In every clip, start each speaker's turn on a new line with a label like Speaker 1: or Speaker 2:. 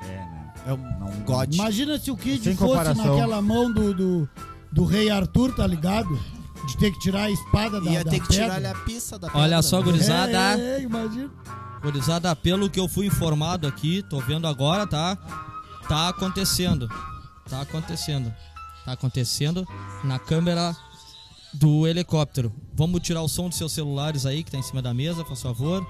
Speaker 1: É um
Speaker 2: né? Não-
Speaker 1: god.
Speaker 3: Imagina se o Kid
Speaker 2: Sem
Speaker 3: fosse
Speaker 2: comparação.
Speaker 3: naquela mão do, do, do rei Arthur, tá ligado? De ter que tirar a espada da,
Speaker 1: Ia
Speaker 3: da
Speaker 1: ter que
Speaker 3: pedra.
Speaker 1: tirar a pista da
Speaker 4: Olha
Speaker 1: pedra,
Speaker 4: só,
Speaker 1: né?
Speaker 4: gurizada.
Speaker 3: É, é, imagina.
Speaker 4: Gurizada, pelo que eu fui informado aqui, tô vendo agora, tá? Tá acontecendo. Tá acontecendo. Tá acontecendo na câmera do helicóptero. Vamos tirar o som dos seus celulares aí, que tá em cima da mesa, por favor.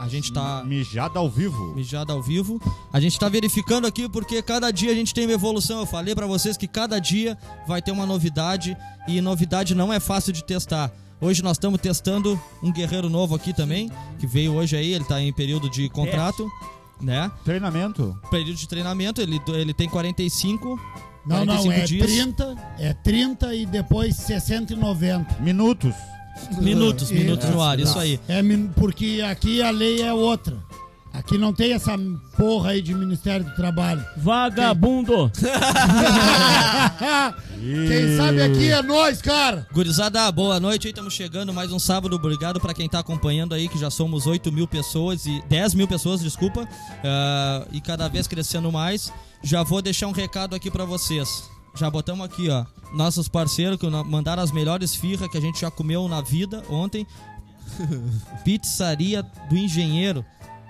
Speaker 4: A gente tá
Speaker 2: Mijada ao vivo.
Speaker 4: mijada ao vivo. A gente tá verificando aqui porque cada dia a gente tem uma evolução. Eu falei pra vocês que cada dia vai ter uma novidade e novidade não é fácil de testar. Hoje nós estamos testando um guerreiro novo aqui também, que veio hoje aí, ele tá em período de contrato, né?
Speaker 2: Treinamento.
Speaker 4: Período de treinamento, ele, ele tem 45,
Speaker 3: Não,
Speaker 4: 45
Speaker 3: não, é
Speaker 4: dias,
Speaker 3: 30, é 30 e depois 60 e 90.
Speaker 2: Minutos.
Speaker 4: minutos,
Speaker 3: E-
Speaker 4: minutos no ar, isso aí.
Speaker 3: É, min- porque aqui a lei é outra. Aqui não tem essa porra aí de Ministério do Trabalho.
Speaker 5: Vagabundo!
Speaker 3: Quem sabe aqui é nós, cara.
Speaker 4: Gurizada, boa noite. Aí estamos chegando mais um sábado. Obrigado pra quem tá acompanhando aí, que já somos 8 mil pessoas e 10 mil pessoas, desculpa. Ah, e cada vez crescendo mais. Já vou deixar um recado aqui pra vocês. Já botamos aqui, ó. Nossos parceiros que no- mandaram as melhores firras que a gente já comeu na vida ontem. Pizzaria do Engenheiro.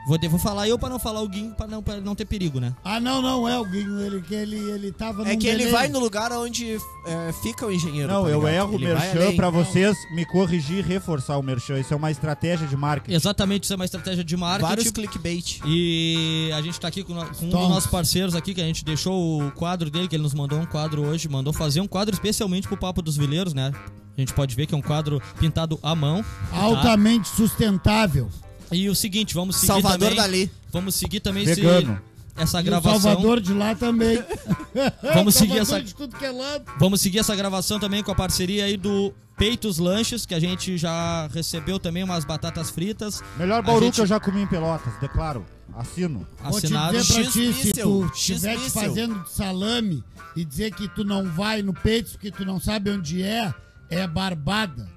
Speaker 4: Vou, de- vou falar eu pra não falar o Guinho, pra não, pra não ter perigo, né?
Speaker 3: Ah, não, não, é o Guinho, ele, que ele, ele tava
Speaker 1: É
Speaker 3: num
Speaker 1: que ele
Speaker 3: delay.
Speaker 1: vai no lugar onde é, fica o engenheiro.
Speaker 2: Não,
Speaker 1: tá
Speaker 2: eu
Speaker 1: ligado?
Speaker 2: erro o
Speaker 1: Ele vai
Speaker 2: merchan
Speaker 1: além.
Speaker 2: pra vocês me corrigir e reforçar o merchan. Isso é uma estratégia de marketing.
Speaker 4: Exatamente, isso é uma estratégia de marketing.
Speaker 1: Vários clickbait.
Speaker 4: E a gente tá aqui com, no- com um dos
Speaker 3: Stonks.
Speaker 4: nossos parceiros aqui, que a gente deixou o quadro dele, que ele nos mandou um quadro hoje, mandou fazer um quadro especialmente pro Papo dos Vileiros, né? A gente pode ver que é um quadro pintado à mão. tá?
Speaker 3: Altamente sustentável.
Speaker 4: E o seguinte, vamos seguir
Speaker 1: Salvador
Speaker 4: também,
Speaker 1: Dali.
Speaker 4: vamos seguir também esse-
Speaker 2: Vegano.
Speaker 4: essa
Speaker 3: E o
Speaker 4: gravação.
Speaker 3: Salvador de lá também.
Speaker 4: Vamos seguir
Speaker 3: Salvador
Speaker 4: essa-
Speaker 3: de tudo que é lado.
Speaker 4: Vamos seguir essa gravação também com a parceria aí do Peitos Lanches, que a gente já recebeu também umas batatas fritas
Speaker 2: Melhor
Speaker 4: A
Speaker 2: bauru
Speaker 4: gente-
Speaker 2: que eu já comi em Pelotas, declaro. Assino.
Speaker 3: Vou te dizer
Speaker 4: assinadas.
Speaker 3: pra ti, se tu
Speaker 1: X-Missile,
Speaker 3: estiver te
Speaker 1: X-Missile.
Speaker 3: fazendo de salame e dizer que tu não vai no peito porque tu não sabe onde é, é barbada.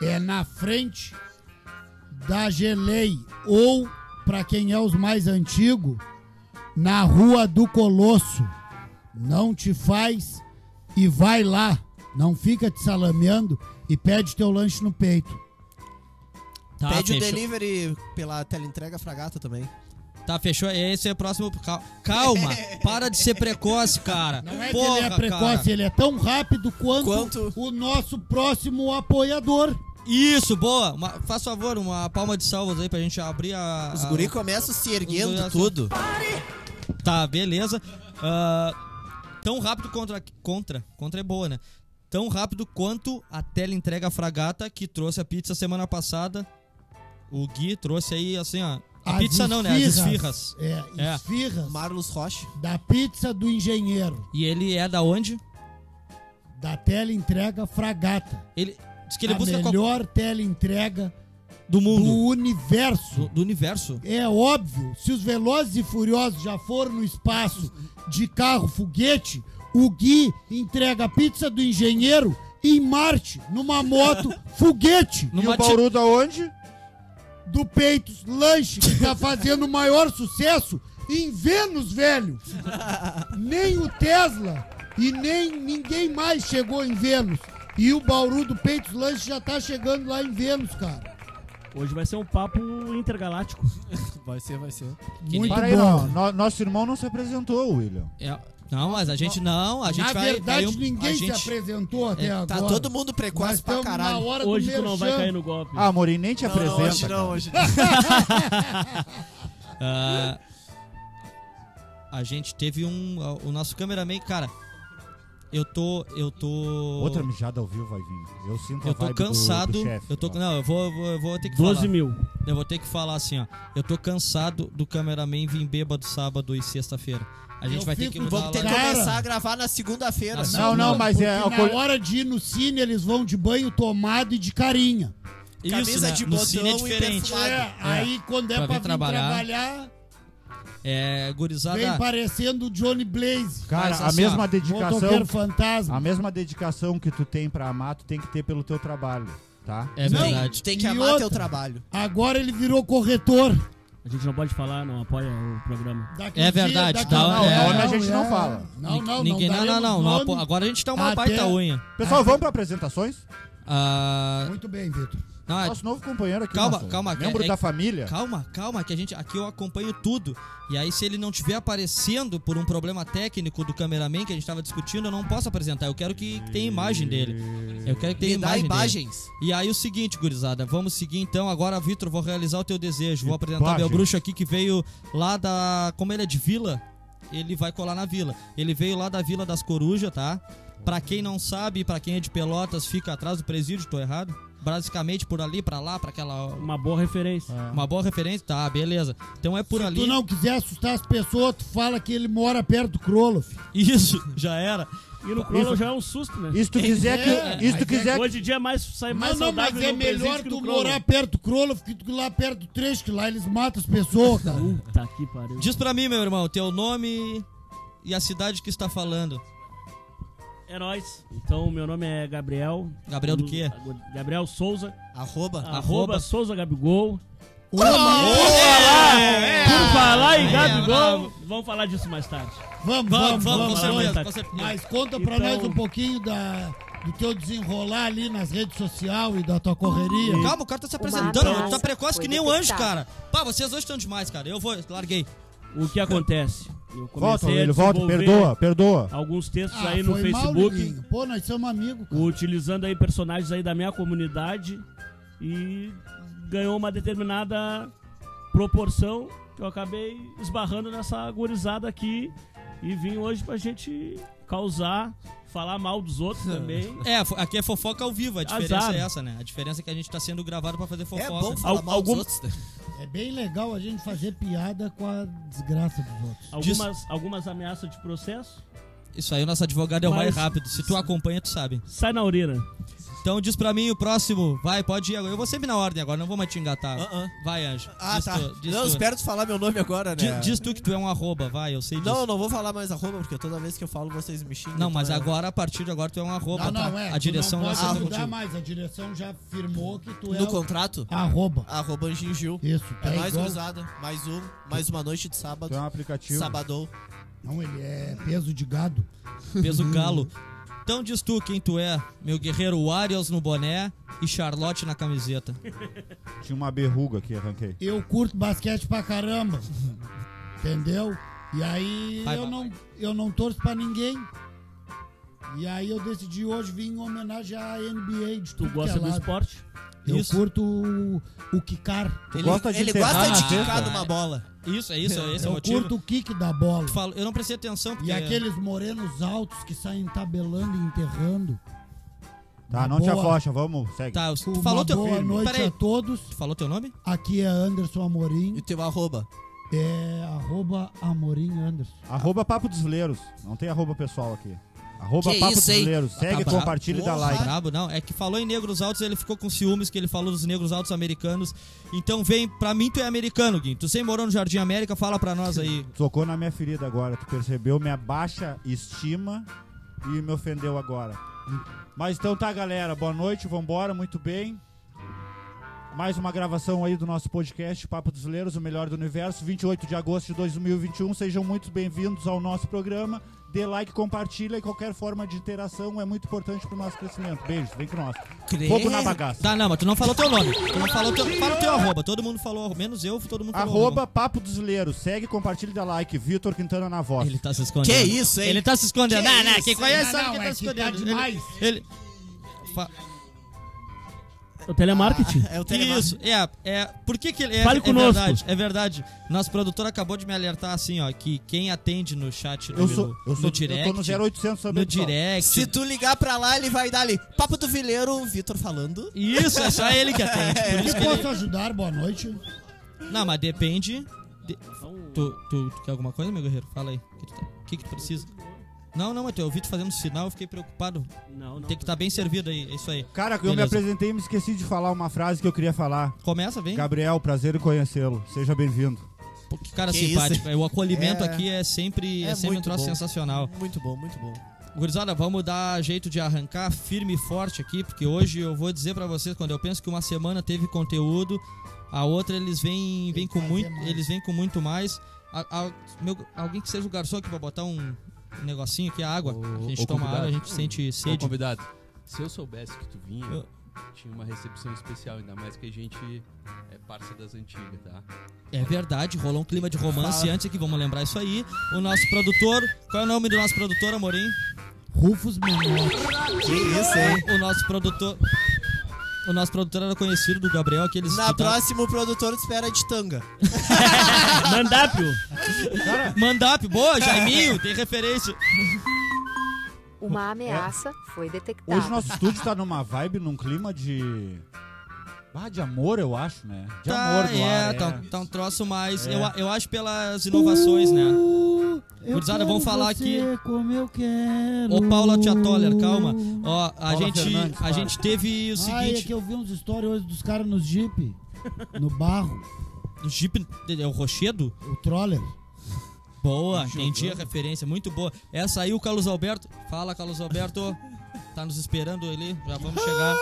Speaker 3: É na frente da Gelei ou, pra quem é os mais antigos, na Rua do Colosso. Não te faz e vai lá. Não fica te salameando e pede teu lanche no peito.
Speaker 4: Tá,
Speaker 1: Pede o
Speaker 4: fechou.
Speaker 1: delivery pela teleentrega Fragata também.
Speaker 4: Tá, fechou? Esse é o próximo. Cal- Calma, para de ser precoce, cara.
Speaker 3: Não é
Speaker 4: Porra,
Speaker 3: que ele é precoce,
Speaker 4: cara.
Speaker 3: ele é tão rápido quanto,
Speaker 1: Quanto?
Speaker 3: o nosso próximo apoiador.
Speaker 4: Isso, boa. Uma- faz favor, uma palma de salvas aí pra gente abrir a.
Speaker 1: Os
Speaker 4: a-
Speaker 1: guri começam se
Speaker 4: os
Speaker 1: erguendo
Speaker 4: guri-
Speaker 1: tudo.
Speaker 4: Tá, beleza. Ah, tão rápido contra. Contra. Contra é boa, né? Tão rápido quanto a tela entrega fragata que trouxe a pizza semana passada. O Gui trouxe aí, assim, ó. A
Speaker 3: As
Speaker 4: pizza não, né? As
Speaker 3: esfirras.
Speaker 4: esfirras.
Speaker 3: É,
Speaker 4: É.
Speaker 3: esfirras
Speaker 1: Marlos Rocha.
Speaker 3: da pizza do engenheiro,
Speaker 4: E ele é da onde?
Speaker 3: da tela entrega fragata.
Speaker 4: Ele. Diz que ele
Speaker 3: a
Speaker 4: busca qual-
Speaker 3: melhor tela entrega
Speaker 4: do mundo.
Speaker 3: do universo.
Speaker 4: Do- do universo.
Speaker 3: É óbvio, se os Velozes e Furiosos já foram no espaço de carro foguete, o Gui entrega a pizza do engenheiro em Marte, numa moto foguete.
Speaker 2: E
Speaker 4: Numa
Speaker 2: o bauru da onde?
Speaker 3: do Peitos Lanche, que tá fazendo o maior sucesso em Vênus, velho. Nem o Tesla e nem ninguém mais chegou em Vênus. E o Bauru do Peitos Lanche já tá chegando lá em Vênus, cara.
Speaker 5: Hoje vai ser um papo intergaláctico.
Speaker 1: Vai ser, vai ser.
Speaker 3: Muito
Speaker 2: Para aí, não.
Speaker 3: bom.
Speaker 2: No- nosso irmão não se apresentou, William.
Speaker 4: É, não, mas a gente não, a gente
Speaker 3: Na
Speaker 4: vai.
Speaker 3: verdade,
Speaker 4: vai um- a
Speaker 3: ninguém
Speaker 4: gente,
Speaker 3: se apresentou até agora.
Speaker 1: Tá todo mundo
Speaker 3: Nós
Speaker 1: precoce pra
Speaker 3: estamos na
Speaker 1: caralho.
Speaker 3: hora
Speaker 5: Hoje
Speaker 3: do
Speaker 5: tu não vai
Speaker 3: merchan.
Speaker 5: cair no golpe.
Speaker 2: Ah, Morim, nem te
Speaker 1: Não, não,
Speaker 2: apresenta.
Speaker 1: hoje não,
Speaker 2: cara.
Speaker 1: hoje não.
Speaker 4: ah, a gente teve um. O nosso cameraman, cara. Eu tô. Eu tô.
Speaker 2: Outra mijada ao vivo vai vir. Eu sinto a
Speaker 4: eu
Speaker 2: vibe
Speaker 4: tô
Speaker 2: do- do
Speaker 4: cansado.
Speaker 2: chefe,
Speaker 4: eu tô.
Speaker 2: ó.
Speaker 4: Não, eu vou, eu vou, eu vou ter que
Speaker 5: 12
Speaker 4: falar.
Speaker 5: mil.
Speaker 4: Eu vou ter que falar assim, ó. Eu tô cansado do cameraman vir bêbado sábado e sexta-feira. A gente
Speaker 3: Eu
Speaker 4: vai ter
Speaker 3: fico-
Speaker 4: que mudar
Speaker 1: Vamos ter que
Speaker 4: lá.
Speaker 3: Cara.
Speaker 1: começar a gravar na segunda-feira. né?
Speaker 4: Nossa.
Speaker 2: Não, não, mas
Speaker 3: Porque
Speaker 2: é.
Speaker 3: na
Speaker 2: alcool-
Speaker 3: hora de ir no cine, eles vão de banho tomado e de carinha.
Speaker 4: Isso,
Speaker 1: camisa
Speaker 4: né?
Speaker 1: de
Speaker 4: No cine é
Speaker 1: botão e
Speaker 4: diferente.
Speaker 1: perfumado.
Speaker 3: É, aí quando é
Speaker 4: Pra
Speaker 3: pra,
Speaker 4: vir
Speaker 3: vir
Speaker 4: trabalhar.
Speaker 3: trabalhar
Speaker 4: É,
Speaker 3: Vem
Speaker 4: gurizada.
Speaker 3: parecendo o Johnny Blaze.
Speaker 2: Cara,
Speaker 4: Mas
Speaker 2: a
Speaker 4: assim,
Speaker 2: mesma
Speaker 4: ó,
Speaker 2: dedicação.
Speaker 3: Motoqueiro fantasma.
Speaker 2: A mesma dedicação que tu tem pra amar, tu tem que ter pelo teu trabalho, tá?
Speaker 4: É
Speaker 3: Não.
Speaker 4: verdade.
Speaker 1: Tu tem que
Speaker 3: E
Speaker 1: amar
Speaker 3: outra?
Speaker 1: teu trabalho.
Speaker 3: Agora ele virou corretor.
Speaker 5: A gente não pode falar, não apoia o programa.
Speaker 3: Daqui
Speaker 4: É
Speaker 3: um dia,
Speaker 4: verdade,
Speaker 3: daqui
Speaker 4: tá-
Speaker 3: um
Speaker 4: não,
Speaker 3: dia.
Speaker 4: nome
Speaker 2: a gente não fala.
Speaker 3: Não, não,
Speaker 4: Ninguém, não, não,
Speaker 3: daremos
Speaker 4: não, não apo-
Speaker 3: nome.
Speaker 4: Agora a gente tá uma
Speaker 3: Até-
Speaker 4: baita unha.
Speaker 2: Pessoal, vamos para apresentações?
Speaker 4: Ah,
Speaker 3: Muito bem, Vitor.
Speaker 4: não, é-
Speaker 2: Nosso novo companheiro aqui.
Speaker 4: Calma,
Speaker 2: nosso
Speaker 4: calma,
Speaker 2: Membro
Speaker 4: é- é-
Speaker 2: da família.
Speaker 4: Calma, calma, que a gente aqui eu acompanho tudo. E aí, se ele não estiver aparecendo por um problema técnico do cameraman que a gente tava discutindo, eu não posso apresentar. Eu quero que tenha imagem dele. Eu quero que tenha
Speaker 1: Me dá
Speaker 4: imagem. dele.
Speaker 1: imagens.
Speaker 4: E aí o seguinte, gurizada, vamos seguir então. Agora, Vitor, vou realizar o teu desejo. Vou apresentar
Speaker 2: Imagens.
Speaker 4: meu bruxo aqui que veio lá da. Como ele é de vila, ele vai colar na vila. Ele veio lá da Vila das Corujas, tá? Pra quem não sabe, pra quem é de Pelotas, fica atrás do presídio, tô errado? Basicamente por ali, pra lá, pra aquela.
Speaker 5: Uma boa referência.
Speaker 4: Uma boa referência? Tá, beleza. Então é por
Speaker 3: Se
Speaker 4: ali.
Speaker 3: tu não quiser assustar as pessoas, tu fala que ele mora perto do Crolo, filho.
Speaker 4: Isso, já era.
Speaker 5: E no Crowley
Speaker 2: Isso-
Speaker 5: já é um susto, né?
Speaker 2: Isso tu quiser
Speaker 3: É,
Speaker 2: que. Isso tu
Speaker 3: mas é
Speaker 2: quiser
Speaker 5: Hoje em dia é mais, sai mais
Speaker 3: Mas não,
Speaker 5: saudável
Speaker 3: mas é
Speaker 5: no presídio
Speaker 3: melhor
Speaker 5: que
Speaker 3: tu
Speaker 5: no Crowley.
Speaker 3: morar perto do Crolo que tu ir lá perto do trecho, que lá eles matam as pessoas, cara.
Speaker 5: Puta que Tá pariu.
Speaker 4: Diz pra mim, meu irmão, teu nome e a cidade que está falando.
Speaker 5: É nóis. Então, meu nome é Gabriel.
Speaker 4: Gabriel do quê?
Speaker 5: Gabriel Souza.
Speaker 1: Arroba.
Speaker 5: Arroba Souza Gabigol.
Speaker 4: É,
Speaker 5: Por falar em
Speaker 4: é,
Speaker 5: Gabigol,
Speaker 4: bravo.
Speaker 5: vamos falar disso mais tarde.
Speaker 3: Vamos, vamos,
Speaker 4: Vamos, vamos, com
Speaker 3: vamos.
Speaker 5: vamos,
Speaker 4: certeza,
Speaker 5: tá.
Speaker 4: com certeza.
Speaker 3: Mas conta pra
Speaker 5: Então-
Speaker 3: nós um pouquinho da, do teu desenrolar ali nas redes sociais e da tua correria.
Speaker 4: Calma, o cara tá se
Speaker 6: Uma
Speaker 4: apresentando,
Speaker 6: ameaça
Speaker 4: tu tá precoce
Speaker 6: foi
Speaker 4: que nem o anjo,
Speaker 6: detectada.
Speaker 4: cara. Pá, vocês dois estão demais, cara. Eu vou, larguei.
Speaker 5: O que acontece? Eu
Speaker 2: Volta,
Speaker 5: a
Speaker 2: ele volta,
Speaker 5: desenvolver
Speaker 2: perdoa, perdoa.
Speaker 5: Alguns textos
Speaker 3: Ah,
Speaker 5: aí no
Speaker 3: foi mal,
Speaker 5: Facebook,
Speaker 3: Liguinho. Pô, nós somos amigos, cara.
Speaker 5: Uhum. utilizando aí personagens aí da minha comunidade e ganhou uma determinada proporção que eu acabei esbarrando nessa gurizada aqui e vim hoje pra gente causar, falar mal dos outros também.
Speaker 4: É, fo- aqui é fofoca ao vivo, a diferença
Speaker 5: Azar.
Speaker 4: é essa, né? A diferença é que a gente tá sendo gravado pra fazer fofoca.
Speaker 1: É bom falar
Speaker 5: Al-
Speaker 1: mal
Speaker 5: algum-
Speaker 1: dos outros. né?
Speaker 3: É bem legal a gente fazer piada com a desgraça dos outros.
Speaker 5: Algumas, algumas ameaças de processo,
Speaker 4: Isso aí, o nosso advogado é o mais
Speaker 5: Mas-
Speaker 4: rápido. Se tu acompanha, tu sabe.
Speaker 5: sai na orelha.
Speaker 4: Então diz pra mim o próximo. Vai, pode ir agora. Eu vou sempre na ordem agora, não vou mais te engatar.
Speaker 1: Ah, ah.
Speaker 4: Vai, anjo.
Speaker 1: Ah,
Speaker 4: Diz
Speaker 1: tá.
Speaker 4: tu, diz
Speaker 1: Não,
Speaker 4: tu.
Speaker 1: espero tu falar meu nome agora,
Speaker 4: Di-
Speaker 1: né?
Speaker 4: Diz tu que tu é um arroba, vai, eu sei disso.
Speaker 1: Não, não vou falar mais arroba, porque toda vez que eu falo vocês me xingam.
Speaker 4: Não, mas
Speaker 1: então é-
Speaker 4: agora, a partir de agora, tu é um arroba,
Speaker 3: não, não,
Speaker 4: tá?
Speaker 3: é.
Speaker 4: a
Speaker 3: tu
Speaker 4: direção
Speaker 3: não
Speaker 4: vai
Speaker 3: pode
Speaker 4: ser
Speaker 3: mudar
Speaker 4: contigo.
Speaker 3: mais. A direção já afirmou que tu é
Speaker 1: No
Speaker 3: o-
Speaker 1: contrato,
Speaker 3: arroba.
Speaker 1: arroba Anjinho Gil.
Speaker 3: Isso,
Speaker 1: É
Speaker 3: tá
Speaker 1: nóis,
Speaker 3: igual.
Speaker 1: cruzada. Mais um, mais uma noite de sábado.
Speaker 2: Tem um aplicativo.
Speaker 1: Sabadão.
Speaker 3: Não, ele é peso de gado.
Speaker 4: Peso
Speaker 3: Uhum.
Speaker 4: galo. Então diz tu quem tu é, meu guerreiro Warriors no boné e Charlotte na camiseta.
Speaker 2: Tinha uma berruga aqui, arranquei.
Speaker 3: Eu curto basquete pra caramba. Entendeu? E aí
Speaker 4: Vai,
Speaker 3: eu,
Speaker 4: vai,
Speaker 3: não, eu não torço pra ninguém. E aí eu decidi hoje vir em homenagem à NBA de
Speaker 5: Tu
Speaker 3: tudo
Speaker 5: gosta
Speaker 3: que é
Speaker 5: do
Speaker 3: lado.
Speaker 5: esporte?
Speaker 3: Eu
Speaker 4: Isso.
Speaker 3: curto o, o quicar.
Speaker 2: Tu
Speaker 1: ele
Speaker 2: gosta de
Speaker 1: ele
Speaker 2: enterrar
Speaker 1: gosta de
Speaker 2: na cesta?
Speaker 1: quicar numa bola.
Speaker 4: Isso, é isso, é esse é o
Speaker 3: eu
Speaker 4: motivo.
Speaker 3: curto o kick da bola.
Speaker 4: Tu fala- eu não prestei atenção
Speaker 1: É.
Speaker 4: porque
Speaker 3: E aqueles morenos altos que saem tabelando e enterrando.
Speaker 2: Tá,
Speaker 3: Uma
Speaker 2: não te
Speaker 3: boa-
Speaker 2: afocha, vamos, segue.
Speaker 4: Tá, tu
Speaker 3: Uma
Speaker 4: falou teu
Speaker 3: boa noite
Speaker 4: Peraí,
Speaker 3: a todos.
Speaker 4: tu falou teu nome?
Speaker 3: Aqui é Anderson Amorim.
Speaker 1: E teu arroba.
Speaker 3: É arroba Amorim Anderson.
Speaker 2: Arroba Papo dos Leiros. Não tem arroba pessoal aqui. Arroba
Speaker 1: Que
Speaker 2: Papo
Speaker 1: isso,
Speaker 2: dos
Speaker 1: hein?
Speaker 2: Leiros. Segue,
Speaker 4: tá brabo.
Speaker 2: compartilha e dá
Speaker 1: Porra.
Speaker 2: like.
Speaker 4: Brabo, não. É que falou em negros altos, ele ficou com ciúmes que ele falou dos negros altos americanos. Então vem, pra mim tu é americano, Gui. Tu sempre morou no Jardim América, fala pra nós aí.
Speaker 2: Socou na minha ferida agora, tu percebeu minha baixa estima e me ofendeu agora. Mas então tá, galera, boa noite, vambora, muito bem. Mais uma gravação aí do nosso podcast Papo dos Leiros, o melhor do universo, 28 de agosto de 2021. Sejam muito bem-vindos ao nosso programa. Dê like, compartilha e qualquer forma de interação é muito importante pro nosso crescimento. Beijos, vem com nós. Fogo na bagaça.
Speaker 4: Tá, não, mas tu não falou teu nome. Tu não falou teu, fala teu arroba. Todo mundo falou, arroba, menos eu, todo mundo falou
Speaker 2: Arroba Papo dos Leiros, segue, compartilha e dá like. Vitor Quintana na voz.
Speaker 4: Ele tá se escondendo.
Speaker 1: Que isso, hein?
Speaker 4: Ele tá se escondendo.
Speaker 1: Que
Speaker 4: não, não,
Speaker 1: isso,
Speaker 4: quem
Speaker 1: hein?
Speaker 4: conhece
Speaker 3: Não,
Speaker 4: sabe
Speaker 3: não,
Speaker 4: que ele tá
Speaker 3: é
Speaker 4: se
Speaker 3: que tá
Speaker 4: escondendo.
Speaker 3: demais.
Speaker 4: Ele. ele- Fa-
Speaker 5: É o telemarketing.
Speaker 2: Ah,
Speaker 1: É o telemarketing.
Speaker 4: Isso, é, é. Por que que ele. É,
Speaker 5: Fale
Speaker 4: é
Speaker 5: conosco.
Speaker 4: verdade, é verdade. Nosso produtor acabou de me alertar assim, ó, que quem atende no chat no,
Speaker 2: Eu sou, eu sou,
Speaker 4: no direct.
Speaker 2: eu tô no 0800 sobre
Speaker 4: no direct.
Speaker 1: Se tu ligar pra lá, ele vai dar ali. Papo do vileiro, o Vitor falando.
Speaker 4: Isso, é só ele que atende. por
Speaker 3: E
Speaker 4: isso que ele-
Speaker 3: posso ajudar? Boa noite.
Speaker 4: Não, mas depende. de-
Speaker 5: Então,
Speaker 4: Tu, tu, tu quer alguma coisa, meu guerreiro? Fala aí. O que, tu tá- o que que tu precisa? Não, não, mas eu ouvi tu fazendo sinal, eu fiquei preocupado.
Speaker 2: é.
Speaker 5: Não, não.
Speaker 4: Tem que estar bem servido aí, é isso aí.
Speaker 2: Cara, eu me
Speaker 4: Beleza.
Speaker 2: apresentei e me esqueci de falar uma frase que eu queria falar.
Speaker 4: Começa, vem.
Speaker 2: Gabriel, prazer em conhecê-lo. Seja bem-vindo.
Speaker 4: Pô, Que cara
Speaker 1: Que
Speaker 4: simpático. O acolhimento
Speaker 1: É.
Speaker 4: aqui é sempre, é
Speaker 1: É
Speaker 4: sempre um
Speaker 1: muito
Speaker 4: troço
Speaker 1: bom.
Speaker 4: sensacional.
Speaker 1: Muito bom, muito bom.
Speaker 4: Gurizada, vamos dar jeito de arrancar firme e forte aqui, porque hoje eu vou dizer pra vocês, quando eu penso que uma semana teve conteúdo, A outra eles vêm, vêm
Speaker 3: que
Speaker 4: com
Speaker 3: fazer
Speaker 4: muito,
Speaker 3: mais.
Speaker 4: eles vêm com muito mais. A- a- meu- alguém que seja o garçom aqui pra botar um negocinho aqui, a água.
Speaker 6: Ô,
Speaker 4: a gente
Speaker 6: ô,
Speaker 4: toma água, a
Speaker 6: convidado.
Speaker 4: gente sente
Speaker 6: Ô,
Speaker 4: sede.
Speaker 6: convidado, se eu soubesse que tu vinha,
Speaker 4: Eu-
Speaker 6: tinha uma recepção especial, ainda mais que a gente é parça das antigas, tá?
Speaker 4: É verdade, rolou um clima de romance
Speaker 6: Fala.
Speaker 4: antes aqui, vamos lembrar isso aí. O nosso produtor, qual é o nome do nosso produtor, Amorim?
Speaker 3: Rufus Menotti.
Speaker 1: Que isso, hein?
Speaker 4: O nosso produtor. O nosso produtor era conhecido do Gabriel, aqueles.
Speaker 1: Na próxima, o produtor te espera de tanga.
Speaker 5: Mandápio.
Speaker 4: Mandap, boa, Jaiminho, tem referência.
Speaker 7: Uma ameaça foi detectada.
Speaker 2: É? Hoje nosso estúdio tá numa vibe, num clima de. Ah, de amor, eu acho, né? De amor do
Speaker 4: é,
Speaker 2: ar.
Speaker 4: tá,
Speaker 2: é.
Speaker 4: um- tá um troço mais.
Speaker 2: É.
Speaker 4: Eu, a- eu acho pelas inovações, né? Gurizada, vamos falar
Speaker 2: é.
Speaker 4: aqui.
Speaker 8: É Como eu quero.
Speaker 4: Ô, Paula Tiatoller, calma. Ó, a
Speaker 2: Paula
Speaker 4: gente.
Speaker 2: Fernandes,
Speaker 4: a
Speaker 2: fala.
Speaker 4: gente teve o
Speaker 3: Ah,
Speaker 8: Ai, é que
Speaker 4: seguinte.
Speaker 8: eu vi uns stories hoje dos caras nos Jeep, no barro,
Speaker 4: O Jeep. É o Rochedo?
Speaker 3: O Troller.
Speaker 4: Boa, entendi a referência, muito boa. Essa aí o Carlos Alberto. Fala, Carlos Alberto. Tá nos esperando ali, já vamos chegar.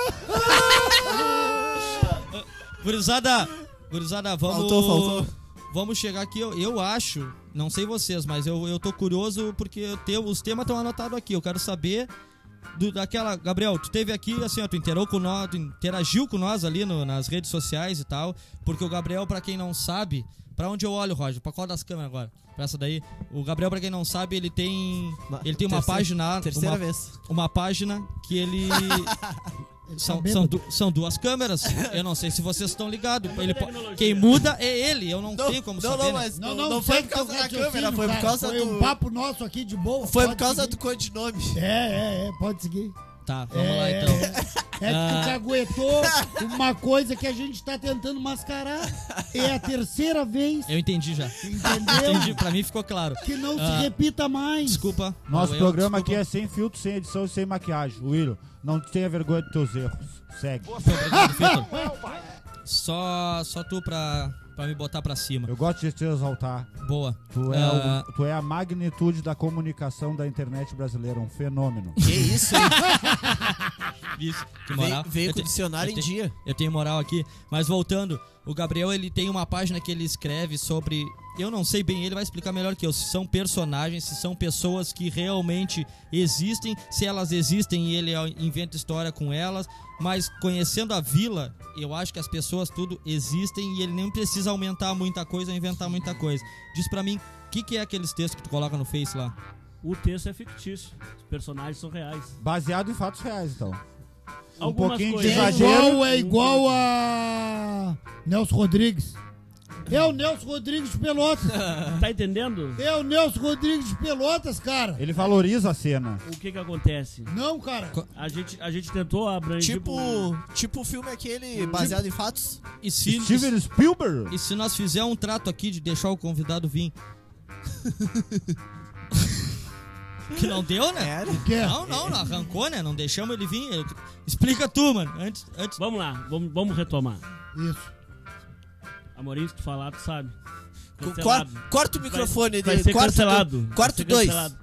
Speaker 4: gurizada, gurizada, vamos.
Speaker 1: Faltou, faltou.
Speaker 4: Vamos chegar aqui, eu, eu acho, não sei vocês, mas eu, eu tô curioso porque eu tenho- os temas estão anotados aqui. Eu quero saber do- daquela. Gabriel, tu teve aqui, assim, ó, tu interou com nós, tu interagiu com nós ali no- nas redes sociais e tal. Porque o Gabriel, pra quem não sabe, pra onde eu olho, Roger? Pra qual das câmeras agora? Pra essa daí. O Gabriel, pra quem não sabe, ele tem.
Speaker 1: Ma-
Speaker 4: Ele tem uma
Speaker 1: terceira-
Speaker 4: página.
Speaker 1: Terceira
Speaker 4: uma-
Speaker 1: vez.
Speaker 4: uma página que ele. São, são, du- são duas câmeras. Eu não sei se vocês estão ligados. Ele po- Quem muda é ele. Eu não, tenho como
Speaker 1: é não,
Speaker 4: saber.
Speaker 1: não,
Speaker 4: né?
Speaker 1: mas
Speaker 3: Não,
Speaker 1: não,
Speaker 3: não,
Speaker 1: não foi
Speaker 3: segue
Speaker 1: por causa
Speaker 3: teu
Speaker 1: da
Speaker 3: raciocínio,
Speaker 1: câmera, foi por
Speaker 3: cara.
Speaker 1: causa
Speaker 3: Foi um
Speaker 1: do.
Speaker 3: papo nosso aqui de boa.
Speaker 1: Foi por
Speaker 3: pode
Speaker 1: causa
Speaker 3: seguir.
Speaker 1: do codinome.
Speaker 3: É, é, é, pode seguir.
Speaker 4: Tá, vamos
Speaker 3: É,
Speaker 4: lá
Speaker 3: é,
Speaker 4: então.
Speaker 3: É que tu te aguentou uma coisa que a gente tá tentando mascarar. É a terceira vez,
Speaker 4: Eu entendi já.
Speaker 3: entendeu?
Speaker 4: Entendi, pra mim ficou claro.
Speaker 3: Que não
Speaker 4: Ah.
Speaker 3: se repita mais.
Speaker 4: Desculpa.
Speaker 2: Nosso
Speaker 4: eu,
Speaker 2: programa aqui
Speaker 4: desculpa.
Speaker 2: é sem filtro, sem edição e sem maquiagem. William, não tenha vergonha dos teus erros. Segue.
Speaker 4: Obrigado, Vitor. Só, só tu pra, pra me botar pra cima.
Speaker 2: Eu gosto de te exaltar.
Speaker 4: Boa.
Speaker 2: Tu é,
Speaker 4: Ah,
Speaker 2: o- tu é a magnitude da comunicação da internet brasileira, um fenômeno.
Speaker 1: Que isso, hein?
Speaker 4: Ah, isso, que moral.
Speaker 1: Veio, veio
Speaker 4: Eu
Speaker 1: com o
Speaker 4: te-
Speaker 1: dicionário
Speaker 4: eu
Speaker 1: em
Speaker 4: te-
Speaker 1: dia.
Speaker 4: Eu tenho moral aqui. Mas voltando, o Gabriel ele tem uma página que ele escreve sobre. Eu não sei bem, ele vai explicar melhor que eu. Se são personagens, se são pessoas que realmente existem, se elas existem e ele ó, inventa história com elas. Mas conhecendo a vila, eu acho que as pessoas tudo existem e ele nem precisa aumentar muita coisa ou inventar muita coisa. Diz pra mim, o que, que é aqueles textos que tu coloca no Face lá?
Speaker 5: O texto é fictício. Os personagens são reais.
Speaker 2: Baseado em fatos reais, então. Um
Speaker 5: Algumas
Speaker 2: pouquinho de
Speaker 5: coisas.
Speaker 3: É
Speaker 2: exagero.
Speaker 3: igual, é igual a Nelson Rodrigues. É o Nelson Rodrigues de Pelotas.
Speaker 5: Tá entendendo
Speaker 3: É o Nelson Rodrigues de Pelotas, cara.
Speaker 2: Ele valoriza a cena.
Speaker 5: o que que acontece?
Speaker 3: Não, cara.
Speaker 5: A gente, a gente tentou abranger...
Speaker 1: Tipo, tipo o filme aquele baseado em fatos.
Speaker 4: E se,
Speaker 2: Steven Spielberg?
Speaker 4: e se nós fizer um trato aqui de deixar o convidado vir? que não deu, né?
Speaker 1: Era.
Speaker 3: O quê?
Speaker 4: Não, não, não arrancou, né? Não deixamos ele vir. Eu- Explica tu, mano. Antes, antes.
Speaker 5: Vamos lá, vamos, vamos retomar.
Speaker 3: Isso.
Speaker 5: Amorim, se tu falar, tu sabe.
Speaker 1: Cor-
Speaker 5: Cancelado.
Speaker 1: corta o microfone
Speaker 5: Vai
Speaker 1: dele.
Speaker 5: ser
Speaker 1: corta do-
Speaker 5: cancelado. Vai
Speaker 1: Corta
Speaker 5: ser
Speaker 1: o dois.
Speaker 5: cancelado.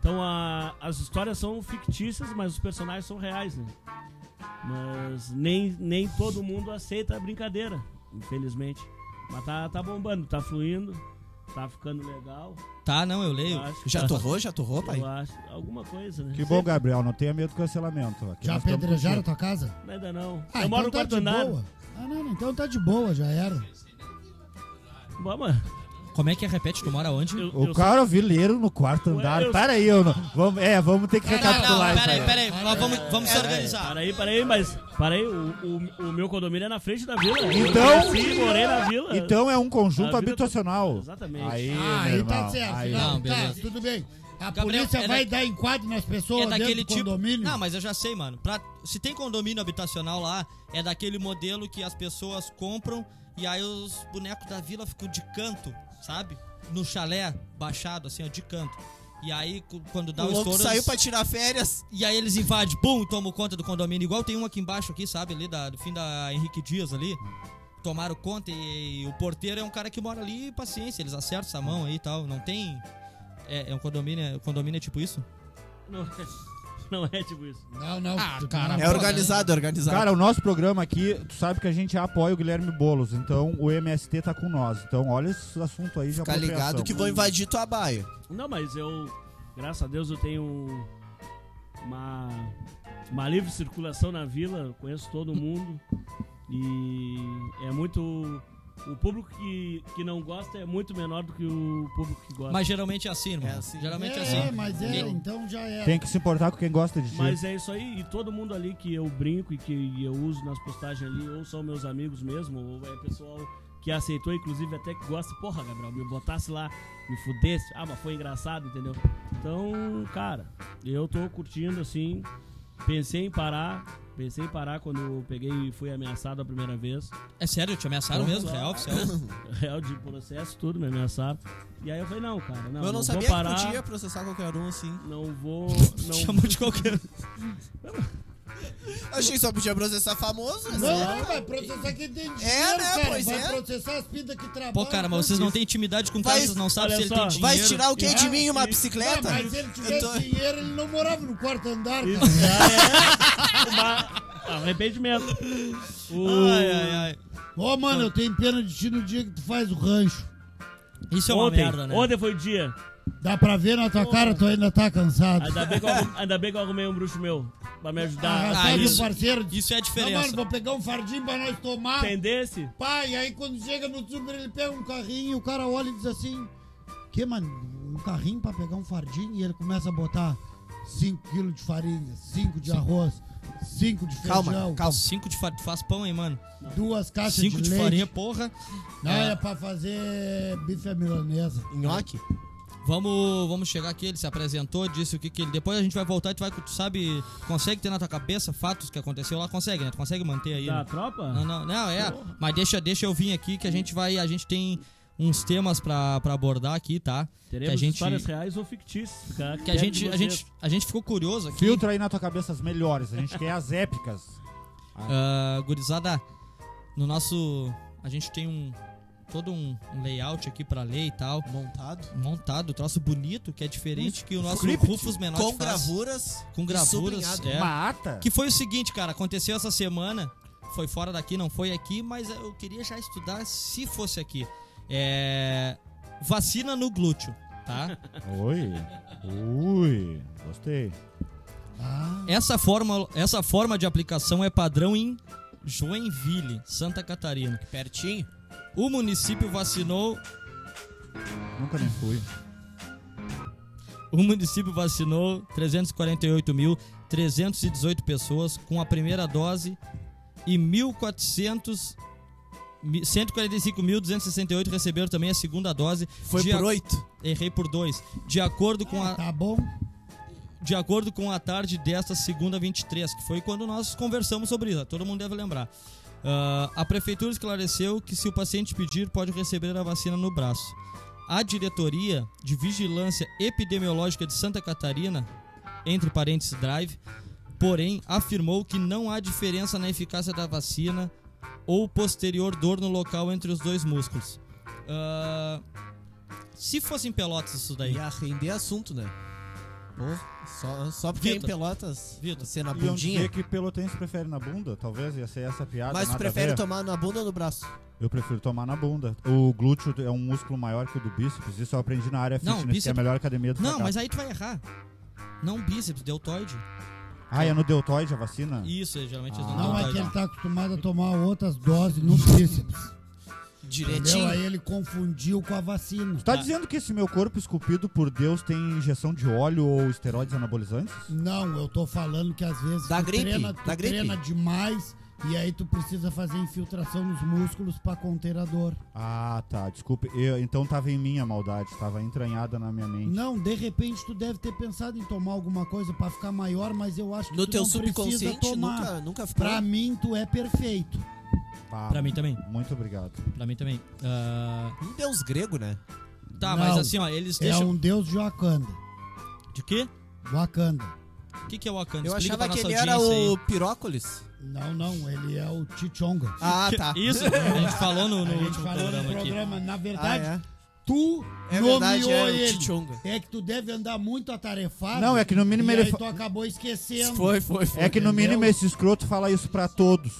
Speaker 5: Então a- as histórias são fictícias, mas os personagens são reais, né? Mas nem, nem todo mundo aceita a brincadeira, infelizmente. Mas tá, tá bombando, tá fluindo, tá ficando legal.
Speaker 4: Tá, não, eu leio.
Speaker 5: Eu acho, tá.
Speaker 1: Já torrou, já torrou, pai?
Speaker 5: eu acho. Alguma coisa, né?
Speaker 2: Que bom, Gabriel, não tenha medo do cancelamento. Aqui
Speaker 3: Já
Speaker 2: nós estamos
Speaker 3: apedrejaram a
Speaker 2: contigo.
Speaker 3: tua casa?
Speaker 5: Ainda não.
Speaker 3: Ah,
Speaker 5: eu moro no
Speaker 3: então
Speaker 5: quarto
Speaker 3: tá de
Speaker 5: andar.
Speaker 3: boa. Ah, não, não, então tá de boa, já era.
Speaker 5: Vamos.
Speaker 4: Como é que é? Repete, tu mora onde?
Speaker 5: Eu,
Speaker 2: O
Speaker 5: eu-
Speaker 2: cara vileiro no quarto andar.
Speaker 5: eu-
Speaker 2: Para aí, eu não. Vamos, é, vamos ter que recapitular isso aí.
Speaker 4: peraí. Nós vamos, vamos
Speaker 5: É,
Speaker 4: se organizar.
Speaker 5: Para aí, para aí, mas. Para aí, o, o, o meu condomínio é na frente da vila.
Speaker 2: Então-
Speaker 5: Eu nasci e morei na vila.
Speaker 2: Então é um conjunto
Speaker 5: A vida tá-
Speaker 2: habitacional.
Speaker 5: Exatamente.
Speaker 2: Aí,
Speaker 3: Ah,
Speaker 2: meu
Speaker 3: aí tá
Speaker 2: irmão,
Speaker 3: certo.
Speaker 2: aí.
Speaker 3: Não,
Speaker 4: Não,
Speaker 3: tá,
Speaker 4: beleza.
Speaker 3: tudo bem. A
Speaker 4: Gabriel,
Speaker 3: polícia
Speaker 4: é
Speaker 3: vai
Speaker 4: da-
Speaker 3: dar enquadro nas pessoas
Speaker 4: É daquele
Speaker 3: dentro do
Speaker 4: tipo.
Speaker 3: condomínio?
Speaker 4: Não, mas eu já sei, mano. Pra- Se tem condomínio habitacional lá, é daquele modelo que as pessoas compram e aí os bonecos da vila ficam de canto, sabe? No chalé, baixado, assim, ó, de canto. E aí, cu- quando dá
Speaker 1: o
Speaker 4: o
Speaker 1: louco
Speaker 4: estouro.
Speaker 1: saiu
Speaker 4: eles-
Speaker 1: pra tirar férias.
Speaker 4: E aí eles invadem, bum, e tomam conta do condomínio. Igual tem um aqui embaixo, aqui, sabe? Ali da- do fim da Henrique Dias ali. Tomaram conta e, e o porteiro é um cara que mora ali e paciência. Eles acertam essa mão aí e tal. Não tem. É, é um condomínio. é- O condomínio é tipo isso?
Speaker 5: Não. Não é tipo isso.
Speaker 3: Não, não.
Speaker 6: Ah,
Speaker 3: tu-
Speaker 6: cara,
Speaker 3: não.
Speaker 1: É organizado, é organizado.
Speaker 2: Cara, o nosso programa aqui, tu sabe que a gente apoia o Guilherme Boulos, então o MST tá com nós. Então olha esse assunto aí de
Speaker 1: Fica
Speaker 2: apropriação.
Speaker 1: Tá ligado que vão invadir tua baia.
Speaker 5: Não, mas eu, graças a Deus, eu tenho uma, uma livre circulação na vila, eu conheço todo mundo. E é muito. O público que, que não gosta é muito menor do que o público que gosta.
Speaker 4: Mas geralmente é assim, irmão.
Speaker 1: É assim.
Speaker 4: Geralmente é,
Speaker 3: É,
Speaker 4: assim.
Speaker 3: mas é,
Speaker 4: Ninguém-
Speaker 3: então já é.
Speaker 2: Tem que se importar com quem gosta de ti.
Speaker 5: Mas é isso aí, e todo mundo ali que eu brinco e que eu uso nas postagens ali, ou são meus amigos mesmo, ou é pessoal que aceitou, inclusive até que gosta. Porra, Gabriel, me botasse lá, me fudesse. Ah, mas foi engraçado, entendeu? Então, cara, eu tô curtindo assim. Pensei em parar, pensei em parar quando eu peguei e fui ameaçado a primeira vez.
Speaker 4: É sério, te ameaçaram mesmo, real, oficial.
Speaker 5: Real de processo, tudo, me ameaçaram. E aí eu falei, não, cara, não,
Speaker 1: eu não
Speaker 5: não
Speaker 1: sabia
Speaker 5: vou parar.
Speaker 1: que podia processar qualquer um assim.
Speaker 5: Não vou. Não
Speaker 4: Chamou de qualquer.
Speaker 1: Achei que só podia processar famoso. né?
Speaker 3: Não, É, não, vai processar quem tem dinheiro,
Speaker 1: né,
Speaker 3: cara.
Speaker 1: pois
Speaker 3: vai
Speaker 1: é.
Speaker 3: processar as pintas que trabalham.
Speaker 4: Pô, cara, mas vocês não têm intimidade com o cara,
Speaker 1: Vai-
Speaker 4: vocês não sabem se
Speaker 5: olha
Speaker 4: ele
Speaker 5: só.
Speaker 4: tem
Speaker 1: Vai
Speaker 4: dinheiro.
Speaker 1: tirar o quê de
Speaker 3: É,
Speaker 1: mim? Uma
Speaker 5: e-
Speaker 3: Ah,
Speaker 1: bicicleta?
Speaker 3: mas se ele
Speaker 1: Eu
Speaker 3: tivesse
Speaker 1: tô-
Speaker 3: dinheiro, ele não morava no quarto andar,
Speaker 5: Isso
Speaker 3: cara.
Speaker 5: já é uma- arrependimento. O-
Speaker 4: Ai, ai, ai.
Speaker 3: Ô, mano, eu tenho pena de ti no dia que tu faz o rancho.
Speaker 4: Isso é uma
Speaker 5: Ontem,
Speaker 4: merda, né?
Speaker 5: ontem foi o dia.
Speaker 3: Dá pra ver na tua cara, tu ainda tá cansado.
Speaker 5: Ainda bem, que eu, arrum- ainda bem que eu arrumei um bruxo meu pra me ajudar.
Speaker 4: Ah,
Speaker 2: tá
Speaker 3: Arrastado de um
Speaker 4: isso-
Speaker 3: parceiro.
Speaker 4: Isso é a
Speaker 3: Não,
Speaker 4: diferença.
Speaker 3: mano, vou pegar um fardinho pra nós tomar.
Speaker 5: Entendesse?
Speaker 3: Pai, aí quando chega no super, ele pega um carrinho e o cara olha e diz assim: Que, mano, um carrinho pra pegar um fardinho? E ele começa a botar 5 quilos de farinha, 5 de arroz, 5 de feijão,
Speaker 1: Calma, calma.
Speaker 4: Cinco de farinha. Tu faz pão, hein, mano?
Speaker 3: duas caixas
Speaker 4: Cinco
Speaker 3: de,
Speaker 4: de,
Speaker 3: leite.
Speaker 4: farinha, porra.
Speaker 3: Não,
Speaker 4: É.
Speaker 3: é pra fazer bife à milanesa.
Speaker 1: Nhoque?
Speaker 4: Vamos, vamos chegar aqui, ele se apresentou, disse o que que ele... Depois a gente vai voltar e tu vai... Tu sabe... Consegue ter na tua cabeça fatos que aconteceu lá? Consegue, né? Tu consegue manter aí,
Speaker 5: Da
Speaker 4: né?
Speaker 5: tropa?
Speaker 4: Não, não, não, é. Mas deixa, deixa eu vir aqui que a gente vai... A gente tem uns temas pra, pra abordar aqui, tá?
Speaker 5: Teremos
Speaker 4: que a gente-
Speaker 5: histórias reais ou fictícias. fica
Speaker 4: Que a
Speaker 5: quieto
Speaker 4: gente,
Speaker 5: de
Speaker 4: a
Speaker 5: vocês.
Speaker 4: gente, a gente ficou curioso aqui.
Speaker 2: Filtra aí na tua cabeça as melhores. A gente quer as épicas.
Speaker 4: Ah, gurizada, no nosso... A gente tem um... Todo um, um layout aqui pra ler e tal.
Speaker 1: Montado?
Speaker 4: Montado, troço bonito, que é diferente que o nosso
Speaker 2: script.
Speaker 4: Rufus Menor
Speaker 1: Com
Speaker 4: faz.
Speaker 1: gravuras.
Speaker 4: Com gravuras.
Speaker 1: sublinhado.
Speaker 4: É.
Speaker 2: Uma ata?
Speaker 4: Que foi o seguinte, cara, aconteceu essa semana, foi fora daqui, não foi aqui, mas eu queria já estudar se fosse aqui. É. Vacina no glúteo, tá?
Speaker 2: Oi. Ui. Gostei.
Speaker 4: Essa forma, essa forma de aplicação é padrão em Joinville, Santa Catarina.
Speaker 1: Pertinho.
Speaker 4: O município vacinou
Speaker 2: Nunca nem fui.
Speaker 4: O município vacinou 348.318 pessoas com a primeira dose e 1.400 mi- 145.268 receberam também a segunda dose.
Speaker 1: Foi
Speaker 4: de
Speaker 1: por
Speaker 4: a-
Speaker 1: oito. É.
Speaker 4: Errei por dois. De acordo com a
Speaker 3: Tá bom?
Speaker 4: de acordo com a tarde desta segunda 23, que foi quando nós conversamos sobre isso, todo mundo deve lembrar. Ah, a prefeitura esclareceu que se o paciente pedir, pode receber a vacina no braço. A diretoria de vigilância epidemiológica de Santa Catarina, entre parênteses Drive, porém afirmou que não há diferença na eficácia da vacina ou posterior dor no local entre os dois músculos. Ah, se fosse em Pelotas isso daí.
Speaker 1: Ia render assunto, né? Pô, só, só porque em
Speaker 4: Vitor.
Speaker 1: Pelotas
Speaker 4: Vitor.
Speaker 1: você na
Speaker 2: Iam dizer
Speaker 1: bundinha.
Speaker 2: um que pelotense prefere na bunda. Talvez ia ser essa piada.
Speaker 1: Mas
Speaker 2: nada a
Speaker 1: prefere
Speaker 2: ver.
Speaker 1: tomar na bunda ou no braço?
Speaker 2: Eu prefiro tomar na bunda. O glúteo é um músculo maior que o do bíceps. Isso eu aprendi na área
Speaker 4: Não,
Speaker 2: fitness, que é a
Speaker 4: bíceps-
Speaker 2: melhor academia do
Speaker 4: Não,
Speaker 2: fracasso.
Speaker 4: mas
Speaker 3: tá.
Speaker 4: aí tu vai errar. Não bíceps, deltoide.
Speaker 2: Ah, é no deltoide a vacina?
Speaker 4: Isso, geralmente eles
Speaker 2: Ah,
Speaker 4: não
Speaker 3: Não é que
Speaker 4: deltoide.
Speaker 3: ele tá acostumado a tomar outras doses no bíceps. é Entendeu?
Speaker 1: Direitinho.
Speaker 3: Aí ele confundiu com a vacina.
Speaker 2: Tu tá
Speaker 4: Ah.
Speaker 2: dizendo que esse meu corpo esculpido por Deus tem injeção de óleo ou esteroides anabolizantes?
Speaker 3: Não, eu tô falando que às vezes
Speaker 1: Da
Speaker 3: tu
Speaker 1: gripe,
Speaker 3: treina, tu
Speaker 1: da gripe.
Speaker 3: treina demais e aí tu precisa fazer infiltração nos músculos pra conter a dor.
Speaker 2: Ah, tá. Desculpe. Eu- então tava em mim a maldade. Tava entranhada na minha mente.
Speaker 3: Não, de repente tu deve ter pensado em tomar alguma coisa pra ficar maior, mas eu acho que
Speaker 1: No
Speaker 3: tu
Speaker 1: teu
Speaker 3: não precisa
Speaker 1: subconsciente
Speaker 3: tomar.
Speaker 1: nunca, nunca ficou.
Speaker 3: Pra mim tu é perfeito.
Speaker 2: Ah,
Speaker 4: Pra mim tá- também,
Speaker 2: Muito obrigado.
Speaker 4: pra mim também. Ah,
Speaker 1: Um deus grego, né?
Speaker 3: Não.
Speaker 4: tá, mas assim, ó, eles
Speaker 3: É
Speaker 4: deixam...
Speaker 3: um deus de Wakanda.
Speaker 4: De quê?
Speaker 3: Wakanda.
Speaker 4: O que, que é o Wakanda?
Speaker 1: Eu
Speaker 4: Explica
Speaker 1: achava
Speaker 4: pra
Speaker 1: que
Speaker 4: nossa
Speaker 1: ele era
Speaker 4: audiência aí.
Speaker 1: o Pirócolis.
Speaker 3: Não, não, ele é o Chichonga.
Speaker 1: Ah, tá.
Speaker 4: Isso, a gente falou no,
Speaker 3: A
Speaker 4: no
Speaker 3: gente
Speaker 4: último
Speaker 2: um
Speaker 3: falou no
Speaker 4: programa aqui.
Speaker 3: programa, na
Speaker 1: Ah,
Speaker 3: verdade,
Speaker 1: é.
Speaker 3: Tu
Speaker 1: É
Speaker 3: nomeou
Speaker 1: verdade, é o
Speaker 3: ele.
Speaker 1: Tchitchunga.
Speaker 3: É que tu deve andar muito atarefado.
Speaker 2: Não, é que no mínimo
Speaker 3: e
Speaker 2: ele
Speaker 3: aí
Speaker 2: fa-
Speaker 3: tu acabou esquecendo.
Speaker 1: Foi, foi, foi.
Speaker 2: É que no
Speaker 3: Entendeu?
Speaker 2: mínimo esse escroto fala isso pra todos.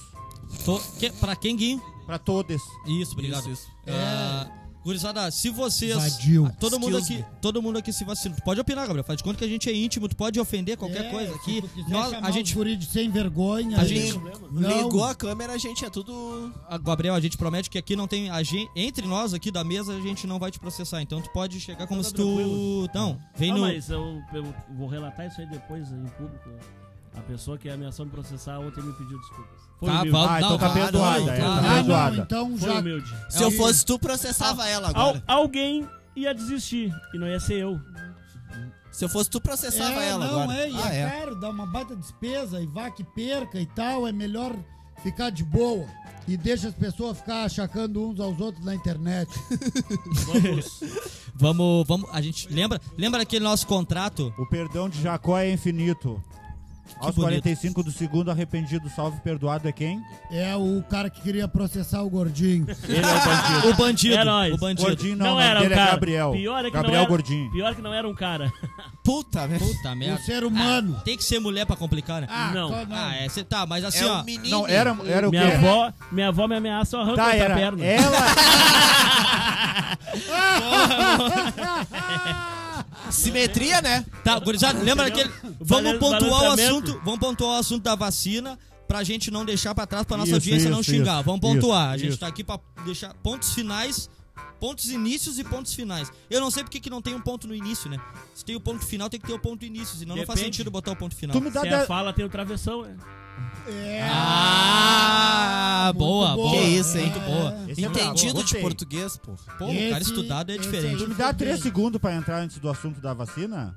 Speaker 4: Tô, que, pra quem, Guinho?
Speaker 2: Pra todos.
Speaker 3: Tá,
Speaker 4: Isso, obrigado.
Speaker 1: Isso, isso.
Speaker 4: Ah, gurizada, se vocês.
Speaker 3: Vadio.
Speaker 4: Ah, Todo mundo,
Speaker 1: Excuse
Speaker 4: aqui, todo mundo aqui se vacila. Tu pode opinar, Gabriel. Faz de conta que a gente é íntimo, tu pode ofender qualquer
Speaker 3: É,
Speaker 4: coisa
Speaker 3: se
Speaker 4: aqui.
Speaker 3: tu quiser
Speaker 4: Nós,
Speaker 3: chamar
Speaker 4: a
Speaker 3: os
Speaker 4: gente.
Speaker 3: guri de sem vergonha.
Speaker 4: A
Speaker 3: aí-
Speaker 4: gente-
Speaker 3: Não.
Speaker 1: Ligou a câmera, a gente é tudo.
Speaker 4: a- Ah, Gabriel, a gente promete que aqui não tem. A gente, entre nós aqui da mesa, a gente não vai te processar. Então tu pode chegar como
Speaker 5: Tá
Speaker 4: se tu. Não, vem
Speaker 5: Não,
Speaker 4: no.
Speaker 5: Ah, mas eu, eu vou relatar isso aí depois em público. A pessoa que é ameaçou me processar ontem me pediu desculpas. Foi
Speaker 4: Tá,
Speaker 5: humilde.
Speaker 4: Val-
Speaker 2: Ah, então
Speaker 4: não,
Speaker 2: tá
Speaker 4: claro,
Speaker 2: perdoada. é,
Speaker 4: claro.
Speaker 2: Tá
Speaker 3: Ah, não,
Speaker 2: perdoada.
Speaker 3: então
Speaker 5: Foi
Speaker 3: já.
Speaker 5: humilde.
Speaker 1: Se eu fosse tu,
Speaker 3: Ah.
Speaker 1: processava ela
Speaker 5: Al-
Speaker 1: agora.
Speaker 5: alguém ia desistir e não ia ser eu.
Speaker 1: Se eu fosse tu, processava
Speaker 3: é,
Speaker 1: ela
Speaker 3: não,
Speaker 1: agora.
Speaker 3: é, e
Speaker 1: Ah,
Speaker 3: é,
Speaker 1: é.
Speaker 3: caro, dá uma baita despesa e vá que perca e tal, é melhor ficar de boa. E deixa as pessoas ficar achacando uns aos outros na internet.
Speaker 5: Vamos.
Speaker 4: Vamos, vamos. A gente. Lembra, lembra aquele nosso contrato?
Speaker 2: O perdão de Jacó é infinito. Aos
Speaker 4: bonito.
Speaker 2: 45 do segundo, arrependido, salvo, perdoado é quem?
Speaker 3: É o cara que queria processar o gordinho.
Speaker 2: Ele é o bandido.
Speaker 4: O bandido.
Speaker 5: É nóis.
Speaker 4: o bandido.
Speaker 2: Gordinho não,
Speaker 5: Não,
Speaker 2: o nome
Speaker 5: era um
Speaker 2: dele é
Speaker 5: cara.
Speaker 2: Gabriel.
Speaker 5: Pior é que
Speaker 2: Gabriel
Speaker 5: não era,
Speaker 2: Gordinho.
Speaker 5: Pior que não era um cara.
Speaker 1: Puta, velho.
Speaker 4: Puta
Speaker 3: o
Speaker 4: merda.
Speaker 3: ser humano.
Speaker 4: Tem que ser mulher pra complicar, né?
Speaker 3: Ah,
Speaker 5: Não.
Speaker 3: só não.
Speaker 4: Ah, é, cê tá, mas assim,
Speaker 1: É
Speaker 4: ó.
Speaker 1: um menino.
Speaker 2: Não, era, era o quê?
Speaker 5: Minha avó, minha avó me ameaça, eu arranco
Speaker 2: Tá,
Speaker 5: outra
Speaker 2: era
Speaker 5: perna.
Speaker 2: ela.
Speaker 1: Simetria, né?
Speaker 4: Tá, gurizada, lembra daquele. Vamos
Speaker 5: Balan-
Speaker 4: pontuar o
Speaker 5: balanceamento.
Speaker 4: assunto. Vamos pontuar o assunto da vacina pra gente não deixar pra trás, pra nossa
Speaker 2: Isso,
Speaker 4: audiência não
Speaker 2: isso,
Speaker 4: xingar.
Speaker 2: isso,
Speaker 4: Vamos pontuar.
Speaker 2: isso,
Speaker 4: a gente
Speaker 2: isso.
Speaker 4: tá aqui pra deixar pontos finais, pontos inícios e pontos finais. Eu não sei porque que não tem um ponto no início, né? Se tem o ponto final, tem que ter o ponto início, senão não faz
Speaker 5: Depende.
Speaker 4: sentido botar o ponto final.
Speaker 2: Tu me dá
Speaker 5: Se a
Speaker 2: dez-
Speaker 5: fala tem o travessão, né?
Speaker 3: É.
Speaker 4: Ah,
Speaker 3: Muito
Speaker 4: boa,
Speaker 3: boa.
Speaker 4: boa.
Speaker 1: Que isso, hein?
Speaker 4: Muito boa.
Speaker 2: Esse é brabo,
Speaker 1: Entendido de
Speaker 2: gostei.
Speaker 1: português, pô.
Speaker 4: Pô, o cara
Speaker 3: Esse-
Speaker 4: estudado é
Speaker 3: esse
Speaker 4: diferente.
Speaker 2: Tu me dá 3 segundos pra entrar antes do assunto da vacina?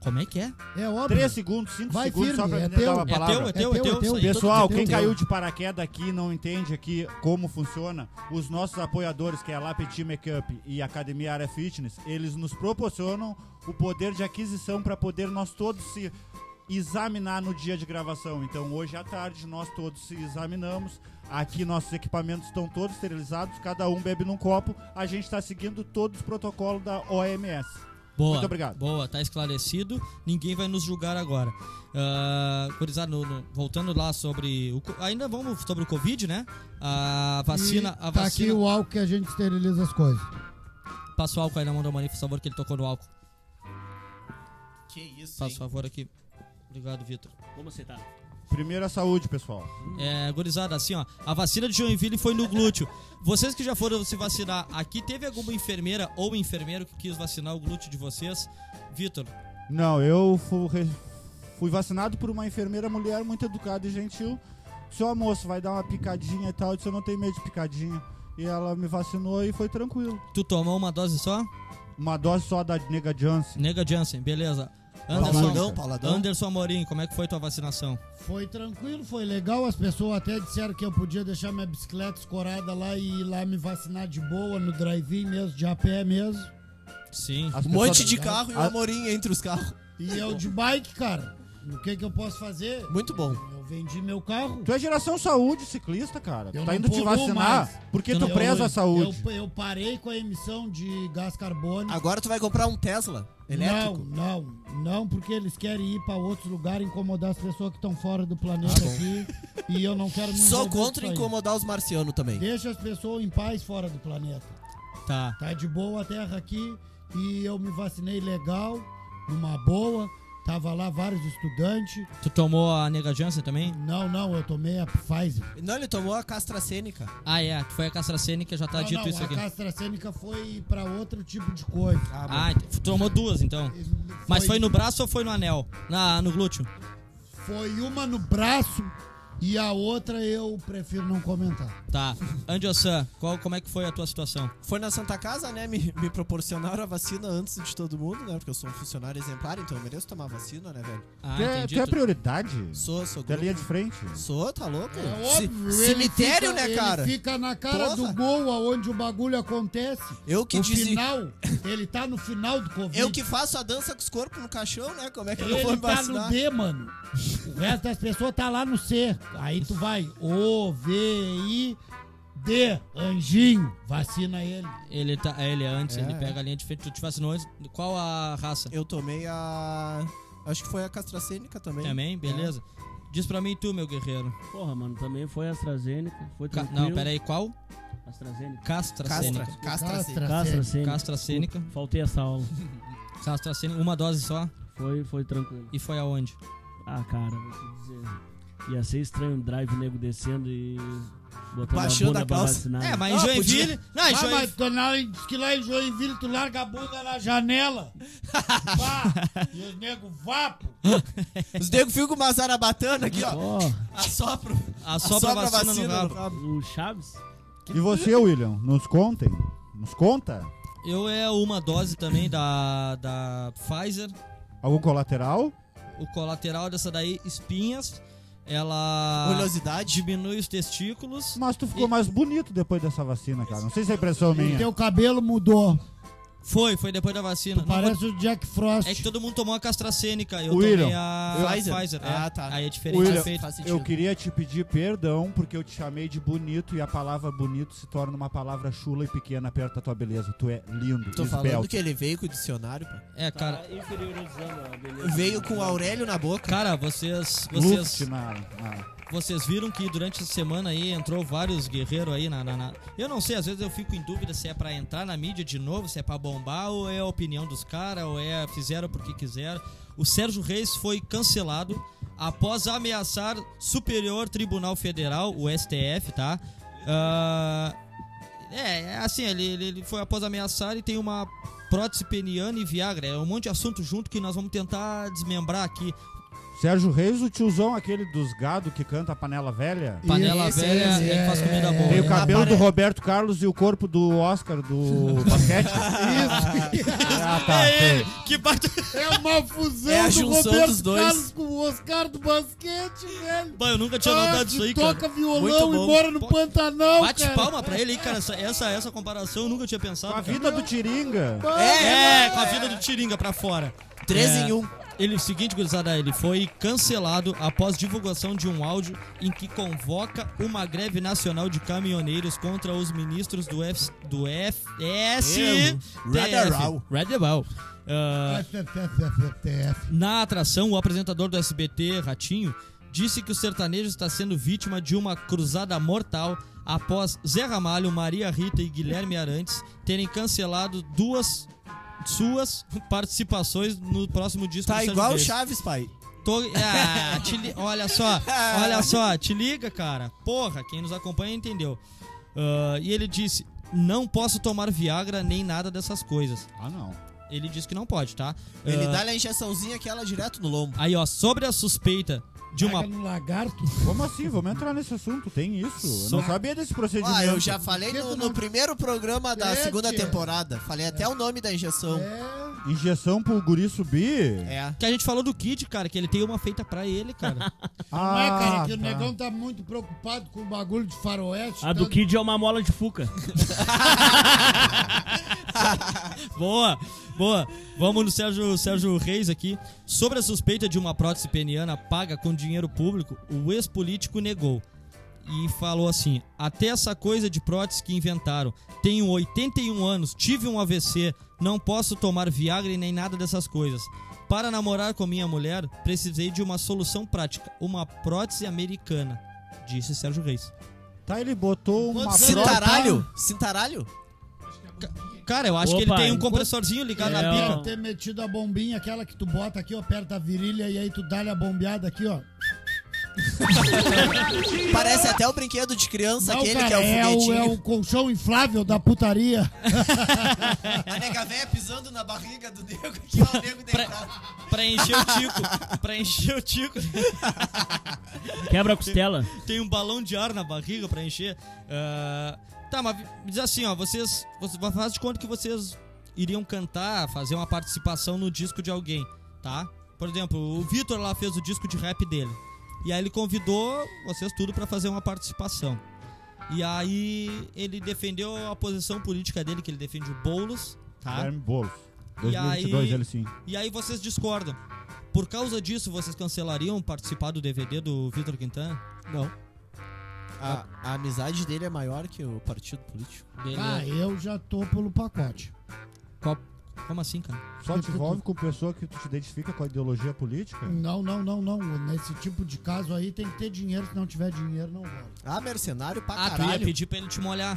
Speaker 4: Como é que é?
Speaker 3: É óbvio.
Speaker 2: 3 segundos, 5
Speaker 3: Vai
Speaker 2: segundos só
Speaker 3: firme,
Speaker 2: pra
Speaker 3: é
Speaker 2: me
Speaker 3: teu.
Speaker 2: dar uma
Speaker 3: É
Speaker 4: É teu,
Speaker 2: palavra.
Speaker 4: é teu, é
Speaker 3: É
Speaker 4: teu.
Speaker 3: teu,
Speaker 4: isso
Speaker 3: é
Speaker 4: aí.
Speaker 3: teu.
Speaker 2: Pessoal,
Speaker 3: Todo
Speaker 2: quem
Speaker 3: teu.
Speaker 2: caiu de paraquedas aqui e não entende aqui como funciona, os nossos apoiadores, que é a Lapeti Makeup e a Academia Área Fitness, eles nos proporcionam o poder de aquisição para poder nós todos se examinar no dia de gravação. Então, hoje à tarde, nós todos se examinamos. Aqui nossos equipamentos estão todos esterilizados, cada um bebe num copo. A gente está seguindo todos os protocolos da OMS.
Speaker 4: Boa.
Speaker 2: Muito obrigado.
Speaker 4: Boa, tá esclarecido. Ninguém vai nos julgar agora. Ah, gurizada, no- no- voltando lá sobre. O, co- ainda vamos sobre o Covid, né? A vacina.
Speaker 3: E
Speaker 4: A
Speaker 3: tá aqui
Speaker 4: vacina.
Speaker 3: o álcool que a gente esteriliza as coisas.
Speaker 4: Passa o álcool aí na mão do Maninho, por favor, que ele tocou no álcool.
Speaker 1: Que isso,
Speaker 4: Faz favor aqui. Obrigado, Vitor.
Speaker 5: Vamos aceitar.
Speaker 2: Primeiro a saúde, pessoal.
Speaker 4: É, gurizada, assim, ó. A vacina de Joinville foi no glúteo. Vocês que já foram se vacinar, aqui teve alguma enfermeira ou enfermeiro que quis vacinar o glúteo de vocês? Vitor,
Speaker 2: Não, eu fu- re- fui vacinado por uma enfermeira mulher muito educada e gentil. Disse, ó moço, vai dar uma picadinha e tal. Eu disse, eu não tenho medo de picadinha. E ela me vacinou e foi tranquilo.
Speaker 4: tu tomou uma dose só?
Speaker 2: Uma dose só da Nega Johnson.
Speaker 4: Nega Jansen, beleza. Anderson,
Speaker 1: Pauladão, pauladão.
Speaker 4: Anderson Amorim, como é que foi tua vacinação?
Speaker 3: Foi tranquilo, foi legal. As pessoas até disseram que eu podia deixar minha bicicleta escorada lá e ir lá me vacinar de boa no drive-in mesmo, de a pé mesmo.
Speaker 4: Sim.
Speaker 2: As
Speaker 1: Um
Speaker 2: pessoas-
Speaker 1: monte de carro e um
Speaker 2: Ah.
Speaker 1: amorim entre os carros.
Speaker 3: E eu de bike, cara. O que que eu posso fazer?
Speaker 1: Muito bom.
Speaker 3: Eu vendi meu carro.
Speaker 2: Tu é geração saúde ciclista, cara.
Speaker 3: Eu
Speaker 2: Tu tá
Speaker 3: não
Speaker 2: indo te
Speaker 3: poluo
Speaker 2: vacinar
Speaker 3: mais.
Speaker 1: é
Speaker 2: porque
Speaker 4: Eu
Speaker 2: tu
Speaker 4: não
Speaker 2: preza
Speaker 4: poluo.
Speaker 2: a saúde.
Speaker 3: Eu, eu parei com a emissão de gás carbônico.
Speaker 1: Agora tu vai comprar um Tesla elétrico.
Speaker 3: Não, não, não, porque eles querem ir pra outros lugares incomodar as pessoas que estão fora do planeta aqui. E eu não é quero me
Speaker 1: Sou
Speaker 3: envolver
Speaker 1: Ah, contra
Speaker 3: com isso aí.
Speaker 1: incomodar os marcianos também.
Speaker 3: Deixa as pessoas em paz fora do planeta.
Speaker 4: Tá.
Speaker 3: Tá de boa a terra aqui e eu me vacinei legal, numa boa. Tava lá vários estudantes.
Speaker 4: Tu tomou a Nega Jansen também?
Speaker 3: Não, não, eu tomei a Pfizer.
Speaker 1: Não, ele tomou a castracênica.
Speaker 4: Ah, é. Tu foi a castracênica, já tá
Speaker 3: não,
Speaker 4: dito
Speaker 3: não,
Speaker 4: isso
Speaker 3: a
Speaker 4: aqui.
Speaker 3: AstraZeneca foi pra outro tipo de coisa.
Speaker 4: Ah, ent- tu tomou duas então. Mas foi no braço ou foi no anel? Na, no glúteo?
Speaker 3: Foi uma no braço e a outra eu prefiro não comentar.
Speaker 4: Tá. Andiosan, qual, como é que foi a tua situação?
Speaker 1: Foi na Santa Casa, né? Me, me proporcionaram a vacina antes de todo mundo, né? Porque eu sou um funcionário exemplar, então eu mereço tomar vacina, né, velho?
Speaker 4: Ah,
Speaker 2: Tu é,
Speaker 4: entendi.
Speaker 2: tu é
Speaker 4: Tu-
Speaker 2: prioridade?
Speaker 1: Sou, sou
Speaker 2: Tu é
Speaker 1: grupo.
Speaker 2: linha de frente?
Speaker 1: Sou, tá louco?
Speaker 3: É
Speaker 1: Ci-
Speaker 3: óbvio, ele
Speaker 1: Cemitério,
Speaker 3: fica-
Speaker 1: né,
Speaker 3: ele
Speaker 1: cara?
Speaker 3: fica na cara
Speaker 1: Porra.
Speaker 3: do gol aonde o bagulho acontece.
Speaker 1: Eu que
Speaker 3: o
Speaker 1: dizia-
Speaker 3: final, ele tá no final do Covid.
Speaker 1: Eu que faço a dança com os corpos no caixão, né? Como é que eu não vou
Speaker 3: Ele
Speaker 1: me
Speaker 3: tá no
Speaker 1: vacinar?
Speaker 3: D, mano. O resto das pessoas tá lá no C. Aí tu vai O, V, I, D, anjinho, vacina ele.
Speaker 4: Ele, tá, é, ele é antes,
Speaker 1: É,
Speaker 4: ele
Speaker 1: é.
Speaker 4: pega a linha de frente. Tu te vacinou antes. Qual a raça?
Speaker 1: Eu tomei a. Acho que foi a castracênica também.
Speaker 4: Também? É. Beleza. Diz pra mim tu, meu guerreiro.
Speaker 5: Porra, mano, também foi AstraZeneca. Foi
Speaker 4: Ca-
Speaker 5: tranquilo.
Speaker 4: não, pera aí. Qual?
Speaker 5: AstraZeneca.
Speaker 1: Castra.
Speaker 4: Castracênica.
Speaker 5: Tá
Speaker 1: Castracênica.
Speaker 3: Tá
Speaker 5: AstraZeneca.
Speaker 4: Castracênica.
Speaker 5: Faltei essa aula.
Speaker 4: Castracênica. Uma dose só.
Speaker 5: Foi, foi tranquilo.
Speaker 4: E foi aonde?
Speaker 5: Ah, cara, vou te dizer. Ia ser estranho um drive nego descendo e botando
Speaker 1: Baixando
Speaker 5: a
Speaker 1: a
Speaker 5: bunda pra
Speaker 1: calça.
Speaker 5: vacinar.
Speaker 4: É, mas em
Speaker 1: Ah,
Speaker 4: Joinville. Não, em
Speaker 3: Ah,
Speaker 4: Joinville.
Speaker 3: mas tu na- diz que lá em Joinville tu larga a bunda na janela. Pá, e os nego vapo.
Speaker 1: Os negros ficam com uma zarabatana aqui, ó.
Speaker 5: Porra,
Speaker 1: Assopro.
Speaker 4: Assopra a Ah, vacina, no rabo.
Speaker 5: o Chaves?
Speaker 2: E você, William, nos contem. Nos conta.
Speaker 4: Eu é uma dose também da, da Pfizer.
Speaker 2: Algum colateral?
Speaker 4: O colateral dessa daí, espinhas. Ela
Speaker 1: Oleosidade.
Speaker 4: diminui os testículos.
Speaker 2: Mas tu ficou
Speaker 4: E-
Speaker 2: mais bonito depois dessa vacina, cara. Não sei se é impressão minha.
Speaker 3: Teu cabelo mudou.
Speaker 4: Foi, foi depois da vacina.
Speaker 3: Tu
Speaker 4: Não
Speaker 3: parece o Jack Frost.
Speaker 4: vou- É que todo mundo tomou a castracênica. Eu
Speaker 2: William.
Speaker 4: tomei a
Speaker 1: Eu-
Speaker 4: a
Speaker 1: Pfizer?
Speaker 4: Pfizer. é.
Speaker 1: Ah, tá.
Speaker 4: Aí é diferente.
Speaker 2: William,
Speaker 4: efeito.
Speaker 1: Faz sentido.
Speaker 2: eu queria te pedir perdão porque eu te chamei de bonito e a palavra bonito se torna uma palavra chula e pequena perto da tua beleza. Tu é lindo,
Speaker 1: Tô falando
Speaker 2: esbelto.
Speaker 1: que ele veio com o dicionário, pá.
Speaker 4: É, cara.
Speaker 5: Tá inferiorizando a beleza.
Speaker 1: Veio com o Aurélio na boca.
Speaker 4: Cara, vocês,
Speaker 2: Luft
Speaker 4: vocês,
Speaker 2: na, na-
Speaker 4: vocês viram que durante a semana aí entrou vários guerreiros aí na, na- na- Eu não sei, às vezes eu fico em dúvida se é pra entrar na mídia de novo, se é pra bombar, ou é a opinião dos caras, ou é fizeram porque quiseram. O Sérgio Reis foi cancelado após ameaçar Superior Tribunal Federal, o STF, tá? Ah, é, é assim, ele, ele- ele foi após ameaçar e tem uma prótese peniana e Viagra. É um monte de assunto junto que nós vamos tentar desmembrar aqui.
Speaker 2: Sérgio Reis, o tiozão aquele dos gado que canta a panela velha.
Speaker 4: Panela
Speaker 1: Esse,
Speaker 4: velha,
Speaker 1: esse,
Speaker 4: ele
Speaker 3: é,
Speaker 4: faz comida boa.
Speaker 2: Tem o
Speaker 4: né?
Speaker 2: cabelo do
Speaker 1: Aparece.
Speaker 2: Roberto Carlos e o corpo do Oscar do basquete. Ah, tá.
Speaker 4: É
Speaker 2: sei.
Speaker 4: ele, que baita...
Speaker 3: É uma fusão
Speaker 1: É a
Speaker 3: do
Speaker 1: junção
Speaker 3: Roberto
Speaker 1: dos dois.
Speaker 3: Carlos com o Oscar do basquete, velho.
Speaker 4: Bah, eu nunca tinha
Speaker 3: Ah,
Speaker 4: notado
Speaker 3: que
Speaker 4: isso aí, cara.
Speaker 3: toca violão
Speaker 1: Muito
Speaker 3: e
Speaker 1: bom.
Speaker 3: mora no
Speaker 4: Pô,
Speaker 3: Pantanal,
Speaker 4: Bate
Speaker 3: cara.
Speaker 4: palma pra ele aí, cara. Essa, essa, essa comparação eu nunca tinha pensado.
Speaker 2: Com a
Speaker 4: cara.
Speaker 2: vida do Tiringa.
Speaker 4: É, com a vida do Tiringa pra fora.
Speaker 1: Três
Speaker 4: É.
Speaker 1: em um.
Speaker 4: Ele, o seguinte, gurizada, ele foi cancelado após divulgação de um áudio em que convoca uma greve nacional de caminhoneiros contra os ministros do F... do F... S...
Speaker 1: Radarau.
Speaker 4: Radarau. Ah, Na atração, o apresentador do SBT, Ratinho, disse que o sertanejo está sendo vítima de uma cruzada mortal após Zé Ramalho, Maria Rita e Guilherme Arantes terem cancelado duas suas participações no próximo disco do
Speaker 1: Tá
Speaker 4: Sérgio
Speaker 1: igual o
Speaker 4: Reis.
Speaker 1: Chaves, pai.
Speaker 4: Tô- Ah, te li- Olha só, olha só, te liga, cara. Porra, quem nos acompanha entendeu. Ah, e ele disse: Não posso tomar Viagra nem nada dessas coisas.
Speaker 2: Ah, não.
Speaker 4: Ele disse que não pode, tá?
Speaker 1: Ele
Speaker 4: Ah,
Speaker 1: dá-lhe a injeçãozinha aquela direto no lombo.
Speaker 4: Aí, ó, sobre a suspeita de uma.
Speaker 3: no lagarto.
Speaker 2: Como assim? Vamos entrar nesse assunto. Tem isso. Eu não sabia desse procedimento.
Speaker 1: Ah, eu já falei
Speaker 3: Por que
Speaker 1: no,
Speaker 3: tu
Speaker 1: no
Speaker 3: não-
Speaker 1: primeiro programa da
Speaker 3: É,
Speaker 1: segunda
Speaker 3: tia.
Speaker 1: temporada. Falei até o nome da injeção.
Speaker 3: É.
Speaker 2: Injeção pro guri subir?
Speaker 1: É.
Speaker 4: Que a gente falou do Kid, cara, que ele tem uma feita pra ele, cara.
Speaker 2: Ah,
Speaker 3: Não é, cara, que o
Speaker 2: tá.
Speaker 3: negão tá muito preocupado com o bagulho de faroeste. tá?
Speaker 5: A do
Speaker 3: tanto-
Speaker 5: Kid é uma mola de fuca.
Speaker 4: boa, boa. Vamos no Sérgio, Sérgio Reis aqui. Sobre a suspeita de uma prótese peniana paga com dinheiro público, o ex-político negou. E falou assim: até essa coisa de prótese que inventaram. Tenho 81 anos, tive um AVC, não posso tomar Viagra e nem nada dessas coisas. Para namorar com minha mulher, precisei de uma solução prática, uma prótese americana, disse Sérgio Reis.
Speaker 2: Tá, ele botou uma
Speaker 3: Quantos
Speaker 2: prótese-
Speaker 1: Cintaralho? Cintaralho?
Speaker 4: Cara, eu acho que
Speaker 5: Opa,
Speaker 4: ele tem um
Speaker 5: enquanto-
Speaker 4: compressorzinho ligado
Speaker 5: É,
Speaker 4: na pica.
Speaker 5: ó.
Speaker 3: ter metido a bombinha, aquela que tu bota aqui, ó, perto da virilha, e aí tu dá-lhe a bombeada aqui, ó.
Speaker 1: Parece até o brinquedo de criança,
Speaker 3: Não,
Speaker 1: aquele
Speaker 3: cara,
Speaker 1: que é
Speaker 3: é,
Speaker 1: o
Speaker 3: o, é
Speaker 1: foguetinho.
Speaker 3: o colchão inflável da putaria.
Speaker 1: A nega véia pisando na barriga do nego, que é o nego deitado.
Speaker 4: Pra encher o tico. pra encher o tico.
Speaker 5: Quebra a costela.
Speaker 4: Tem um balão de ar na barriga pra encher. Ah, tá, mas diz assim, ó. Vocês. vocês faz de conta que vocês iriam cantar, fazer uma participação no disco de alguém, tá? Por exemplo, o Vitor lá fez o disco de rap dele. E aí ele convidou vocês tudo pra fazer uma participação. E aí ele defendeu a posição política dele, que ele defende o Boulos, tá?
Speaker 2: Guilherme Boulos. 2022,
Speaker 4: aí-
Speaker 2: ele sim.
Speaker 4: E aí vocês discordam. Por causa disso, vocês cancelariam participar do DVD do Vitor Quintana? Não.
Speaker 1: A, a amizade dele é maior que o partido político.
Speaker 4: Beleza.
Speaker 3: Ah, eu já tô pelo pacote.
Speaker 4: Qual- Como assim, cara?
Speaker 2: Só te envolve com pessoa que tu te identifica com a ideologia política?
Speaker 3: Não, não, não, não. Nesse tipo de caso aí tem que ter dinheiro. Se não tiver dinheiro, não vale.
Speaker 1: Ah, mercenário pra
Speaker 4: Ah, tu ia
Speaker 1: caralho.
Speaker 4: pedir pra ele te molhar.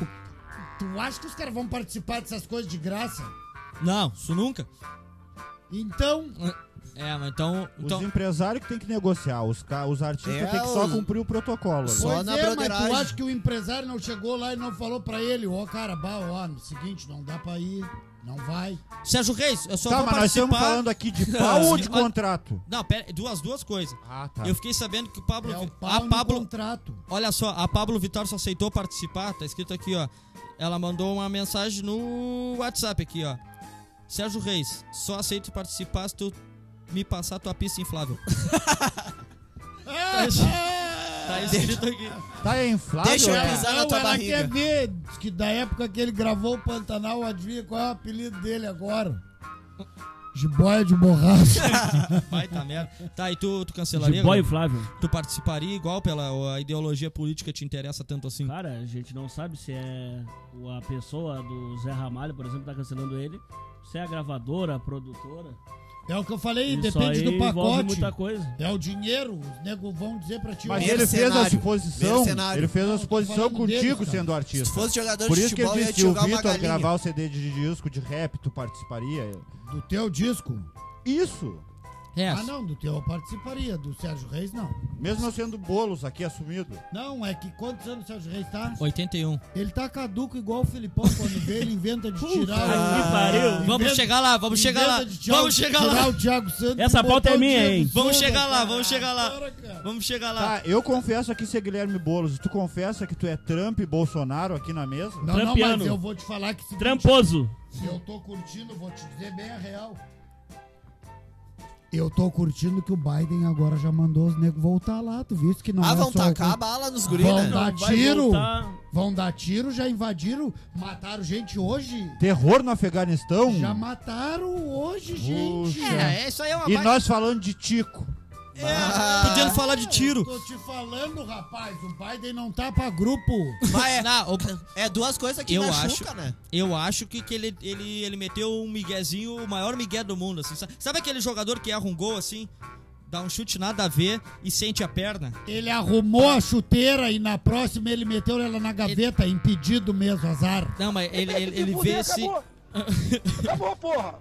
Speaker 3: Tu acha que os caras vão participar dessas coisas de graça?
Speaker 4: Não, isso nunca.
Speaker 3: Então,
Speaker 4: É, mas então.
Speaker 2: Os
Speaker 4: então
Speaker 2: empresários que tem que negociar, os, ca- os artistas
Speaker 1: É,
Speaker 2: têm que só
Speaker 1: os-
Speaker 2: cumprir o protocolo.
Speaker 1: Só
Speaker 3: pois
Speaker 1: na
Speaker 3: é, mas tu
Speaker 1: broderagem.
Speaker 3: acha que o empresário não chegou lá e não falou pra ele, ó, cara, bah, ó, no seguinte, não dá pra ir, não vai. É
Speaker 4: Sérgio Reis, eu só
Speaker 2: tá,
Speaker 4: vou
Speaker 2: mas nós
Speaker 4: participar.
Speaker 2: estamos falando aqui de pau ou de
Speaker 4: Mas-
Speaker 2: contrato?
Speaker 4: Não, pera, duas, duas coisas.
Speaker 2: Ah, tá.
Speaker 4: Eu fiquei sabendo que o Pablo.
Speaker 3: É o pau
Speaker 4: a
Speaker 3: no
Speaker 4: Ah, Pablo.
Speaker 3: contrato.
Speaker 4: Olha só, a Pablo Vittar só aceitou participar, tá escrito aqui, ó. Ela mandou uma mensagem no WhatsApp aqui, ó. Sérgio Reis, só aceito participar se tu me passar tua pista inflável. tá, es- tá escrito aqui.
Speaker 2: Tá inflável?
Speaker 1: Deixa eu
Speaker 2: é?
Speaker 1: avisar. Tá na
Speaker 3: Não,
Speaker 1: tua
Speaker 3: ela
Speaker 1: barriga.
Speaker 3: quer ver diz que da época que ele gravou o Pantanal, adivinha qual é o apelido dele agora? Jiboia de borracha.
Speaker 4: Vai, tá merda. Tá, e tu, tu cancelaria?
Speaker 5: Jiboia e Flávio.
Speaker 4: Tu participaria igual pela ou a ideologia política te interessa tanto assim?
Speaker 5: Cara, a gente não sabe se é o- a pessoa do Zé Ramalho, por exemplo, tá cancelando ele. Se é a gravadora, a produtora.
Speaker 3: É o que eu falei,
Speaker 5: Isso
Speaker 3: depende
Speaker 5: aí
Speaker 3: do
Speaker 5: envolve
Speaker 3: pacote.
Speaker 5: muita coisa.
Speaker 3: É o dinheiro, os nego vão dizer pra ti,
Speaker 2: Mas
Speaker 3: ó,
Speaker 2: ele fez a
Speaker 1: Mercenário.
Speaker 2: suposição.
Speaker 1: Mercenário.
Speaker 2: Ele fez
Speaker 3: Não,
Speaker 2: a
Speaker 3: eu tô
Speaker 2: suposição
Speaker 3: falando dele,
Speaker 2: contigo
Speaker 3: cara.
Speaker 2: sendo
Speaker 1: Se tu
Speaker 2: artista.
Speaker 1: fosse jogador
Speaker 2: Por
Speaker 1: de
Speaker 2: isso que eu
Speaker 1: futebol,
Speaker 2: disse,
Speaker 1: ia te
Speaker 2: se o
Speaker 1: jogar uma
Speaker 2: Vitor
Speaker 1: galinha.
Speaker 2: gravar o CD de disco de rap, tu participaria?
Speaker 3: do teu disco.
Speaker 2: Isso!
Speaker 4: É.
Speaker 3: Ah, não, do teu eu participaria, do Sérgio Reis não.
Speaker 2: Mesmo eu sendo bolos aqui assumido.
Speaker 3: Não, é que quantos anos o Sérgio Reis tá?
Speaker 4: 81.
Speaker 3: Ele tá caduco igual o Filipão quando vê, ele inventa de tirar
Speaker 5: que
Speaker 3: o...
Speaker 5: pariu.
Speaker 4: Vamos
Speaker 3: Inventa-
Speaker 4: chegar lá, vamos chegar lá.
Speaker 3: inventa de tirar
Speaker 4: Vamos
Speaker 3: o-
Speaker 4: chegar
Speaker 3: tirar
Speaker 4: lá.
Speaker 3: o Thiago Santos
Speaker 5: Essa
Speaker 3: e botar
Speaker 5: pauta é
Speaker 3: o
Speaker 5: minha,
Speaker 3: Diego
Speaker 5: hein?
Speaker 4: Vamos
Speaker 3: Souza,
Speaker 4: chegar lá,
Speaker 3: cara.
Speaker 4: vamos chegar lá.
Speaker 3: Para, cara.
Speaker 4: Vamos chegar lá.
Speaker 2: Tá, eu confesso aqui ser Guilherme Boulos. Tu confessa que tu é Trump e Bolsonaro aqui na mesa?
Speaker 3: Não, não, mas
Speaker 5: Trampiano.
Speaker 3: eu vou te falar que se
Speaker 5: Tramposo.
Speaker 3: eu tô curtindo, vou te dizer bem a real. Eu tô curtindo que o Biden agora já mandou os negros voltar lá, tu viu isso que não
Speaker 1: Ah,
Speaker 3: é
Speaker 1: vão
Speaker 3: só
Speaker 1: tacar a bala nos guri,
Speaker 3: Vão
Speaker 1: né?
Speaker 3: dar
Speaker 5: vai
Speaker 3: tiro.
Speaker 5: voltar.
Speaker 3: Vão dar tiro, já invadiram, mataram gente hoje.
Speaker 2: Terror no Afeganistão?
Speaker 3: Já mataram hoje, gente.
Speaker 2: Puxa.
Speaker 4: é, isso aí é uma
Speaker 2: E
Speaker 4: baita-
Speaker 2: nós falando de Tico. Ah.
Speaker 1: É.
Speaker 4: Podendo falar de tiro.
Speaker 3: Tô te falando, rapaz, o Biden não tá pra grupo.
Speaker 1: Mas é,
Speaker 4: Não, o-
Speaker 1: é duas coisas que
Speaker 4: Eu
Speaker 1: machuca, né?
Speaker 4: Eu acho que, que ele, ele, ele meteu um miguezinho, o maior migué do mundo, assim. Sa- Sabe aquele jogador que erra um gol, assim, dá um chute nada a ver e sente a perna?
Speaker 3: Ele arrumou a chuteira e na próxima ele meteu ela na gaveta, impedido mesmo, azar.
Speaker 4: Não, mas ele, ele, ele vê esse... Acabou, porra!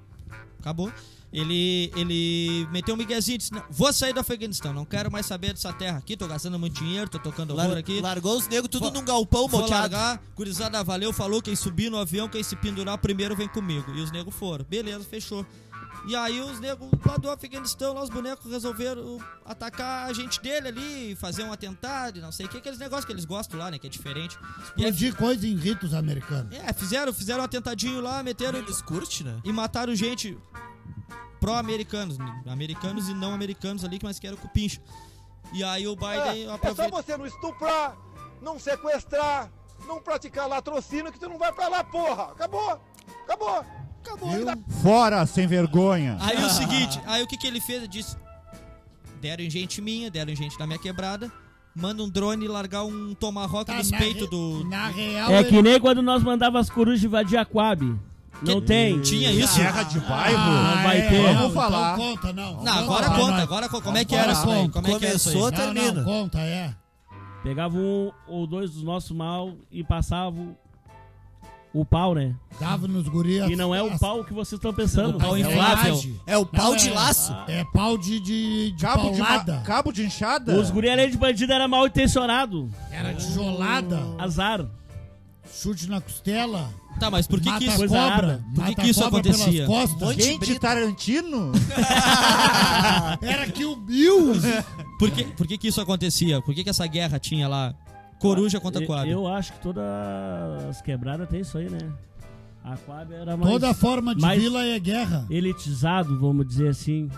Speaker 4: Acabou. Ele, ele meteu um miguezinho e disse, "Não, vou sair do Afeganistão, não quero mais saber dessa terra aqui, tô gastando muito dinheiro, tô tocando horror
Speaker 1: Lar-
Speaker 4: aqui.
Speaker 1: Largou os negros tudo
Speaker 4: Vou-
Speaker 1: num galpão
Speaker 4: Vou
Speaker 1: moqueado.
Speaker 4: largar, gurizada, valeu, falou, quem subir no avião, quem se pendurar primeiro vem comigo. E os negros foram. Beleza, fechou. E aí os negros lá do Afeganistão, lá os bonecos resolveram atacar a gente dele ali, fazer um atentado e não sei o que, aqueles negócios que eles gostam lá, né, que é diferente. E aí,
Speaker 3: Explodir coisa em ritos americanos.
Speaker 4: é, fizeram, fizeram um atentadinho lá, meteram
Speaker 1: Eles curtem, né?
Speaker 4: e mataram gente pró-americanos, né, americanos e não americanos ali, mas que eram cupincha. E aí o Biden
Speaker 9: É só
Speaker 4: aproveitou...
Speaker 9: você não estuprar, não sequestrar, não praticar latrocínio que tu não vai pra lá, porra. Acabou. Acabou. Acabou.
Speaker 3: Viu?
Speaker 2: Fora, sem vergonha.
Speaker 4: Aí o seguinte, aí o que que ele fez? Ele disse: deram em gente minha, deram em gente da minha quebrada, manda um drone largar um tomahawk
Speaker 3: Tá,
Speaker 4: nos
Speaker 3: na
Speaker 4: peitos
Speaker 3: re-
Speaker 4: do.
Speaker 3: Na real,
Speaker 5: É
Speaker 3: ele-
Speaker 5: que nem quando nós mandava as corujas invadir a Coab. Não
Speaker 4: Que-
Speaker 5: tem.
Speaker 4: Tinha isso?
Speaker 3: é
Speaker 4: é
Speaker 2: Guerra de bairro? é.
Speaker 3: Ah,
Speaker 5: Não vai ter.
Speaker 2: Vamos
Speaker 3: então
Speaker 2: falar.
Speaker 3: conta, não.
Speaker 4: Não,
Speaker 3: Vamos
Speaker 4: agora
Speaker 3: falar,
Speaker 4: conta,
Speaker 3: não.
Speaker 4: agora co- como é que
Speaker 3: Agora
Speaker 4: era isso aí?
Speaker 3: conta.
Speaker 4: Como é que era isso aí?
Speaker 1: Começou,
Speaker 3: Não,
Speaker 1: termina.
Speaker 3: Não, conta, é.
Speaker 5: Pegava um ou dois dos nossos mal e passava o pau, né?
Speaker 3: Dava nos gurias.
Speaker 5: E não é o pau que vocês estão pensando.
Speaker 4: O pau
Speaker 5: mas é
Speaker 4: inflável.
Speaker 1: É o pau
Speaker 3: Não,
Speaker 1: de
Speaker 3: é-
Speaker 1: laço.
Speaker 3: É pau de, de, de
Speaker 2: Cabo de,
Speaker 3: paulada.
Speaker 2: ma- cabo de inchada?
Speaker 5: Os guri era de bandido, era mal intencionado.
Speaker 3: Era tijolada.
Speaker 5: Azar.
Speaker 3: Chute na costela.
Speaker 4: Tá, mas por que
Speaker 3: mata
Speaker 4: que
Speaker 3: a
Speaker 4: isso.
Speaker 5: coisa
Speaker 3: cobra.
Speaker 5: rara.
Speaker 4: Por que
Speaker 3: mata
Speaker 4: que isso
Speaker 3: a cobra
Speaker 4: acontecia?
Speaker 3: pelas costas.
Speaker 1: Monte
Speaker 2: Gente,
Speaker 1: Brito.
Speaker 2: Tarantino?
Speaker 3: Era que o Bill.
Speaker 4: Por que, por que que isso acontecia? Por que que essa guerra tinha lá? Coruja contra
Speaker 5: E-
Speaker 4: Coab.
Speaker 5: Eu acho que todas as quebradas tem isso aí, né? A Coab era mais
Speaker 3: Toda forma de
Speaker 5: mas-
Speaker 3: vila é guerra.
Speaker 5: elitizado, vamos dizer assim.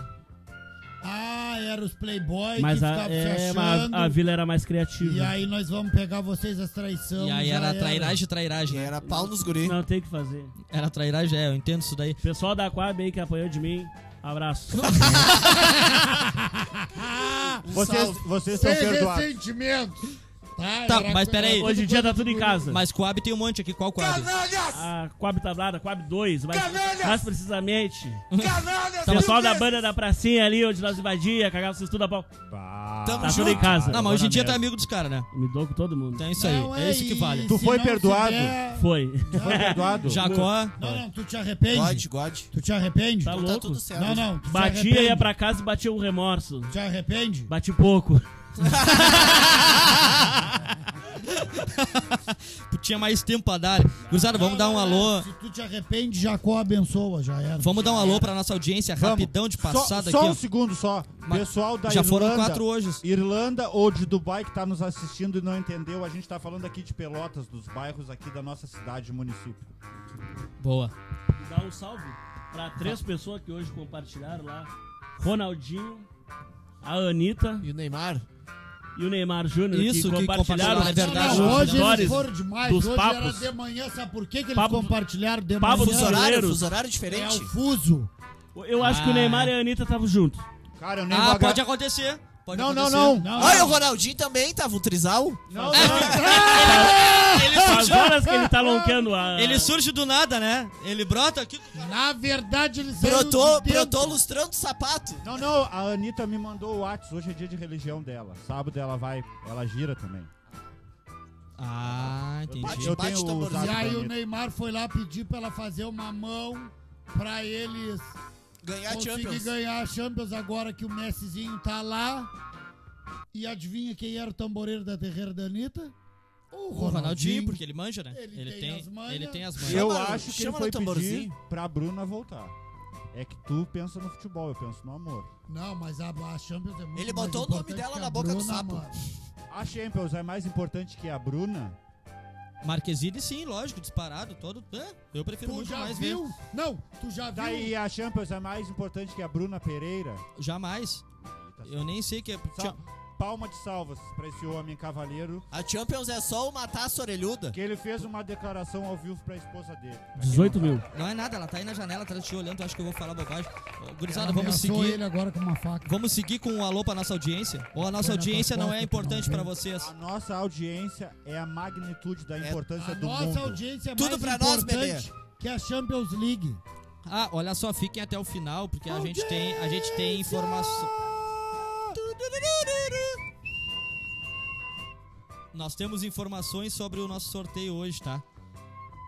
Speaker 3: Ah, era os playboys
Speaker 5: mas
Speaker 3: que
Speaker 5: a,
Speaker 3: ficavam se
Speaker 5: é, mas
Speaker 3: achando.
Speaker 5: a, a vila era mais criativa.
Speaker 3: E aí nós vamos pegar vocês as traições.
Speaker 4: E aí
Speaker 3: já
Speaker 4: era trairagem, trairagem.
Speaker 1: Era pau nos guri.
Speaker 5: Não tem o que fazer.
Speaker 4: Era trairagem, é, eu entendo isso daí.
Speaker 5: Pessoal da Coab aí que apanhou de mim, abraço.
Speaker 2: Vocês, vocês são
Speaker 3: Sem
Speaker 2: perdoados.
Speaker 3: ressentimento. é Tá,
Speaker 4: Tá,
Speaker 3: era
Speaker 4: mas
Speaker 3: co-
Speaker 4: peraí.
Speaker 3: era
Speaker 5: Hoje em dia tá tudo em casa.
Speaker 4: Mas Coab tem um monte aqui. Qual Coab?
Speaker 9: Canalhas!
Speaker 5: A tá Coab Tablada, Coab 2, mas
Speaker 9: Canalhas!
Speaker 5: mais precisamente.
Speaker 9: Canalhas!
Speaker 5: O pessoal da
Speaker 9: burgueses!
Speaker 5: banda da pracinha ali, onde nós invadia, cagava vocês tudo a pau.
Speaker 2: Bah.
Speaker 5: Tá
Speaker 1: Tamo
Speaker 5: tudo em
Speaker 1: junto.
Speaker 5: casa.
Speaker 4: Não, mas hoje em dia tá
Speaker 2: merda.
Speaker 4: amigo dos caras, né?
Speaker 5: Me dou com todo mundo.
Speaker 4: Então é isso aí.
Speaker 3: Não,
Speaker 4: é isso que vale.
Speaker 3: e
Speaker 2: Tu
Speaker 3: se
Speaker 2: foi
Speaker 3: não
Speaker 2: perdoado?
Speaker 3: fizer-
Speaker 5: Foi.
Speaker 2: Foi perdoado?
Speaker 4: Jacó.
Speaker 3: Não, não, tu te arrepende?
Speaker 1: God, God.
Speaker 3: Tu te arrepende?
Speaker 5: Tá
Speaker 1: Tá
Speaker 5: louco.
Speaker 1: tudo certo.
Speaker 3: Não, não, tu te
Speaker 5: Batia,
Speaker 3: arrepende?
Speaker 5: ia pra casa e batia um remorso.
Speaker 3: Tu te arrepende?
Speaker 5: Bati pouco.
Speaker 4: Tinha mais tempo pra dar. Gurizada, vamos dar um alô.
Speaker 3: Se tu te arrepende, Jacó abençoa, já era.
Speaker 4: Vamos dar um alô pra nossa audiência
Speaker 2: Vamos.
Speaker 4: rapidão de passada
Speaker 2: só, só um
Speaker 4: aqui.
Speaker 2: segundo só.
Speaker 4: Mas
Speaker 2: Pessoal
Speaker 4: ó.
Speaker 2: da
Speaker 4: Já
Speaker 2: Irlanda,
Speaker 4: foram quatro hoje.
Speaker 2: Irlanda ou de Dubai que tá nos assistindo e não entendeu, a gente tá falando aqui de Pelotas, dos bairros aqui da nossa cidade e município.
Speaker 4: Boa.
Speaker 5: Dá um salve pra três pessoas que hoje compartilharam lá: Ronaldinho, a Anitta
Speaker 1: E o Neymar?
Speaker 5: e o Neymar Júnior.
Speaker 4: Isso, que
Speaker 5: compartilharam.
Speaker 4: compartilharam, é verdade.
Speaker 3: Não,
Speaker 5: os
Speaker 3: hoje eles
Speaker 5: stories.
Speaker 3: foram demais.
Speaker 5: dos
Speaker 3: hoje era
Speaker 5: papos.
Speaker 3: de manhã, sabe por que, que eles
Speaker 5: Papo-
Speaker 3: compartilharam de
Speaker 5: papo
Speaker 3: manhã?
Speaker 1: Fuso horário?
Speaker 5: brasileiros.
Speaker 1: Fuso horário
Speaker 3: É
Speaker 1: diferente?
Speaker 3: o fuso.
Speaker 5: Eu acho que o
Speaker 4: Ah.
Speaker 5: Neymar e a Anitta estavam juntos.
Speaker 2: Cara, eu nem vou
Speaker 4: Ah,
Speaker 2: agra-
Speaker 4: pode acontecer. Pode
Speaker 2: Não, não,
Speaker 4: acontecer.
Speaker 2: não.
Speaker 1: Olha, o Ronaldinho também tava um trisal.
Speaker 4: Ele
Speaker 5: As
Speaker 3: Ah.
Speaker 4: surge,
Speaker 5: horas que ele tá lonqueando a.
Speaker 4: ele surge do nada, né? Ele brota aqui.
Speaker 3: Na verdade, eles
Speaker 1: Brotou,
Speaker 3: eram de dentro.
Speaker 1: brotou lustrando o sapato.
Speaker 2: Não, não, a Anitta me mandou o WhatsApp, hoje é dia de religião dela. Sábado ela vai, ela gira também.
Speaker 4: Ah, entendi.
Speaker 2: eu
Speaker 1: Bate
Speaker 2: tenho o
Speaker 1: tamborzinho.
Speaker 2: zap
Speaker 3: E
Speaker 2: da
Speaker 3: aí o
Speaker 2: Anitta.
Speaker 3: Neymar foi lá pedir pra ela fazer uma mão pra eles
Speaker 1: Ganhar
Speaker 3: conseguir
Speaker 1: É Champions.
Speaker 3: ganhar a Champions agora que o Messizinho tá lá. E adivinha quem era o tamboreiro da terreira da Anitta? O
Speaker 4: O Ronaldinho, porque ele manja, né?
Speaker 3: Ele tem as manhas.
Speaker 4: ele tem as manhas.
Speaker 2: Eu
Speaker 1: Chama-
Speaker 2: acho que ele
Speaker 1: chama
Speaker 2: foi pedir
Speaker 1: no tamborzinho.
Speaker 2: pra Bruna voltar. É que tu pensa no futebol, eu penso no amor.
Speaker 3: Não, mas a, a Champions é muito
Speaker 1: Ele
Speaker 3: mais
Speaker 1: botou o nome
Speaker 3: importante
Speaker 1: dela
Speaker 3: que
Speaker 1: na
Speaker 3: a
Speaker 1: boca do
Speaker 3: Bruna,
Speaker 1: sapo.
Speaker 3: mano.
Speaker 2: A Champions é mais importante que a Bruna?
Speaker 4: Marquezine, sim, lógico, disparado, todo. É, eu prefiro
Speaker 3: Tu
Speaker 4: muito
Speaker 3: já
Speaker 4: mais ver.
Speaker 3: viu? Não, tu já viu?
Speaker 2: Daí a Champions é mais importante que a Bruna Pereira?
Speaker 4: Jamais. Eu nem sei que é.
Speaker 2: Sa- Palma de salvas pra esse homem cavaleiro
Speaker 1: A Champions é só o matar a orelhuda.
Speaker 2: que ele fez uma declaração ao vivo pra esposa dele. Pra quem
Speaker 5: 18
Speaker 2: não
Speaker 5: mil.
Speaker 4: Não é nada, ela tá aí na janela, tá te olhando, eu acho que eu vou falar bobagem. Ô, Gurizada,
Speaker 3: Ela
Speaker 4: vamos
Speaker 3: ameaçou
Speaker 4: seguir.
Speaker 3: ele agora com uma faca.
Speaker 4: Vamos seguir com um alô pra nossa audiência? Ou a nossa
Speaker 3: Foi na
Speaker 4: audiência
Speaker 3: tua
Speaker 4: não é
Speaker 3: porta,
Speaker 4: importante
Speaker 3: não
Speaker 4: pra
Speaker 3: vem.
Speaker 4: vocês?
Speaker 2: sabe. A nossa audiência é a magnitude
Speaker 4: É
Speaker 2: da importância
Speaker 3: A
Speaker 2: do
Speaker 3: nossa
Speaker 2: mundo.
Speaker 3: audiência é
Speaker 1: Tudo
Speaker 3: mais
Speaker 1: pra nós,
Speaker 3: importante
Speaker 1: bebê.
Speaker 3: que a Champions League.
Speaker 4: Ah, olha só, fiquem até o final, porque a gente tem, a gente tem informação. Nós temos informações sobre o nosso sorteio hoje, tá?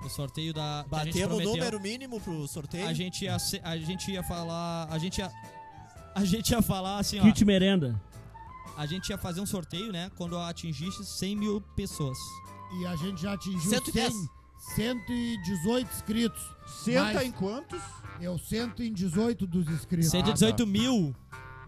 Speaker 4: O sorteio da que a gente
Speaker 1: Batemos o
Speaker 4: prometeu.
Speaker 1: número mínimo pro sorteio.
Speaker 4: A gente ia, se- a gente ia falar, a gente ia a gente ia falar assim, ó.
Speaker 5: Kit merenda.
Speaker 4: A gente ia fazer um sorteio, né? Quando atingisse 100 mil pessoas.
Speaker 3: E a gente já atingiu
Speaker 1: 110.
Speaker 3: 100, 118 inscritos. É
Speaker 2: Senta
Speaker 3: Mas-
Speaker 2: em quantos?
Speaker 3: Eu 118 dos inscritos.
Speaker 4: 118 mil.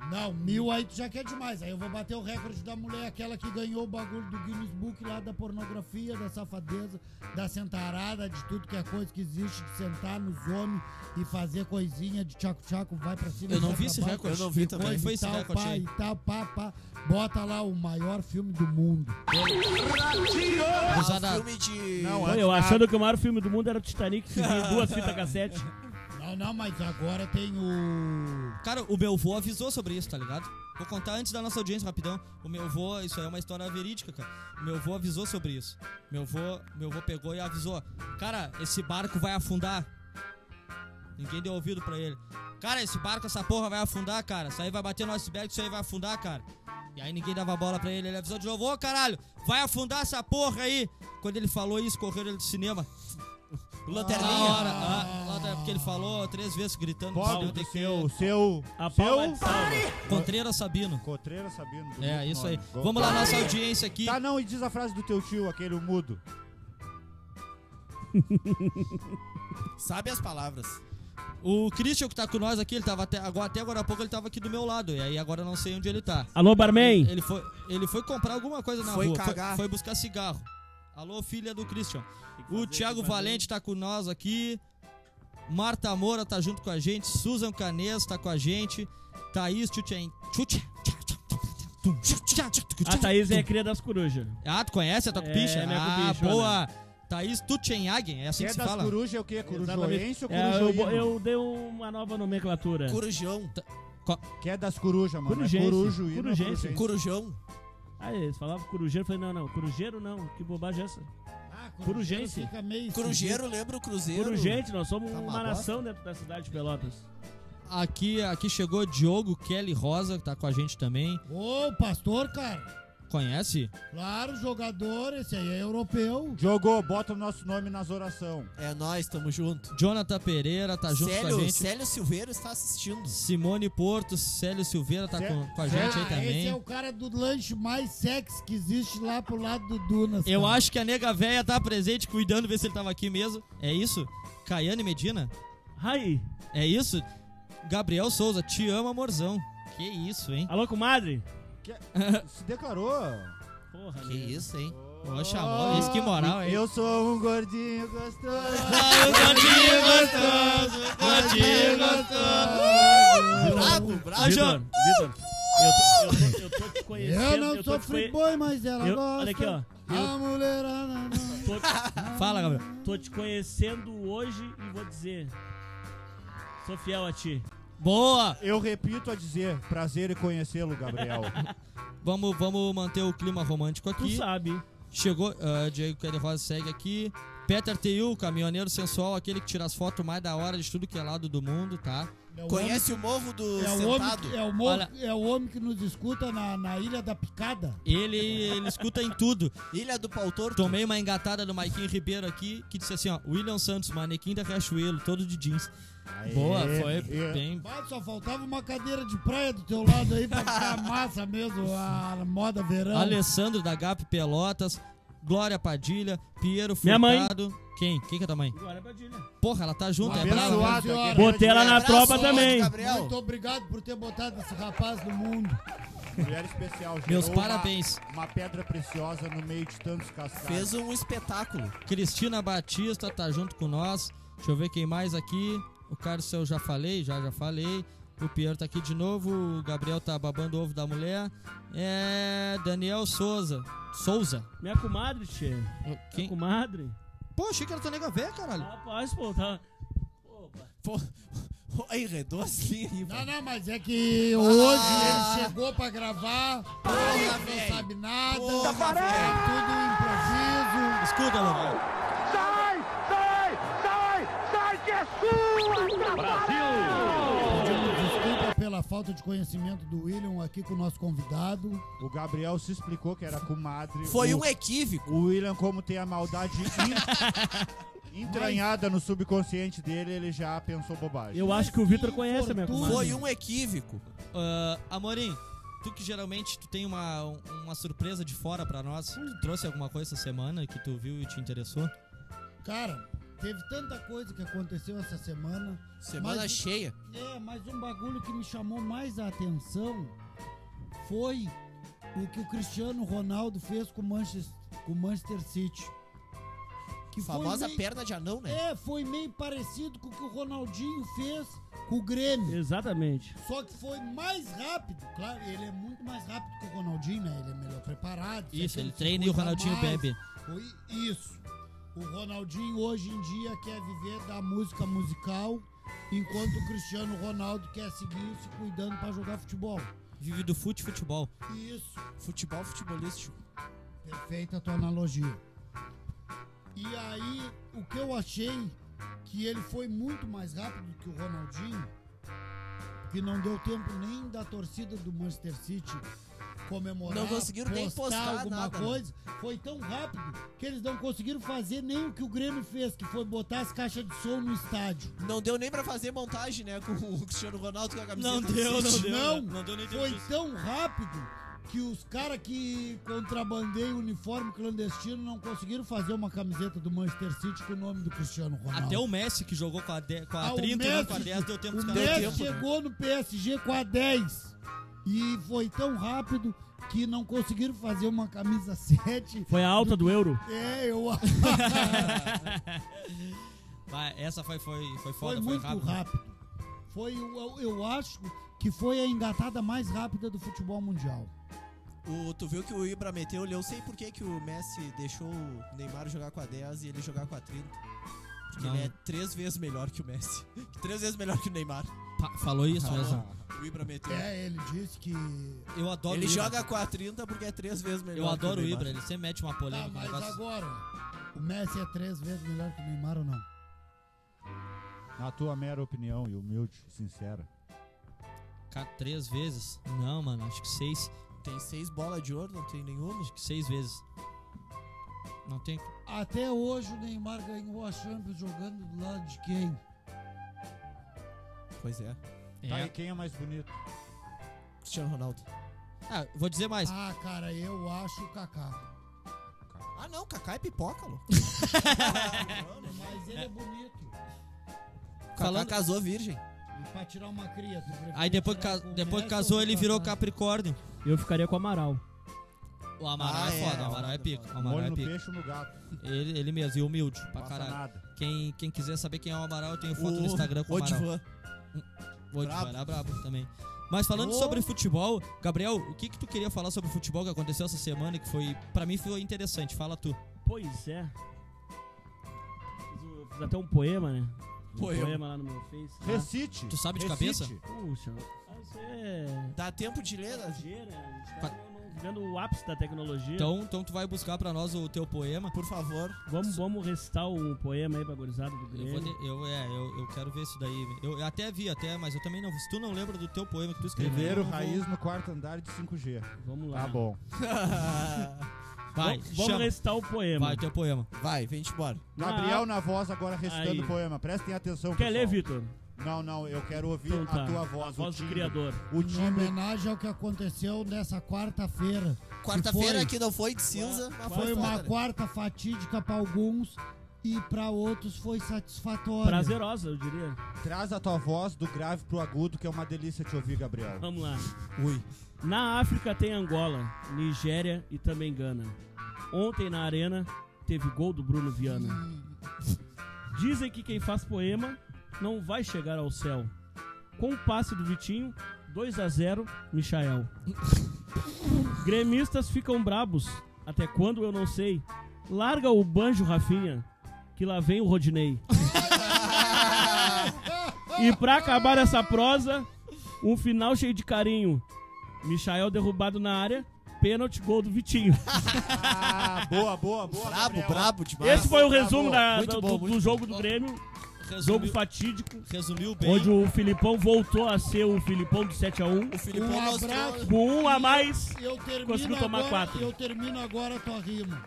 Speaker 3: Não, mil aí tu já quer demais. Aí eu vou bater o recorde da mulher, aquela que ganhou o bagulho do Guinness Book lá da pornografia, da safadeza, da sentarada, de tudo que é coisa que existe, de sentar nos homens e fazer coisinha de tchaco-tchaco, vai pra cima.
Speaker 4: Eu não
Speaker 3: vai
Speaker 4: vi
Speaker 3: pra
Speaker 4: esse
Speaker 3: baixo,
Speaker 4: recorde.
Speaker 1: Eu não vi
Speaker 3: e
Speaker 1: também.
Speaker 3: coisa
Speaker 4: Foi
Speaker 3: e
Speaker 4: esse
Speaker 3: tal,
Speaker 4: recorde
Speaker 3: pá,
Speaker 4: aí.
Speaker 3: E tal, pá, pá. Bota lá o maior filme do mundo.
Speaker 1: Ah, o
Speaker 4: Cruzada,
Speaker 1: filme de...
Speaker 2: Não,
Speaker 4: Tá
Speaker 5: Pô,
Speaker 2: antes
Speaker 5: eu
Speaker 2: da-
Speaker 5: achando que o maior filme do mundo era o Titanic, que vinha em duas fitas cassete.
Speaker 3: Não, não, mas agora tem o.
Speaker 4: Cara, o meu vô avisou sobre isso, tá ligado? Vou contar antes da nossa audiência rapidão. O meu vô, isso aí é uma história verídica, cara. O meu vô avisou sobre isso. Meu vô, meu vô pegou e avisou: "Cara, esse barco vai afundar". Ninguém deu ouvido pra ele. Cara, esse barco, essa porra vai afundar, cara. Isso aí vai bater no iceberg, isso aí vai afundar, cara. E aí ninguém dava bola pra ele. Ele avisou de novo: "Ô, caralho, vai afundar essa porra aí". Quando ele falou isso, correram ele do cinema.
Speaker 1: O
Speaker 4: Na
Speaker 1: Lanterninha.
Speaker 4: hora, ah, lá da- porque ele falou três vezes gritando.
Speaker 2: Pobre
Speaker 4: "Não,
Speaker 2: do
Speaker 4: tem que-
Speaker 2: seu, seu,
Speaker 5: A palma
Speaker 2: seu...
Speaker 5: de salva.
Speaker 4: Contreira Sabino.
Speaker 2: Cotreira Sabino. bonito
Speaker 4: É, isso aí.
Speaker 2: nome. Go-
Speaker 4: Vamos lá, nossa audiência aqui.
Speaker 2: Tá, não, e diz a frase do teu tio, aquele o mudo.
Speaker 1: Sabe as palavras.
Speaker 4: O Christian que tá com nós aqui, ele tava até agora, até agora há pouco ele tava aqui do meu lado. E aí agora eu não sei onde ele tá.
Speaker 5: Alô, barman.
Speaker 4: Ele foi, ele foi comprar alguma coisa na
Speaker 1: Foi
Speaker 4: rua. Foi,
Speaker 1: cagar.
Speaker 4: foi buscar cigarro. Alô, filha do Christian. O Thiago Valente tá com nós aqui. Marta Moura tá junto com a gente. Susan Canes tá com a gente. Thaís Tchutchen. Tchutchen.
Speaker 5: A Thaís é a cria das corujas.
Speaker 4: Ah, tu conhece a tua cupicha?
Speaker 5: É, minha
Speaker 4: ah,
Speaker 5: cupicha,
Speaker 4: boa. Thaís Tuchenhagen, é assim
Speaker 2: Quer
Speaker 4: que se
Speaker 2: das
Speaker 4: fala?
Speaker 2: corujas é o quê? Corujoense ou
Speaker 5: É, eu,
Speaker 2: corujoíno?
Speaker 5: eu dei uma nova
Speaker 4: É.
Speaker 5: nomenclatura.
Speaker 1: Corujão.
Speaker 4: Tá,
Speaker 2: Quer das corujas, mano.
Speaker 5: Corujense.
Speaker 2: É corujo, hino,
Speaker 5: Corujense.
Speaker 2: corujense.
Speaker 1: Corujão.
Speaker 5: Aí eles falavam corujeiro, eu falei, não, não, corujeiro não, que bobagem é essa?
Speaker 3: Ah,
Speaker 5: Corujense.
Speaker 3: fica meio
Speaker 1: Cruzeiro, lembra o Cruzeiro?
Speaker 5: Corujente, nós somos
Speaker 1: Tá uma
Speaker 5: uma nação
Speaker 1: bosta.
Speaker 5: dentro da cidade de Pelotas.
Speaker 4: Aqui, aqui chegou Diogo Kelly Rosa, que tá com a gente também.
Speaker 3: esquisito. Ô, pastor, cara.
Speaker 4: Conhece?
Speaker 3: Claro, jogador, esse aí é europeu.
Speaker 2: Diogo, bota o nosso nome nas orações.
Speaker 1: É nós, tamo junto.
Speaker 4: Jonathan Pereira tá junto com a
Speaker 1: Célio,
Speaker 4: gente. É
Speaker 1: Célio Silveira está assistindo.
Speaker 4: Simone Porto, Célio Silveira tá
Speaker 2: Cé-
Speaker 4: com, com a
Speaker 2: Cé-
Speaker 4: gente
Speaker 3: Ah,
Speaker 4: aí
Speaker 3: Esse
Speaker 4: também.
Speaker 3: é o cara do lanche mais sexy que existe lá pro lado do Dunas.
Speaker 4: Eu
Speaker 3: cara.
Speaker 4: acho que a nega véia tá presente, cuidando, ver se ele tava aqui mesmo. É isso? Caiane Medina?
Speaker 5: Aí,
Speaker 4: É isso? Gabriel Souza, te amo, amorzão. Que isso, hein?
Speaker 5: alô, comadre?
Speaker 2: Se declarou.
Speaker 5: Porra,
Speaker 4: Que
Speaker 5: né?
Speaker 4: isso, hein? Ô, chamou. Esse que moral, hein?
Speaker 2: Eu sou um gordinho gostoso.
Speaker 4: Ah, o gordinho gostoso, o gordinho gostoso.
Speaker 1: Bravo, bravo.
Speaker 5: Vitor, Vitor, eu, tô- eu tô- eu tô te conhecendo.
Speaker 3: Eu não
Speaker 5: tô
Speaker 3: sou
Speaker 5: te
Speaker 3: free
Speaker 5: conhe-
Speaker 3: boy, mas ela
Speaker 5: eu-
Speaker 3: gosta.
Speaker 5: Olha aqui, ó.
Speaker 3: A mulherada.
Speaker 5: Tô te,
Speaker 4: Fala, Gabriel.
Speaker 5: tô te conhecendo hoje e vou dizer. Sou fiel a ti.
Speaker 4: Boa!
Speaker 2: Eu repito a dizer, prazer em conhecê-lo, Gabriel.
Speaker 4: Vamos, vamos manter o clima romântico
Speaker 5: Tu
Speaker 4: aqui.
Speaker 5: sabe.
Speaker 4: Chegou, ah, Diego Kelly Rosa segue aqui. Peter Teiu, caminhoneiro sensual, aquele que tira as fotos mais da hora de tudo que é lado do mundo, tá?
Speaker 3: É o homem-
Speaker 1: Conhece o morro do
Speaker 3: é o homem,
Speaker 1: sentado?
Speaker 3: que- é, o mo-
Speaker 4: Olha.
Speaker 3: é o homem que nos escuta na, na Ilha da Picada.
Speaker 4: Ele, ele escuta em tudo.
Speaker 1: Ilha do Pautor.
Speaker 4: Tomei uma engatada do Maiquinho Ribeiro aqui, que disse assim, ó, William Santos, manequim da Riachuelo, todo de jeans. Boa, foi
Speaker 2: é.
Speaker 4: bem...
Speaker 3: Bah, só faltava uma cadeira de praia do teu lado aí pra ficar massa mesmo, a moda verão.
Speaker 4: Alessandro da GAP Pelotas, Glória Padilha, Piero
Speaker 5: Minha mãe.
Speaker 4: Furtado... Quem? Quem que é tua mãe?
Speaker 5: Agora é Padilha.
Speaker 4: Porra, ela tá junto, é
Speaker 3: Abençoado.
Speaker 4: brava.
Speaker 2: Abençoado.
Speaker 3: Senhora.
Speaker 2: aqui,
Speaker 5: Botei ela Tá na
Speaker 1: Abraço,
Speaker 5: tropa também.
Speaker 1: Gabriel.
Speaker 3: Muito obrigado por ter botado esse rapaz no mundo.
Speaker 2: Mulher especial. gerou
Speaker 4: Meus
Speaker 2: uma-
Speaker 4: parabéns.
Speaker 2: Uma, pedra preciosa no meio de tantos cascados.
Speaker 1: Fez um espetáculo.
Speaker 4: Cristina Batista tá junto com nós. Deixa eu ver quem mais aqui. O Carlos eu já falei, já já falei. O Piero tá aqui de novo. O Gabriel tá babando o ovo da mulher. É. Daniel Souza. Souza?
Speaker 5: Minha comadre, tchê. Minha
Speaker 4: Quem?
Speaker 5: comadre.
Speaker 4: Pô, achei que era tua nega véia, caralho.
Speaker 5: Rapaz, pô, tá. Opa.
Speaker 1: Pô, aí, redoce aí,
Speaker 3: Não,
Speaker 1: velho.
Speaker 3: não, mas é que hoje ele chegou pra gravar, hoje não sabe nada, é tudo improviso.
Speaker 4: Escuta, Lombardo.
Speaker 9: Sai, sai, sai, sai que é sua!
Speaker 3: Pedimos desculpa pela falta de conhecimento do William aqui com o nosso convidado.
Speaker 2: O Gabriel se explicou que era comadre.
Speaker 1: Foi
Speaker 2: o,
Speaker 1: um equívoco.
Speaker 2: O William, como tem a maldade in- entranhada no subconsciente dele, ele já pensou bobagem.
Speaker 5: Eu acho que o Vitor conhece a minha
Speaker 3: Fortuna.
Speaker 5: comadre.
Speaker 1: Foi um equívoco.
Speaker 4: Ah, Amorim, tu que geralmente tu tem uma, um, uma surpresa de fora pra nós. Tu trouxe alguma coisa essa semana que tu viu e te interessou?
Speaker 3: Cara, teve tanta coisa que aconteceu essa semana.
Speaker 1: Semana
Speaker 3: Mas-
Speaker 1: cheia.
Speaker 8: É, mas um bagulho que me chamou mais a atenção foi o que o Cristiano Ronaldo fez com o Manchester, com o Manchester City. Que foi
Speaker 1: Famosa
Speaker 8: meio-
Speaker 1: perna de anão, né?
Speaker 8: É, foi meio parecido com o que o Ronaldinho fez com o Grêmio.
Speaker 5: Exatamente.
Speaker 3: Só que foi mais rápido. Claro, ele é muito mais rápido que o Ronaldinho, né? Ele é melhor preparado.
Speaker 4: Isso,
Speaker 3: sempre
Speaker 4: ele
Speaker 3: se
Speaker 4: treina e o
Speaker 3: cuida
Speaker 4: Ronaldinho
Speaker 3: mais.
Speaker 4: bebe.
Speaker 3: Foi Isso. O Ronaldinho hoje em dia quer viver da música musical, enquanto o Cristiano Ronaldo quer seguir se cuidando pra jogar futebol.
Speaker 4: Vive do fute futebol.
Speaker 3: Tá Isso.
Speaker 1: Futebol futebolístico.
Speaker 3: Perfeita a tua analogia. E aí, o que eu achei que ele foi muito mais rápido que o Ronaldinho, que não deu tempo nem da torcida do Manchester City comemorar,
Speaker 1: Não conseguiram nem postar
Speaker 3: alguma
Speaker 1: nada, né?
Speaker 3: coisa. Foi tão rápido que eles não conseguiram fazer nem o que o Grêmio fez, que foi botar as caixas de som no estádio.
Speaker 1: Não deu nem pra fazer montagem, né? Com o Cristiano Ronaldo com a camiseta.
Speaker 4: Não
Speaker 1: do
Speaker 4: deu,
Speaker 1: City.
Speaker 4: não deu.
Speaker 3: Não,
Speaker 4: né? deu nem tempo
Speaker 3: Foi
Speaker 4: disso.
Speaker 3: tão rápido que os caras que contrabandeiam uniforme clandestino não conseguiram fazer uma camiseta do Manchester City com o nome do Cristiano Ronaldo.
Speaker 4: Até o Messi que jogou com a, de, com a
Speaker 3: Ah, o
Speaker 4: 30, não, com a
Speaker 3: Messi-
Speaker 4: 10, deu tempo
Speaker 3: O
Speaker 4: dos caras.
Speaker 1: Deu
Speaker 3: Messi é
Speaker 1: tempo, né?
Speaker 3: chegou no PSG com a 10 e foi tão rápido que não conseguiram fazer uma camisa 7.
Speaker 5: Foi a alta do euro.
Speaker 3: É, eu acho
Speaker 4: Vai, essa foi, foi, foi
Speaker 3: foi
Speaker 4: foda, foi,
Speaker 3: muito
Speaker 4: rápido.
Speaker 3: rápido. Foi, eu, eu acho que foi a engatada mais rápida do futebol mundial.
Speaker 1: O, tu viu que o Ibra meteu, eu sei por que, que o Messi deixou o Neymar jogar com a 10 e ele jogar com a 30. Porque
Speaker 4: Não.
Speaker 1: né? ele é três vezes melhor que o Messi. Três vezes melhor que o Neymar.
Speaker 4: Pa- falou isso mesmo.
Speaker 1: o Ibra meteu.
Speaker 3: É, ele disse que.
Speaker 4: Eu adoro
Speaker 1: Ele
Speaker 4: o Ibra.
Speaker 1: joga com a 30 porque é três vezes melhor.
Speaker 4: Eu
Speaker 1: que
Speaker 4: adoro o
Speaker 1: Neymar.
Speaker 4: Ibra, ele sempre mete uma
Speaker 3: Tá,
Speaker 4: polêmica. um
Speaker 3: mas
Speaker 4: negócio-
Speaker 3: agora. O Messi é três vezes melhor que o Neymar ou não?
Speaker 2: Na tua mera opinião e humilde, sincera.
Speaker 4: Ca- Três vezes? Não, mano, acho que seis.
Speaker 1: Tem seis bolas de ouro, não tem nenhuma.
Speaker 4: Acho que seis vezes. Não tem.
Speaker 8: Até hoje o Neymar ganhou a Champions jogando do lado de quem?
Speaker 1: Pois é.
Speaker 2: Tá, e
Speaker 4: É.
Speaker 2: quem é mais bonito?
Speaker 1: Cristiano Ronaldo.
Speaker 4: Ah, vou dizer mais.
Speaker 3: Ah, cara, eu acho o Kaká.
Speaker 1: Ah, não, Kaká é pipoca, louco.
Speaker 8: Mas ele é bonito.
Speaker 1: Kaká
Speaker 4: Falando-
Speaker 1: casou virgem.
Speaker 8: E pra tirar uma cria, tu prefere
Speaker 4: Aí depois, que
Speaker 8: tirar
Speaker 4: ca-
Speaker 8: com o
Speaker 4: depois que
Speaker 8: Messi
Speaker 4: casou,
Speaker 8: ou
Speaker 4: ele
Speaker 8: com o
Speaker 3: Ah, é.
Speaker 4: virou
Speaker 8: Kaká?
Speaker 4: Capricórnio.
Speaker 5: Eu ficaria com o Amaral.
Speaker 4: O Amaral
Speaker 1: Ah,
Speaker 4: é
Speaker 1: é,
Speaker 4: foda, o
Speaker 1: é,
Speaker 4: Amaral é
Speaker 1: é
Speaker 4: pica. O Amaral
Speaker 2: Molho
Speaker 4: é
Speaker 2: no
Speaker 4: pica.
Speaker 2: peixe ou no gato?
Speaker 4: Ele, ele mesmo, e humilde pra
Speaker 2: Passa
Speaker 4: caralho.
Speaker 2: nada.
Speaker 4: Quem, quem quiser saber quem é o Amaral, eu tenho foto no Instagram com o Amaral.
Speaker 1: Odivan.
Speaker 4: O Odivan era brabo também. Mas falando sobre futebol, Gabriel, o que que tu queria falar sobre futebol que aconteceu essa semana que foi, pra mim foi interessante. Fala tu.
Speaker 5: Pois é. Fiz, um- eu fiz até um poema, né? Um
Speaker 1: Poema.
Speaker 5: poema, lá no meu Face. lá.
Speaker 2: Recite.
Speaker 4: Tu sabe de
Speaker 2: Recite.
Speaker 5: Puxa, mas é.
Speaker 1: Dá tempo de ler? né?
Speaker 5: Ligeira, a gente tá não- vivendo o ápice da tecnologia.
Speaker 4: Então, então tu vai buscar pra nós o teu poema.
Speaker 1: Por favor.
Speaker 5: vamos, vamos recitar um poema aí pra gurizada do
Speaker 4: Eu,
Speaker 5: Grêmio.
Speaker 4: vou de- eu, é, eu, eu quero ver isso daí. Eu, eu até vi, até, mas eu também não. Se tu não lembra do teu poema que tu escreveu.
Speaker 2: Primeiro
Speaker 4: eu não vou-
Speaker 2: raiz no quarto andar de 5G.
Speaker 5: Vamos lá.
Speaker 2: Tá bom.
Speaker 4: Vai,
Speaker 5: vamos vamos
Speaker 4: chama.
Speaker 5: recitar o poema.
Speaker 4: Vai, teu poema.
Speaker 1: Vai, vem te embora.
Speaker 2: Gabriel na voz agora recitando
Speaker 5: Aí.
Speaker 2: o poema. Prestem atenção,
Speaker 5: Quer
Speaker 2: pessoal.
Speaker 5: ler, Vitor?
Speaker 2: Não, não, eu quero ouvir
Speaker 5: Então tá.
Speaker 2: a tua voz, o
Speaker 5: Voz do
Speaker 2: timbre.
Speaker 5: Criador.
Speaker 2: O
Speaker 3: Em
Speaker 2: timbre.
Speaker 3: homenagem ao que aconteceu nessa quarta-feira.
Speaker 1: Quarta-feira
Speaker 3: foi?
Speaker 1: que não foi de cinza, mas
Speaker 3: Foi uma
Speaker 1: foda, né?
Speaker 3: quarta fatídica pra alguns e pra outros foi satisfatória.
Speaker 5: Prazerosa, eu diria.
Speaker 2: Traz a tua voz do grave pro agudo, que é uma delícia te ouvir, Gabriel.
Speaker 5: Vamos lá.
Speaker 2: Ui.
Speaker 5: Na África tem Angola, Nigéria e também Gana. Ontem na arena teve gol do Bruno Viana. Dizem que quem faz poema não vai chegar ao céu. Com o passe do Vitinho, 2 a 0 Michael. Gremistas ficam brabos, até quando eu não sei. Larga o banjo, Rafinha, que lá vem o Rodinei. e pra acabar essa prosa, um final cheio de carinho. Michael derrubado na área, pênalti, gol do Vitinho.
Speaker 2: Ah, boa, boa, boa.
Speaker 1: Brabo,
Speaker 2: Gabriel.
Speaker 1: brabo demais.
Speaker 5: Esse foi o
Speaker 2: tá
Speaker 5: resumo
Speaker 2: bom.
Speaker 5: da-
Speaker 1: Muito
Speaker 5: do,
Speaker 1: bom,
Speaker 5: do
Speaker 1: muito
Speaker 5: jogo
Speaker 4: bom.
Speaker 5: do Grêmio. Jogo
Speaker 4: Resumiu,
Speaker 5: fatídico,
Speaker 4: resumiu bem.
Speaker 5: onde o Filipão voltou a ser o Filipão do 7x1.
Speaker 1: O Filipão
Speaker 3: Um
Speaker 1: mostrou-
Speaker 3: abraço.
Speaker 5: Com um a mais,
Speaker 3: Eu termino
Speaker 5: Conseguiu tomar
Speaker 3: agora,
Speaker 5: quatro.
Speaker 3: Eu termino agora a tua rima.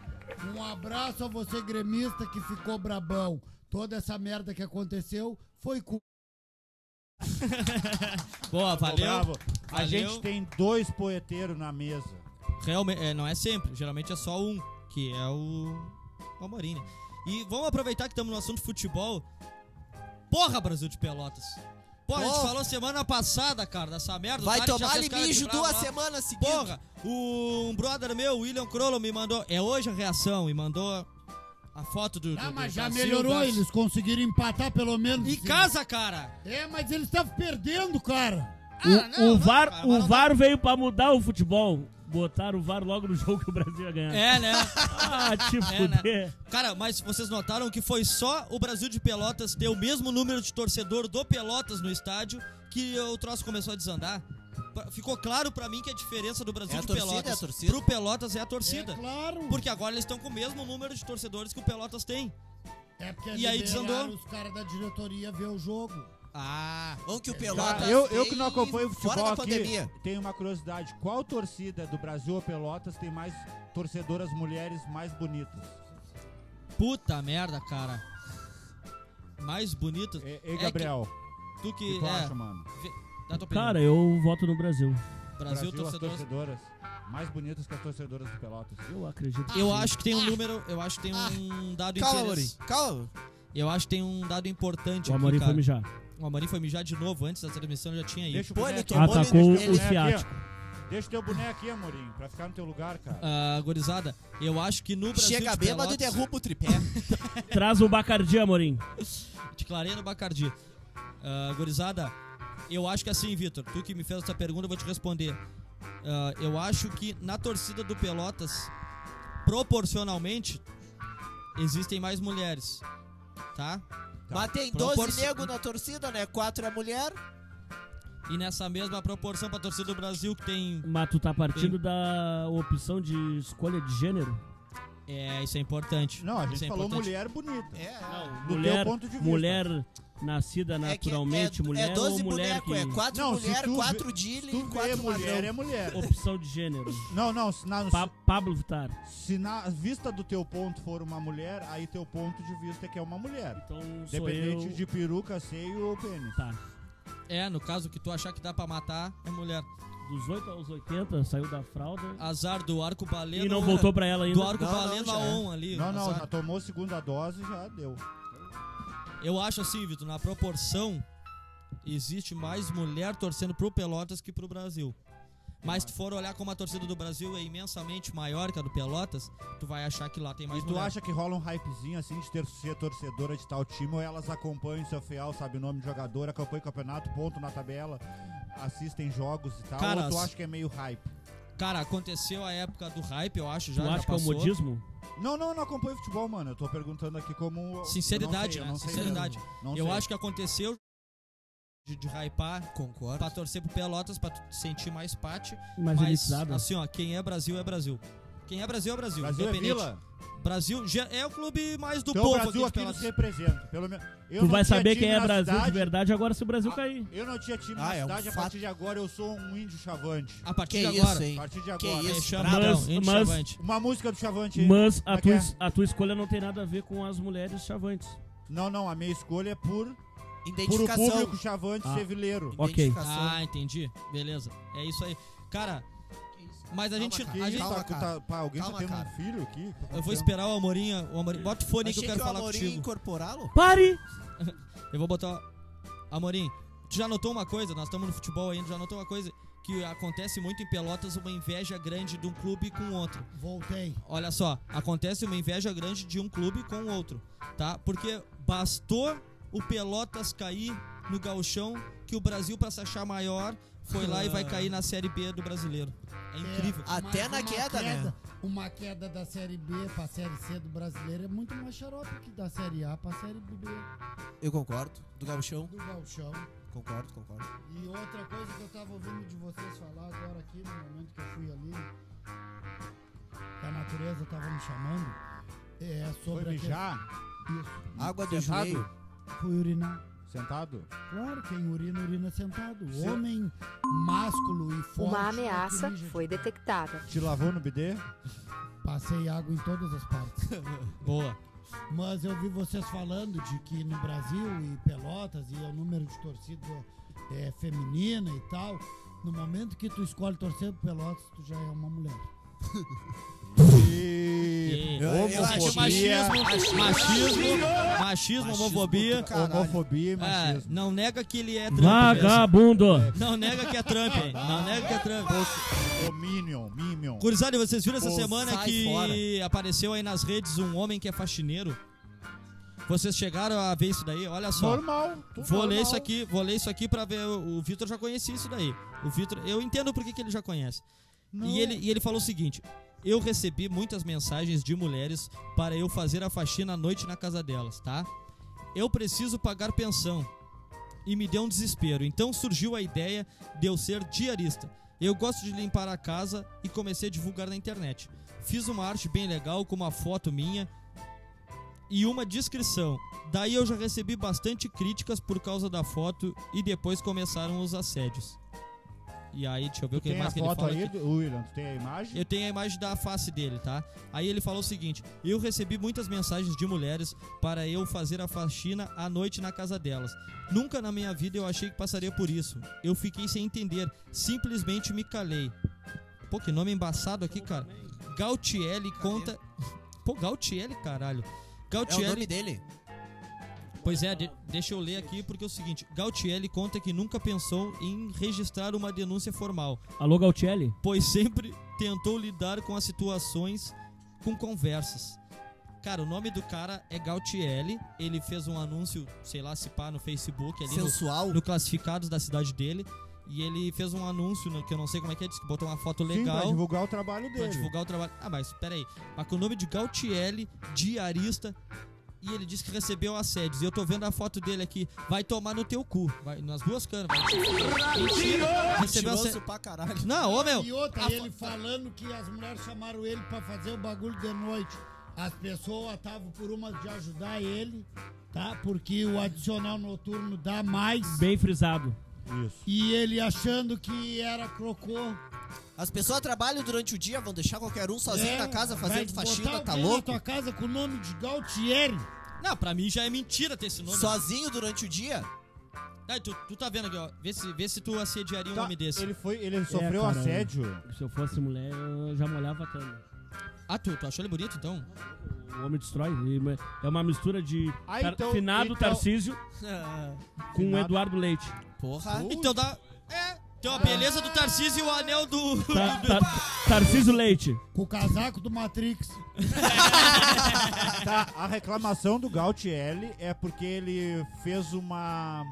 Speaker 3: Um abraço a você, gremista, que ficou brabão. Toda essa merda que aconteceu foi cu.
Speaker 4: Boa, valeu.
Speaker 2: Bravo. A
Speaker 4: Valeu.
Speaker 2: gente tem dois poeteiros na mesa.
Speaker 4: Realmente, é, não é sempre. Geralmente é só um, que é o, o Amorim, né? E vamos aproveitar que estamos no assunto futebol. Porra, Brasil de Pelotas. Porra, a gente
Speaker 1: Porra.
Speaker 4: falou semana passada, cara, dessa merda. O
Speaker 1: Vai
Speaker 4: Tarek já
Speaker 1: tomar
Speaker 4: fez cara de
Speaker 1: limijo
Speaker 4: bravo
Speaker 1: duas
Speaker 4: lá.
Speaker 1: semanas seguidas.
Speaker 4: Porra, o- um brother meu, o William Crollo, me mandou. É hoje a reação, e mandou a foto do.
Speaker 3: Ah,
Speaker 4: do-
Speaker 3: mas
Speaker 4: do
Speaker 3: já
Speaker 4: Brasil
Speaker 3: melhorou,
Speaker 4: versus-
Speaker 3: eles conseguiram empatar pelo menos.
Speaker 4: Em casa, cara!
Speaker 3: É, mas eles estavam perdendo, cara.
Speaker 4: Ah,
Speaker 5: o,
Speaker 4: não,
Speaker 5: o
Speaker 4: não,
Speaker 5: VAR,
Speaker 4: cara,
Speaker 5: o
Speaker 4: não-
Speaker 5: VAR veio pra mudar o futebol. Botaram o VAR logo no jogo que o Brasil ia ganhar.
Speaker 4: É, né?
Speaker 5: Ah, te
Speaker 4: É, né?
Speaker 5: fuder.
Speaker 4: Cara, mas vocês notaram que foi só o Brasil de Pelotas ter o mesmo número de torcedor do Pelotas no estádio que o troço começou a desandar? Pa- Ficou claro pra mim que a diferença do Brasil
Speaker 1: É a
Speaker 4: de
Speaker 1: torcida,
Speaker 4: Pelotas
Speaker 1: é a torcida.
Speaker 4: pro Pelotas é a torcida.
Speaker 3: É claro.
Speaker 4: Porque agora eles estão com o mesmo número de torcedores que o Pelotas tem.
Speaker 3: É porque
Speaker 4: E aí
Speaker 3: liberaram
Speaker 4: desandou.
Speaker 3: os caras da diretoria ver o jogo.
Speaker 4: Ah,
Speaker 1: Vamos que o
Speaker 2: Tá,
Speaker 1: Pelotas.
Speaker 2: eu, eu que
Speaker 1: tem
Speaker 2: não acompanho o
Speaker 1: Fora
Speaker 2: futebol
Speaker 1: da
Speaker 2: aqui,
Speaker 1: pandemia.
Speaker 2: tenho uma curiosidade. Qual torcida do Brasil ou Pelotas tem mais torcedoras mulheres mais bonitas?
Speaker 4: puta merda, cara. Mais bonito
Speaker 2: Ei,
Speaker 4: É
Speaker 2: ei
Speaker 4: que-
Speaker 2: Gabriel,
Speaker 4: do
Speaker 2: o que
Speaker 4: que.
Speaker 2: tu
Speaker 4: é,
Speaker 2: acha, mano?
Speaker 4: vê- dá tua opinião.
Speaker 5: Cara, eu voto no Brasil.
Speaker 4: Brasil,
Speaker 2: as
Speaker 4: torcedor.
Speaker 2: torcedoras mais bonitas que as torcedoras do Pelotas.
Speaker 5: Eu acredito.
Speaker 4: Eu acho que tem um número. Eu acho que tem um dado
Speaker 1: Calma, Amorim.
Speaker 4: interess-
Speaker 1: Calma.
Speaker 4: Eu acho que tem um dado importante
Speaker 5: O
Speaker 4: aqui,
Speaker 5: Amorim
Speaker 4: cara.
Speaker 5: foi mijar.
Speaker 4: O Amorim foi mijar de novo antes da transmissão, já tinha ido.
Speaker 2: Deixa o
Speaker 1: Pô,
Speaker 2: boneco
Speaker 1: ele
Speaker 2: aqui,
Speaker 1: tomou-
Speaker 3: Ah, tá
Speaker 2: Amorim,
Speaker 5: Atacou
Speaker 2: deixa
Speaker 5: o
Speaker 2: boneco aqui, ó.
Speaker 5: ciático.
Speaker 2: Deixa o teu boneco aqui, Amorim, pra ficar no teu lugar, cara.
Speaker 4: Ah, gurizada, eu acho que no Brasil
Speaker 1: Chega
Speaker 4: de
Speaker 1: bêbado e
Speaker 4: Pelotas-
Speaker 1: derruba o tripé.
Speaker 5: Traz o Bacardi, Amorim.
Speaker 4: Te clarei no Bacardi. Ah, gurizada, eu acho que assim, Vitor, tu que me fez essa pergunta, eu vou te responder. Ah, eu acho que na torcida do Pelotas, proporcionalmente, existem mais mulheres, tá?
Speaker 1: Mas tem
Speaker 4: Proporci-
Speaker 1: 12 nego na torcida, né? 4 é mulher.
Speaker 4: E nessa mesma proporção pra torcida do Brasil, que tem.
Speaker 5: Mas tu tá partindo da opção de escolha de gênero?
Speaker 4: É, isso é importante.
Speaker 2: Não, a
Speaker 4: Isso
Speaker 2: gente
Speaker 4: é
Speaker 2: falou
Speaker 4: importante.
Speaker 2: mulher bonita.
Speaker 1: É, é.
Speaker 2: Do
Speaker 5: mulher,
Speaker 2: teu ponto de vista.
Speaker 5: mulher nascida
Speaker 10: É que é-
Speaker 5: naturalmente,
Speaker 10: é,
Speaker 5: mulher
Speaker 10: é 12
Speaker 5: ou mulher
Speaker 10: boneco, é
Speaker 5: que...
Speaker 10: 4
Speaker 2: Não, se
Speaker 10: mulher,
Speaker 2: tu vê-
Speaker 10: 4
Speaker 2: Se
Speaker 10: dile
Speaker 2: Tu
Speaker 10: e
Speaker 2: vê
Speaker 10: 4
Speaker 2: mulher,
Speaker 10: mulher.
Speaker 2: é mulher.
Speaker 5: Opção de gênero.
Speaker 2: Não, não, se na,
Speaker 5: Pa- Pablo Vittar.
Speaker 2: se na vista do teu ponto for uma mulher, aí teu ponto de vista é que é uma mulher.
Speaker 5: Então sou
Speaker 2: Independente
Speaker 5: eu.
Speaker 2: de peruca, seio ou pênis.
Speaker 5: Tá.
Speaker 4: É, no caso que tu achar que dá pra matar, é mulher.
Speaker 5: Dos 8 aos 80, saiu da fralda.
Speaker 4: Azar do arco baleno. né?
Speaker 5: e não voltou pra ela ainda.
Speaker 4: Do arco
Speaker 1: Não, não,
Speaker 4: baleno
Speaker 1: já
Speaker 4: a
Speaker 1: é.
Speaker 4: on ali.
Speaker 2: Não, não,
Speaker 4: azar.
Speaker 2: já tomou segunda dose, já deu.
Speaker 4: Eu acho assim, Vitor, na proporção, existe mais mulher torcendo pro Pelotas que pro Brasil. Mas se tu for olhar como a torcida do Brasil é imensamente maior que a do Pelotas, tu vai achar que lá tem mais
Speaker 2: e tu
Speaker 4: mulher.
Speaker 2: acha que rola um hypezinho assim de ter ser torcedora de tal time ou elas acompanham o seu fiel, sabe o nome de jogador, acompanham o campeonato, ponto na tabela, assistem jogos e tal?
Speaker 4: Caras.
Speaker 2: ou tu acha que é meio hype?
Speaker 4: Cara, aconteceu a época do hype, eu acho, já,
Speaker 5: tu
Speaker 4: já
Speaker 5: acha que é o
Speaker 4: passou.
Speaker 5: modismo?
Speaker 2: Não, não, não acompanho futebol, mano. Eu tô perguntando aqui como.
Speaker 4: Sinceridade,
Speaker 2: eu não
Speaker 4: né?
Speaker 2: sei, eu não sei
Speaker 4: Sinceridade.
Speaker 2: mesmo. Não
Speaker 4: eu
Speaker 2: sei.
Speaker 4: acho que aconteceu de, de hypar
Speaker 10: Concordo.
Speaker 4: pra torcer pro Pelotas, pra tu sentir mais pate.
Speaker 5: Mais
Speaker 4: mas,
Speaker 5: elitizado.
Speaker 4: assim, ó, quem é Brasil é Brasil. Quem é Brasil é Brasil.
Speaker 2: Brasil é
Speaker 4: independente.
Speaker 2: Vila.
Speaker 4: Brasil já é o clube mais do
Speaker 2: então o
Speaker 4: povo
Speaker 2: Brasil
Speaker 4: aqui
Speaker 2: aqui
Speaker 4: de
Speaker 2: nos
Speaker 4: Pelotas.
Speaker 2: representa. Pelo menos. Eu
Speaker 5: Tu
Speaker 2: não
Speaker 5: vai
Speaker 2: tinha
Speaker 5: saber
Speaker 2: time
Speaker 5: quem é
Speaker 2: na
Speaker 5: Brasil de
Speaker 2: cidade,
Speaker 5: verdade agora se o Brasil
Speaker 2: Ah,
Speaker 5: cair.
Speaker 2: Eu não tinha time
Speaker 1: Ah,
Speaker 2: na
Speaker 1: é um
Speaker 2: cidade, a
Speaker 1: fato.
Speaker 2: partir de agora eu sou um índio chavante.
Speaker 4: A partir
Speaker 10: Que
Speaker 4: de agora.
Speaker 10: isso,
Speaker 2: A
Speaker 10: hein?
Speaker 2: partir de
Speaker 10: Que
Speaker 2: agora.
Speaker 10: isso?
Speaker 4: Chambradão,
Speaker 5: Mas-
Speaker 4: hein,
Speaker 5: mas-
Speaker 4: Chavante.
Speaker 2: Uma música do Chavante.
Speaker 5: Mas
Speaker 2: Como
Speaker 5: a
Speaker 2: é que
Speaker 5: tua,
Speaker 2: é?
Speaker 5: es- a tua escolha não tem nada a ver com as mulheres chavantes.
Speaker 2: Não, não, a minha escolha é por, por o
Speaker 10: Identificação.
Speaker 2: público Chavante
Speaker 5: Ah.
Speaker 2: ser vileiro.
Speaker 5: Ok.
Speaker 10: Identificação.
Speaker 4: Ah, entendi. Beleza. É isso aí. Cara, mas a
Speaker 10: Calma,
Speaker 4: gente.
Speaker 10: cara.
Speaker 2: Que
Speaker 4: a
Speaker 2: isso,
Speaker 4: gente-
Speaker 10: calma,
Speaker 2: tá-
Speaker 10: cara.
Speaker 2: tá- pá, alguém
Speaker 10: Calma,
Speaker 2: tá tendo
Speaker 10: cara.
Speaker 2: um filho aqui?
Speaker 4: eu vou esperar o Amorinha. O Amorim, bota o fone que
Speaker 1: Achei
Speaker 4: eu quero
Speaker 1: que o
Speaker 4: falar
Speaker 1: Amorim ia
Speaker 4: contigo.
Speaker 1: incorporá-lo?
Speaker 5: Pare!
Speaker 4: Eu vou botar. Amorim, tu já notou uma coisa? Nós estamos no futebol ainda, já notou uma coisa? Que acontece muito em Pelotas uma inveja grande de um clube com outro.
Speaker 8: Voltei.
Speaker 4: Olha só, acontece uma inveja grande de um clube com o outro, tá? Porque bastou o Pelotas cair no gauchão que o Brasil, pra se achar maior, foi lá e vai cair na Série B do Brasileiro. É incrível.
Speaker 10: Até
Speaker 8: Mas
Speaker 10: na queda, né?
Speaker 8: Uma queda da Série B pra Série C do brasileiro é muito mais xarope que da Série A pra Série B
Speaker 1: Eu concordo. Do Gauchão,
Speaker 8: do Galchão.
Speaker 1: concordo, concordo.
Speaker 8: E outra coisa que eu tava ouvindo de vocês falar agora aqui, no momento que eu fui ali, que a natureza tava me chamando, é
Speaker 2: Foi
Speaker 8: sobre a
Speaker 2: mijar?
Speaker 8: que- Isso.
Speaker 1: Água do joelho.
Speaker 2: Sentado?
Speaker 8: Fui urinar.
Speaker 2: Sentado?
Speaker 8: Claro, quem urina, urina sentado. O
Speaker 2: Sim.
Speaker 8: homem másculo e forte.
Speaker 7: Uma
Speaker 8: é que
Speaker 7: ameaça
Speaker 8: mija.
Speaker 7: foi detectada.
Speaker 2: Te lavou no bidê?
Speaker 8: Passei água em todas as partes.
Speaker 4: Boa.
Speaker 8: Mas eu vi vocês falando de que no Brasil e Pelotas e o número de torcida é, feminina e tal. No momento que tu escolhe torcer pro Pelotas, tu já é uma mulher.
Speaker 2: E...
Speaker 4: Eu acho é
Speaker 2: Homofobia,
Speaker 4: machismo, machismo, machismo, homofobia.
Speaker 2: homofobia e
Speaker 4: É,
Speaker 2: machismo.
Speaker 4: não nega que ele é Trump. mesmo.
Speaker 5: Vagabundo!
Speaker 4: Não nega que é Trump, hein? Não nega que é Trump.
Speaker 2: O Minion, Minion.
Speaker 4: Curizada, vocês viram essa
Speaker 2: Pô,
Speaker 4: semana
Speaker 10: sai
Speaker 4: que
Speaker 10: fora.
Speaker 4: apareceu aí nas redes um homem que é faxineiro? Vocês chegaram a ver isso daí? Olha só.
Speaker 2: Normal. tudo
Speaker 4: Vou ler
Speaker 2: normal.
Speaker 4: isso aqui, vou ler isso aqui pra ver. O o Vitor já conhecia isso daí. O Vitor, eu entendo por que que ele já conhece. E ele, e ele falou o seguinte: eu recebi muitas mensagens de mulheres para eu fazer a faxina à noite na casa delas, tá? Eu preciso pagar pensão. E me deu um desespero. Então surgiu a ideia de eu ser diarista. Eu gosto de limpar a casa e comecei a divulgar na internet. Fiz uma arte bem legal com uma foto minha e uma descrição. Daí eu já recebi bastante críticas por causa da foto e depois começaram os assédios. E aí, deixa eu ver o que
Speaker 2: Tem a
Speaker 4: mais que ele
Speaker 2: foto
Speaker 4: fala
Speaker 2: aí,
Speaker 4: aqui.
Speaker 2: do- William, tu tem a imagem?
Speaker 4: Eu tenho a imagem da face dele, tá? Aí ele falou o seguinte: Eu recebi muitas mensagens de mulheres para eu fazer a faxina à noite na casa delas. Nunca na minha vida eu achei que passaria por isso. Eu fiquei sem entender, simplesmente me calei. Pô, que nome embaçado aqui, cara. Gautieri conta. Pô, Gautieri, caralho.
Speaker 1: É o
Speaker 4: Gautieri
Speaker 1: nome dele?
Speaker 4: Pois é, de- deixa eu ler aqui porque é o seguinte: Gautieri conta que nunca pensou em registrar uma denúncia formal,
Speaker 5: Alô, Gautielli?
Speaker 4: pois sempre tentou lidar com as situações com conversas. Cara, o nome do cara é Gautieri. Ele fez um anúncio, sei lá, se pá, no Facebook ali no-
Speaker 1: Sensual?
Speaker 4: no Classificados da cidade dele. E ele fez um anúncio, no- que eu não sei como é que é, disse que botou uma foto
Speaker 2: Sim, pra
Speaker 4: legal.
Speaker 2: divulgar o trabalho
Speaker 4: Pra
Speaker 2: dele.
Speaker 4: divulgar o trabalho. Ah, mas peraí. Mas com o nome de Gautieri, diarista. e ele disse que recebeu assédios. E eu tô vendo a foto dele aqui. Vai tomar no teu cu. Vai, nas duas canas. Vai. Recebeu
Speaker 1: Mentiroso
Speaker 4: assédio.
Speaker 1: pra caralho.
Speaker 4: Não, ô meu.
Speaker 3: E outra, ele falando que as mulheres chamaram ele pra fazer o bagulho de noite. As pessoas estavam por uma de ajudar ele, tá? Porque o adicional noturno dá mais.
Speaker 5: Bem frisado.
Speaker 2: Isso.
Speaker 3: E ele achando que era crocô.
Speaker 1: As pessoas trabalham durante o dia, vão deixar qualquer um sozinho
Speaker 3: É,
Speaker 1: na casa
Speaker 2: né?
Speaker 3: vai
Speaker 1: fazendo
Speaker 3: botar
Speaker 1: faxina, tá
Speaker 3: alguém na
Speaker 1: louco?
Speaker 3: tua casa com o nome de Galtieri.
Speaker 4: Não, pra mim já é mentira ter esse nome.
Speaker 1: Sozinho durante o dia?
Speaker 4: Ai, tu, tu tá vendo aqui, ó. Vê se, vê se tu assediaria um
Speaker 2: Tá,
Speaker 4: homem desse.
Speaker 2: ele foi, ele
Speaker 3: É,
Speaker 2: sofreu
Speaker 5: cara,
Speaker 2: assédio.
Speaker 5: Se eu fosse mulher, eu já molhava a cama.
Speaker 4: Ah, tu, tu achou ele bonito, então?
Speaker 5: O homem destrói. E É uma mistura de
Speaker 2: Ah,
Speaker 5: tar-
Speaker 2: então-
Speaker 5: finado
Speaker 2: então-
Speaker 5: Tarcísio com
Speaker 2: Finado.
Speaker 5: Eduardo Leite.
Speaker 1: Porra.
Speaker 4: Então dá... É,
Speaker 2: Ah.
Speaker 4: tem uma beleza do Tarcísio e o anel do...
Speaker 5: Tar- tar- Tá, Tarcísio Leite.
Speaker 3: Com o casaco do Matrix.
Speaker 2: Tá, a reclamação do Gautieri é porque ele fez uma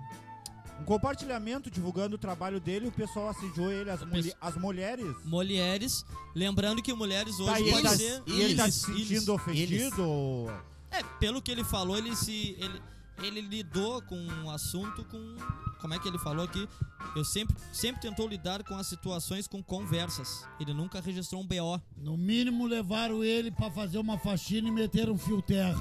Speaker 2: um compartilhamento divulgando o trabalho dele e o pessoal assediou ele, as, mulhe- as mulheres.
Speaker 4: Mulheres, lembrando que mulheres hoje
Speaker 2: Tá, e ele
Speaker 4: podem
Speaker 2: tá,
Speaker 4: ser...
Speaker 2: e ele tá
Speaker 4: Eles,
Speaker 2: se
Speaker 4: eles.
Speaker 2: sentindo ofendido? ou-
Speaker 4: É, pelo que ele falou, ele se. Ele, ele lidou com um assunto com. Como é que ele falou aqui? Eu sempre, sempre tentou lidar com as situações com conversas. Ele nunca registrou um BO.
Speaker 3: No mínimo levaram ele pra fazer uma faxina e meteram um fio terra.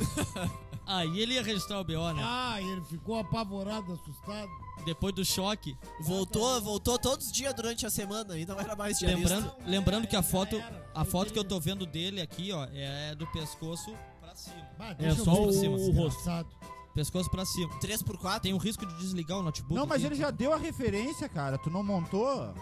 Speaker 4: Aí ele ia registrar o BO, né?
Speaker 3: Ah, ele ficou apavorado, assustado.
Speaker 4: Ah. Depois do choque.
Speaker 1: Voltou, voltou todos os dias durante a semana e não era mais diarista.
Speaker 4: Lembrando, lembrando que a foto. A
Speaker 3: Eu
Speaker 4: foto que eu
Speaker 3: queria-
Speaker 4: tô vendo dele aqui, ó, é do pescoço pra cima.
Speaker 3: Bah,
Speaker 5: É
Speaker 3: deixa eu
Speaker 5: só
Speaker 3: ver
Speaker 5: o,
Speaker 3: esse
Speaker 5: o
Speaker 3: um
Speaker 5: rosto.
Speaker 3: desgraçado.
Speaker 4: Pescoço pra cima.
Speaker 1: 3x4?
Speaker 4: Tem o risco de desligar o notebook.
Speaker 2: Não, mas
Speaker 4: aqui. então.
Speaker 2: ele já deu a referência, cara. Tu não montou?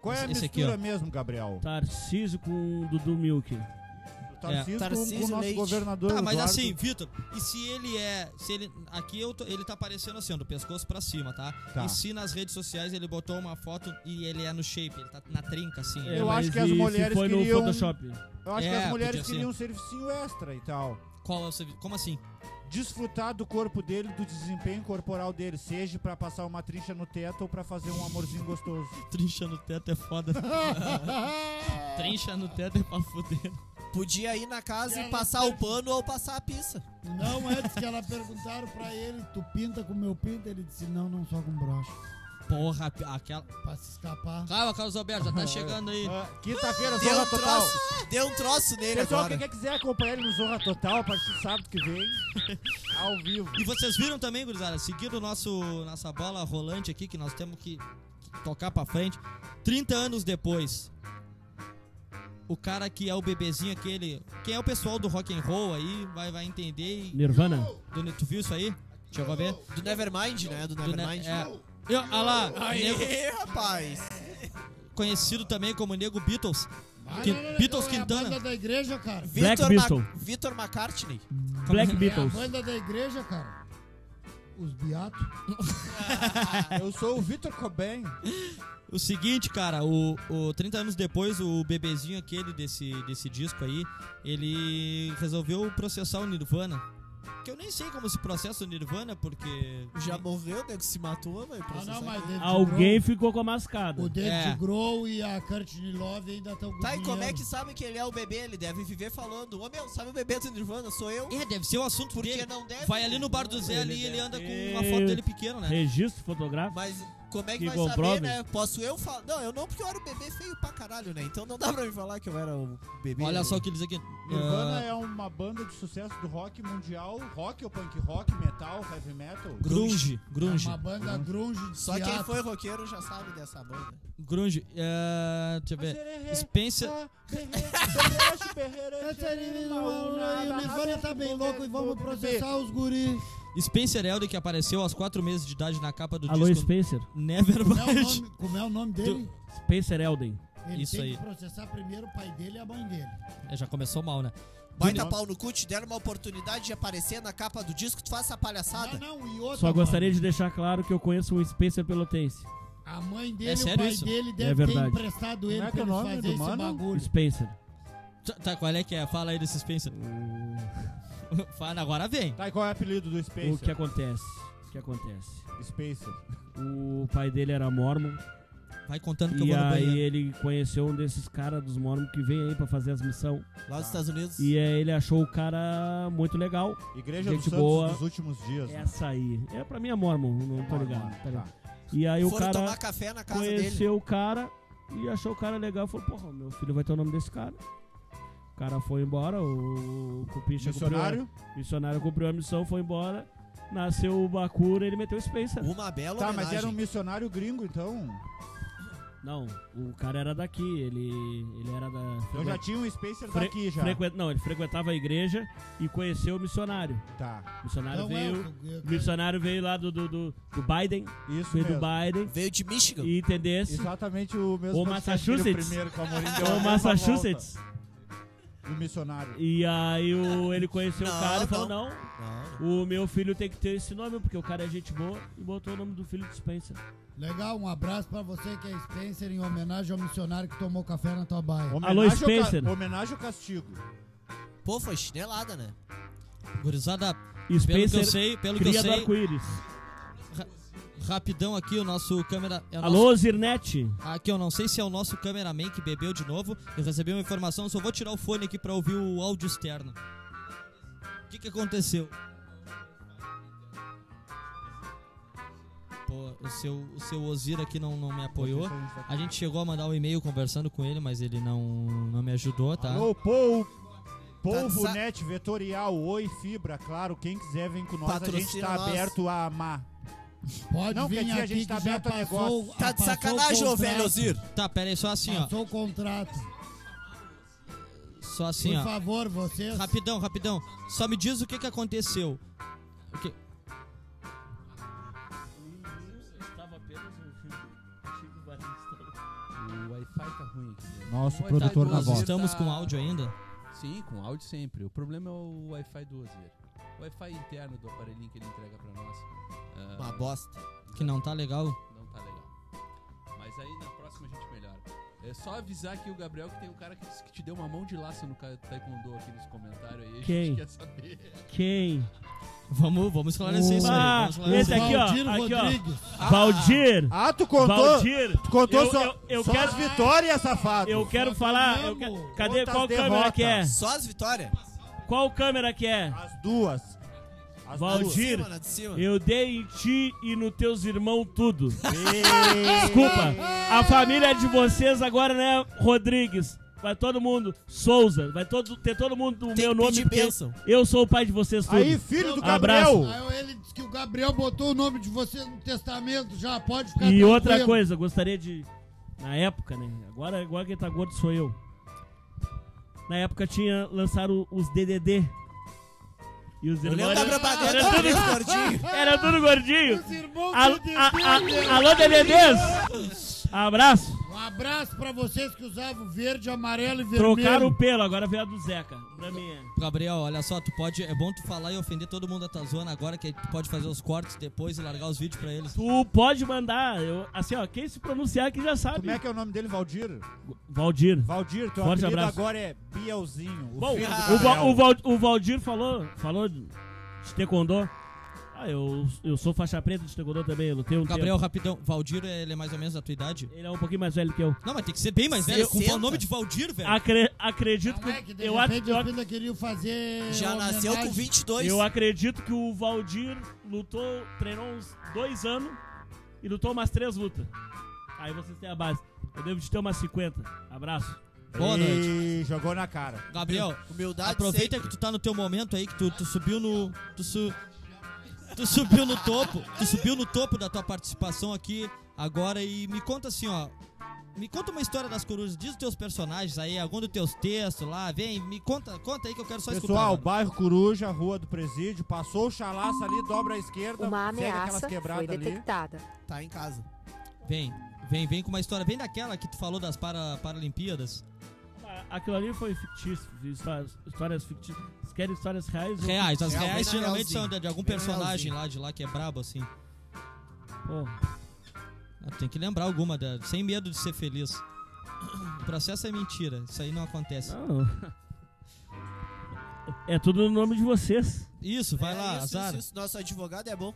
Speaker 2: Qual é a
Speaker 4: Esse- esse aqui,
Speaker 2: mistura
Speaker 4: ó. Tá,
Speaker 2: mesmo, Gabriel?
Speaker 5: Tarcísio com Dudu Milk.
Speaker 2: O Tarcísio, com- com
Speaker 1: Tarcísio
Speaker 2: o nosso
Speaker 1: Leite.
Speaker 2: governador
Speaker 4: é, Tá, mas
Speaker 2: Eduardo.
Speaker 4: assim, Vitor, e se ele é. Se ele, aqui eu tô- ele tá aparecendo assim, ó, do pescoço pra cima, tá?
Speaker 2: Tá.
Speaker 4: E se nas redes sociais ele botou uma foto e ele é no shape, ele tá na trinca, assim.
Speaker 5: É,
Speaker 2: Eu
Speaker 5: mas
Speaker 2: acho que as
Speaker 5: e se
Speaker 2: mulheres
Speaker 5: foi
Speaker 2: queriam-
Speaker 5: no Photoshop.
Speaker 2: Eu acho que
Speaker 4: É,
Speaker 2: as mulheres
Speaker 4: podia ser.
Speaker 2: queriam um servicinho extra e tal.
Speaker 4: Qual é o servi- Como assim?
Speaker 2: desfrutar do corpo dele, do desempenho corporal dele, seja pra passar uma trincha no teto ou pra fazer um amorzinho gostoso.
Speaker 4: Trincha no teto é foda. Trincha no teto é pra fuder.
Speaker 1: Podia ir na
Speaker 4: é
Speaker 1: casa e
Speaker 3: Ela
Speaker 1: passar o pano ou passar a pizza.
Speaker 3: Não, antes que ela perguntaram pra ele, tu pinta com meu pinto? Ele disse, não, não só com brocha.
Speaker 4: Porra, pi- aquela.
Speaker 3: Pra se escapar.
Speaker 4: Calma, Carlos Alberto, já tá chegando aí.
Speaker 2: Ah, Quinta-feira,
Speaker 1: Deu
Speaker 2: Zorra
Speaker 1: um
Speaker 2: Total.
Speaker 1: troço, deu um troço nele
Speaker 2: Pessoal,
Speaker 1: agora.
Speaker 2: quem quer quiser acompanhar ele no Zorra Total a partir de sábado que vem, ao vivo.
Speaker 4: E vocês viram também, gurizada, seguindo o nosso, nossa bola rolante aqui, que nós temos que tocar pra frente. 30 anos depois, o cara que é o bebezinho aquele, quem é o pessoal do rock and roll aí, vai, vai entender. E,
Speaker 5: Nirvana.
Speaker 4: do- tu viu isso aí? Chegou a ver?
Speaker 1: Do Nevermind, né? Do
Speaker 4: Do ne-
Speaker 1: Nevermind.
Speaker 4: é. Eu, ah lá, nego-
Speaker 1: Aê, rapaz!
Speaker 4: conhecido também como Nego Beatles. Que-
Speaker 3: não, não, não,
Speaker 4: Beatles
Speaker 3: é
Speaker 4: Quintana.
Speaker 3: a banda da igreja, cara.
Speaker 5: Black
Speaker 1: Vitor
Speaker 5: Beatle.
Speaker 1: Ma- Vitor McCartney.
Speaker 5: Black
Speaker 3: É a
Speaker 5: Beatles.
Speaker 3: banda da igreja, cara. Os beatos.
Speaker 2: Eu sou o Vitor Cobain.
Speaker 4: O seguinte, cara, o, o 30 anos depois, o bebezinho aquele desse, desse disco aí, ele resolveu processar o Nirvana. Que eu nem sei como se processa o Nirvana, porque.
Speaker 1: Já morreu, nego se matou, velho.
Speaker 3: Ah, não, mas David
Speaker 5: Alguém
Speaker 3: Grohl-
Speaker 5: ficou com a mascada.
Speaker 3: O David
Speaker 4: É.
Speaker 3: Grohl e a Courtney Love ainda estão com
Speaker 1: Tá, e
Speaker 3: dinheiro.
Speaker 1: como é que sabe que ele é o bebê? Ele deve viver falando. Ô meu, sabe o bebê do Nirvana? Sou eu?
Speaker 4: É, deve ser o assunto
Speaker 1: Porque
Speaker 4: dele.
Speaker 1: não deve.
Speaker 4: Vai ali no bar do Zé ali e ele anda com uma foto dele pequeno, né?
Speaker 5: Registro fotográfico.
Speaker 1: Mas como é que,
Speaker 5: Que
Speaker 1: vai
Speaker 5: comprove.
Speaker 1: saber, né? Posso eu falar? Não, eu não, porque eu era um bebê feio pra caralho, né? Então não dá pra me falar que eu era o bebê.
Speaker 4: Olha só o que eles aqui.
Speaker 2: Nirvana
Speaker 4: ah,
Speaker 2: é uma banda de sucesso do rock mundial. Rock ou punk rock, metal, heavy metal.
Speaker 4: grunge, grunge,
Speaker 3: É Uma banda grunge de
Speaker 1: Só
Speaker 3: Seattle.
Speaker 1: quem foi roqueiro já sabe dessa banda.
Speaker 4: grunge. ah, deixa eu ver.
Speaker 2: é
Speaker 4: Spencer.
Speaker 3: O Nirvana tá bem louco e vamos processar os guris.
Speaker 4: Spencer Elder, que apareceu aos 4 meses de idade na capa do
Speaker 5: Alô,
Speaker 4: disco
Speaker 5: Spencer.
Speaker 3: Como é o
Speaker 4: Nevermind.
Speaker 3: nome, como é o nome dele?
Speaker 5: Spencer Elden.
Speaker 3: Ele
Speaker 4: Isso
Speaker 3: tem
Speaker 4: aí.
Speaker 3: que processar primeiro o pai dele e a mãe dele.
Speaker 4: É, já começou mal, né?
Speaker 1: Baita pau no cu, te deram uma oportunidade de aparecer na capa do disco, tu faz essa palhaçada.
Speaker 3: Não, não, e outra,
Speaker 5: Só gostaria
Speaker 3: mano.
Speaker 5: de deixar claro que eu conheço um Spencer pelotense.
Speaker 3: A mãe
Speaker 4: É
Speaker 3: dele e o
Speaker 4: sério
Speaker 3: pai
Speaker 4: isso?
Speaker 3: dele
Speaker 5: É
Speaker 3: deve ter
Speaker 5: verdade.
Speaker 3: emprestado ele
Speaker 2: Como é que
Speaker 3: pra
Speaker 2: é o
Speaker 3: eles
Speaker 2: nome do
Speaker 3: fazerem esse
Speaker 2: mano?
Speaker 3: bagulho.
Speaker 5: Spencer.
Speaker 4: Tá, tá, qual é que é? Fala aí desse Spencer.
Speaker 2: Hum.
Speaker 4: Fala, agora vem.
Speaker 2: Tá, e qual é o apelido do
Speaker 5: O que é-
Speaker 2: Spacer?
Speaker 5: acontece? O que acontece?
Speaker 2: Spacer.
Speaker 5: O pai dele era mormon.
Speaker 4: Vai contando que eu
Speaker 5: E
Speaker 4: vou no
Speaker 5: aí
Speaker 4: banheiro.
Speaker 5: ele conheceu um desses caras dos mormons que vem aí pra fazer as missão.
Speaker 1: Lá nos Estados Unidos.
Speaker 5: E aí ele achou o cara muito legal.
Speaker 2: Igreja
Speaker 5: Gente
Speaker 2: dos Santos
Speaker 5: boa.
Speaker 2: nos últimos dias. né?
Speaker 5: Essa aí. É pra mim é mormon, não tô ligado. tá ligado. E aí o
Speaker 1: Foram
Speaker 5: cara
Speaker 1: tomar café na casa
Speaker 5: conheceu
Speaker 1: dele.
Speaker 5: o cara e achou o cara legal. Falou, porra, meu filho vai ter o nome desse cara. O cara foi embora, o, o Cupim chegou pro-
Speaker 2: Missionário?
Speaker 5: Missionário cumpriu a missão, foi embora. Nasceu o Bakura, ele meteu o Spencer.
Speaker 1: Uma bela
Speaker 2: Tá, mas
Speaker 1: homenagem.
Speaker 2: era um missionário gringo, então.
Speaker 5: Não, o cara era daqui, ele, ele era da.
Speaker 2: Eu já tinha um Spacer
Speaker 5: Fre-
Speaker 2: daqui já.
Speaker 5: frequen- Não, ele frequentava a igreja e conheceu o missionário.
Speaker 2: Tá,
Speaker 5: O missionário
Speaker 3: Não é
Speaker 5: veio.
Speaker 3: o que eu-
Speaker 5: o missionário veio lá do, do, do, do Biden,
Speaker 2: isso
Speaker 5: veio do
Speaker 2: mesmo.
Speaker 5: Biden,
Speaker 1: Veio de Michigan.
Speaker 5: e entendesse.
Speaker 2: Exatamente o mesmo
Speaker 5: Ou
Speaker 2: podcast que ele
Speaker 5: Massachusetts.
Speaker 2: primeiro com a Morim deu a
Speaker 5: O
Speaker 2: mesma
Speaker 5: Então, Massachusetts.
Speaker 2: volta, O missionário.
Speaker 5: E aí o, ele conheceu
Speaker 1: Não,
Speaker 5: o cara e
Speaker 1: não.
Speaker 5: falou: não.
Speaker 1: Não,
Speaker 5: o meu filho tem que ter esse nome, porque o cara é gente boa, e botou o nome do filho de Spencer.
Speaker 3: Legal, um abraço pra você que é Spencer em homenagem ao missionário que tomou café na tua baia.
Speaker 2: Homenagem ao ca-
Speaker 5: Spencer.
Speaker 2: Homenagem ao castigo.
Speaker 1: Pô, foi chinelada, né?
Speaker 4: Gurizada,
Speaker 5: E
Speaker 4: pelo que eu
Speaker 5: Spencer,
Speaker 4: sei, pelo que eu
Speaker 5: cria do
Speaker 4: sei,
Speaker 5: arco-íris.
Speaker 4: rapidão aqui, o nosso câmera. é o nosso-
Speaker 5: Alô, Zirnet?
Speaker 4: Aqui, eu não sei se é o nosso cameraman que bebeu de novo. Eu recebi uma informação, só vou tirar o fone aqui pra ouvir o áudio externo. O que, que aconteceu? Pô, o seu, o seu Ozir aqui não, não me apoiou. A gente chegou a mandar um e-mail conversando com ele, mas ele não, não me ajudou, tá?
Speaker 2: Alô, Paul. Polvo
Speaker 1: Tá, sa-
Speaker 2: Net, Vetorial, Oi, Fibra, claro, quem quiser vem com nós, a gente
Speaker 1: Patrocina
Speaker 2: tá
Speaker 1: nós.
Speaker 2: aberto a amar.
Speaker 3: Pode
Speaker 2: Não, quer
Speaker 3: vir
Speaker 2: dizer, a
Speaker 3: aqui
Speaker 2: gente tá
Speaker 3: que já
Speaker 2: aberto a
Speaker 3: passou,
Speaker 2: negócio.
Speaker 1: Tá de
Speaker 3: passou o
Speaker 1: sacanagem, ô
Speaker 3: contrato,
Speaker 1: velho Ozir.
Speaker 4: Tá, pera aí, só assim, ó.
Speaker 3: Passou o contrato.
Speaker 4: Só assim,
Speaker 3: Por
Speaker 4: ó.
Speaker 3: favor, vocês.
Speaker 4: Rapidão, rapidão. Só me diz o que, que aconteceu. O que-
Speaker 6: O Wi-Fi tá ruim aqui. né?
Speaker 2: Nosso
Speaker 6: Oi,
Speaker 2: produtor
Speaker 6: tá,
Speaker 2: na
Speaker 6: Ozir
Speaker 2: volta.
Speaker 4: Estamos
Speaker 6: tá-
Speaker 4: com áudio ainda?
Speaker 6: Sim, com áudio sempre. O problema é o Wi-Fi do Ozir. O Wi-Fi interno do aparelhinho que ele entrega pra nós. ah,
Speaker 1: Uma bosta.
Speaker 4: Que não tá legal.
Speaker 6: não tá legal. Mas aí na próxima a gente melhora. É só avisar aqui o Gabriel que tem um cara que disse que te deu uma mão de laço no ca- Taekwondo aqui nos comentários aí. A
Speaker 5: Quem?
Speaker 6: gente quer saber.
Speaker 5: Quem?
Speaker 4: Vamos, vamos esclarecer isso aí.
Speaker 5: Ah,
Speaker 4: vamos esclarecer.
Speaker 5: esse aqui, ó,
Speaker 3: Valdir
Speaker 5: aqui, ó.
Speaker 3: Rodrigues.
Speaker 5: Valdir!
Speaker 2: Ah, tu contou,
Speaker 5: Valdir!
Speaker 2: tu contou
Speaker 5: Eu-
Speaker 2: só,
Speaker 5: eu- eu
Speaker 2: só
Speaker 5: quero-
Speaker 2: as vitórias, safado.
Speaker 5: Eu quero falar. eu quero- cadê?
Speaker 2: Quantas
Speaker 5: Qual câmera
Speaker 2: derrotas?
Speaker 5: que é?
Speaker 1: Só as vitórias?
Speaker 5: Qual câmera que é?
Speaker 2: As duas. As
Speaker 5: Valdir. Tira.
Speaker 1: Mano, de cima.
Speaker 5: Eu dei em ti e nos teus irmãos tudo.
Speaker 2: duas.
Speaker 5: Desculpa. A família é de vocês agora não é Rodrigues. Vai todo mundo. Souza. Vai todo, ter todo mundo o
Speaker 1: Tem
Speaker 5: meu
Speaker 1: que
Speaker 5: nome.
Speaker 1: pedir
Speaker 5: porque
Speaker 1: bênção.
Speaker 5: Eu sou o pai de vocês tudo.
Speaker 2: Aí, filho do
Speaker 5: Abraço.
Speaker 2: Gabriel.
Speaker 3: Aí ele disse que o Gabriel botou o nome de vocês no testamento, já pode ficar
Speaker 5: E outra
Speaker 3: tranquilo.
Speaker 5: coisa, gostaria de. Na época, né? Agora, agora quem tá gordo sou eu. Na época tinha lançaram os DDD. E os
Speaker 1: Eu lembro
Speaker 5: irmãos.
Speaker 1: da
Speaker 5: Era,
Speaker 1: propaganda
Speaker 5: era
Speaker 1: do
Speaker 5: tudo-
Speaker 1: Alex Gordinho.
Speaker 5: era tudo gordinho.
Speaker 3: Os irmãos
Speaker 5: Al-
Speaker 3: do Dedê,
Speaker 5: a- a-
Speaker 3: né?
Speaker 5: alô, DDDs! Abraço!
Speaker 3: Um abraço pra vocês que usavam verde, amarelo e vermelho.
Speaker 5: Trocaram o pelo, agora veio a do Zeca. Pra mim é.
Speaker 4: Gabriel, olha só, tu pode. É bom tu falar e ofender todo mundo da tua zona agora, que aí tu pode fazer os cortes depois e largar os vídeos pra eles.
Speaker 5: Tu pode mandar, eu, assim, ó, quem se pronunciar aqui já sabe.
Speaker 2: Como é que é o nome dele, Valdir?
Speaker 5: Valdir.
Speaker 2: Valdir, teu
Speaker 5: Forte
Speaker 2: apelido
Speaker 5: abraço.
Speaker 2: agora é Bielzinho. O
Speaker 5: Bom,
Speaker 2: filho do
Speaker 5: o, Va-
Speaker 2: Gabriel.
Speaker 5: o Val- o Valdir falou, falou de de taekwondo. Ah, eu, eu sou faixa preta de taekwondo também, eu lutei um
Speaker 4: Gabriel,
Speaker 5: tempo.
Speaker 4: rapidão. Valdir, ele é mais ou menos da tua idade?
Speaker 5: Ele é um pouquinho mais velho que eu.
Speaker 4: Não, mas tem que ser bem mais velho. Com
Speaker 1: 60.
Speaker 4: o nome de Valdir, velho.
Speaker 5: Acre- acredito
Speaker 3: Não é que
Speaker 5: que...
Speaker 3: de
Speaker 5: Eu, ac-
Speaker 3: repente
Speaker 5: eu
Speaker 3: eu
Speaker 5: ac-
Speaker 3: ainda queria fazer
Speaker 1: Já
Speaker 3: uma
Speaker 1: nasceu com
Speaker 3: homenagem.
Speaker 1: 22.
Speaker 5: eu acredito que o Valdir lutou, treinou uns dois anos e lutou umas três lutas. Aí vocês têm a base. Eu devo de ter umas 50. Abraço.
Speaker 4: Boa noite.
Speaker 2: E jogou na cara.
Speaker 4: Gabriel,
Speaker 1: Humildade
Speaker 4: aproveita
Speaker 1: sempre.
Speaker 4: que tu tá no teu momento aí, que tu, tu subiu no. Tu, su- tu subiu no topo. Tu subiu no topo da tua participação aqui agora e me conta assim, ó. Me conta uma história das corujas, diz os teus personagens aí, algum dos teus textos lá, vem, me conta, conta aí que eu quero só
Speaker 2: Pessoal,
Speaker 4: escutar. mano.
Speaker 2: bairro Coruja, Rua do Presídio, passou o chalaça ali, dobra a esquerda,
Speaker 7: Uma
Speaker 2: segue aquelas
Speaker 7: ameaça foi
Speaker 2: quebradas ali.
Speaker 7: detectada.
Speaker 1: Tá em casa.
Speaker 4: Vem, vem, vem com uma história, vem daquela que tu falou das para, Paralimpíadas.
Speaker 5: Ah, Aquilo ali foi fictício, de histórias, histórias fictícias. Vocês querem histórias reais? ou-
Speaker 4: Reais, as
Speaker 1: Real, bem
Speaker 4: reais
Speaker 1: na
Speaker 4: geralmente
Speaker 1: realzinha.
Speaker 4: são de, de algum
Speaker 1: Bem na
Speaker 4: personagem
Speaker 1: realzinha.
Speaker 4: lá de lá que é brabo assim.
Speaker 5: Pô,
Speaker 4: Ah, Tem que lembrar alguma, da- sem medo de ser feliz. O processo é mentira, isso aí não acontece.
Speaker 5: não. É tudo no nome de vocês.
Speaker 4: Isso, vai
Speaker 1: É,
Speaker 4: lá,
Speaker 1: isso,
Speaker 4: azar.
Speaker 1: isso, isso. Nosso advogado é bom.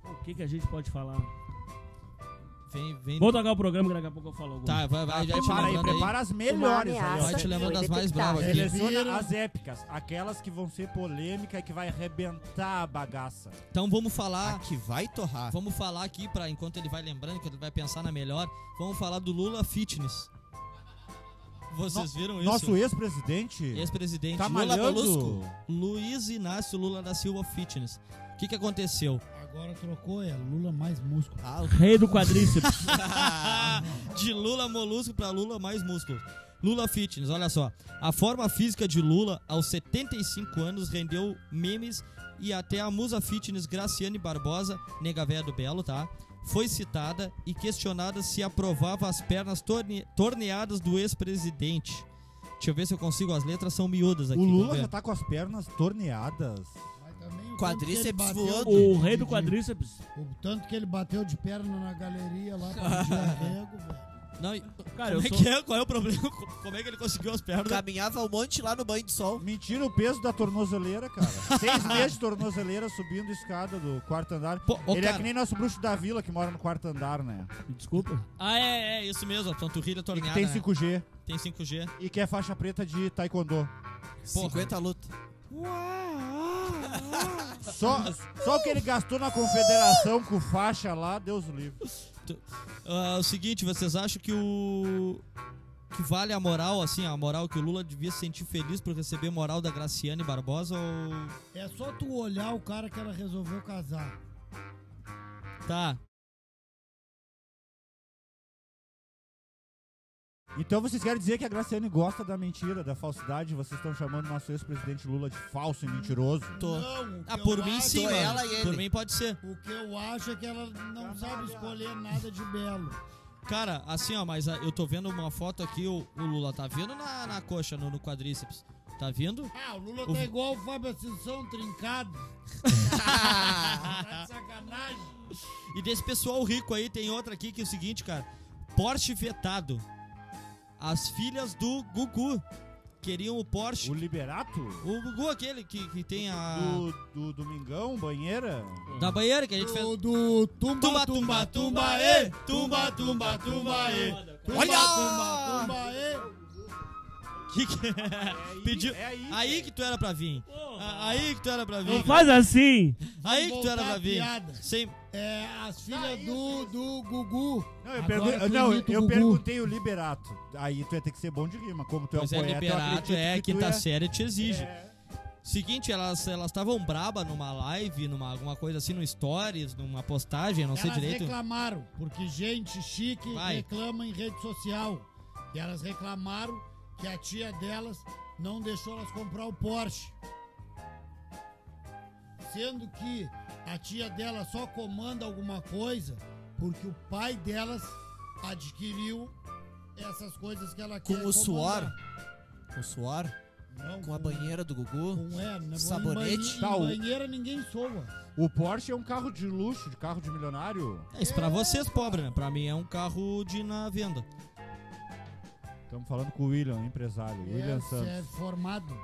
Speaker 4: Então-
Speaker 5: O que, que a gente pode falar?
Speaker 4: Vem, vem.
Speaker 5: Vou tocar o programa que daqui a pouco eu falo alguma.
Speaker 4: Tá, vai, vai, vai te
Speaker 2: prepara aí,
Speaker 4: lembrando aí.
Speaker 2: prepara as melhores aí, ó.
Speaker 4: Vai te lembrando
Speaker 7: Foi
Speaker 4: das mais
Speaker 7: detectado.
Speaker 4: bravas aqui.
Speaker 2: Seleciona as épicas, aquelas que vão ser polêmica e que vai arrebentar a bagaça.
Speaker 4: Então vamos falar.
Speaker 1: que vai torrar.
Speaker 4: Vamos falar aqui, pra, enquanto ele vai lembrando, enquanto ele vai pensar na melhor, vamos falar do Lula Fitness. Vocês viram isso?
Speaker 2: Nosso ex-presidente
Speaker 4: ex-presidente
Speaker 2: tá
Speaker 4: Lula
Speaker 2: malhando.
Speaker 4: Molusco, Luiz Inácio Lula da Silva Fitness. O que, que aconteceu?
Speaker 3: Agora trocou, é Lula mais músculo.
Speaker 5: Rei do quadríceps.
Speaker 4: de Lula Molusco pra Lula mais músculo. Lula Fitness, olha só. A forma física de Lula aos 75 anos rendeu memes e até a musa fitness Graciane Barbosa, nega véia do Belo, tá? Foi citada e questionada se aprovava as pernas torne- torneadas do ex-presidente. Deixa eu ver se eu consigo, as letras são miúdas aqui.
Speaker 2: O
Speaker 4: vamos
Speaker 2: Lula
Speaker 4: ver.
Speaker 2: já tá com as pernas torneadas.
Speaker 3: Mas também o tanto
Speaker 1: Quadríceps
Speaker 3: que ele bateu
Speaker 1: voando.
Speaker 5: o
Speaker 3: de-
Speaker 5: rei do
Speaker 3: de-
Speaker 5: quadríceps.
Speaker 3: O tanto que ele bateu de perna na galeria lá com o diarrego, velho.
Speaker 2: tá-
Speaker 4: Não, e-
Speaker 5: Cara, eu
Speaker 4: como é
Speaker 5: sou...
Speaker 4: que é? Qual é o problema? Como é que ele conseguiu as pernas?
Speaker 1: Caminhava um monte lá no banho de sol.
Speaker 2: Mentira o peso da tornozeleira, cara. Seis meses de tornozeleira subindo escada do quarto andar.
Speaker 4: Pô, ô,
Speaker 2: Ele é
Speaker 4: cara.
Speaker 2: que nem nosso bruxo da vila que mora no quarto andar, né?
Speaker 5: Desculpa.
Speaker 4: Ah, é, é, isso mesmo. A panturrilha
Speaker 2: E que
Speaker 4: torneada.
Speaker 2: tem
Speaker 4: né?
Speaker 2: 5G
Speaker 4: Tem 5G.
Speaker 2: e que é faixa preta de taekwondo.
Speaker 1: 50 luta.
Speaker 2: Só, só o que ele gastou na confederação com faixa lá, Deus o livre.
Speaker 4: Ah, o seguinte, vocês acham que o. Que vale a moral, assim, a moral que o Lula devia se sentir feliz por receber moral da Graciane Barbosa ou.
Speaker 3: É só tu olhar o cara que ela resolveu casar.
Speaker 4: Tá.
Speaker 2: Então vocês querem dizer que a Graciane gosta da mentira, da falsidade? Vocês estão chamando nosso ex-presidente Lula de falso e mentiroso?
Speaker 4: Tô.
Speaker 3: Não, o que
Speaker 4: Ah,
Speaker 3: eu
Speaker 4: por mim
Speaker 3: acho-
Speaker 4: sim,
Speaker 1: tô
Speaker 4: mano.
Speaker 1: ela e ele.
Speaker 4: Por mim pode ser.
Speaker 3: O que eu acho é que ela não sabe escolher nada de belo.
Speaker 4: Cara, assim, ó, mas ah, eu tô vendo uma foto aqui, o, o Lula tá vindo na, na coxa, no, no quadríceps. Tá vindo?
Speaker 3: Ah, o Lula
Speaker 4: O-
Speaker 3: tá igual o Fábio Assunção, trincado.
Speaker 4: Ah.
Speaker 3: tá de sacanagem.
Speaker 4: E desse pessoal rico aí, tem outra aqui que é o seguinte, cara. Porsche vetado. As filhas do Gugu queriam o Porsche.
Speaker 2: O Liberato?
Speaker 4: O Gugu, aquele que, que tem é a.
Speaker 2: Do, do Domingão, banheira?
Speaker 4: Da banheira que a gente fez.
Speaker 3: Do, do tumba, tumba,
Speaker 4: Tumba, tumba,
Speaker 3: tumba, ê! Tumba, tumba, tumba, ê! Tumba,
Speaker 4: Olha!
Speaker 3: tumba, tumba, ê!
Speaker 4: Que que é? Pediu.
Speaker 2: É aí,
Speaker 4: Aí que tu era pra vir. A- Aí que tu era pra vir.
Speaker 5: Não faz assim.
Speaker 4: Aí que tu era
Speaker 3: Voltar
Speaker 4: pra
Speaker 3: a
Speaker 4: vir.
Speaker 3: piada.
Speaker 4: Sem...
Speaker 3: É, as filhas do, do Gugu.
Speaker 2: Ah, Não, eu,
Speaker 3: Agora
Speaker 2: pergun-
Speaker 3: tu
Speaker 2: não,
Speaker 3: imita o
Speaker 2: eu
Speaker 3: Gugu.
Speaker 2: perguntei o Liberato. Aí tu ia ter que ser bom de rima, como tu é um
Speaker 4: Pois é,
Speaker 2: poeta. eu
Speaker 4: liberado,
Speaker 2: acredito
Speaker 4: é,
Speaker 2: que tu
Speaker 4: quinta
Speaker 2: é-
Speaker 4: série te exige.
Speaker 2: É.
Speaker 4: Seguinte, elas elas estavam braba numa live, numa alguma coisa assim, no stories, numa postagem, não sei
Speaker 3: elas
Speaker 4: direito.
Speaker 3: reclamaram, porque gente chique
Speaker 4: Vai.
Speaker 3: reclama em rede social. E elas reclamaram que a tia delas não deixou elas comprar o Porsche. Sendo que a tia dela só comanda alguma coisa porque o pai delas adquiriu essas coisas que ela
Speaker 1: Com
Speaker 3: quer
Speaker 1: o suor.
Speaker 3: comandar.
Speaker 1: Com suor,
Speaker 3: Não,
Speaker 1: com a banheira do Gugu.
Speaker 3: Com, é, né, Em
Speaker 1: sabonete.
Speaker 3: banhe- em
Speaker 2: Tá, o-
Speaker 3: banheira ninguém soa.
Speaker 2: O Porsche é um carro de luxo, de carro de milionário.
Speaker 4: É, isso pra vocês, pobre, né? Pra mim é um carro de na venda.
Speaker 2: Estamos falando com o William, empresário. William
Speaker 3: é, é
Speaker 2: Santos.
Speaker 3: formado.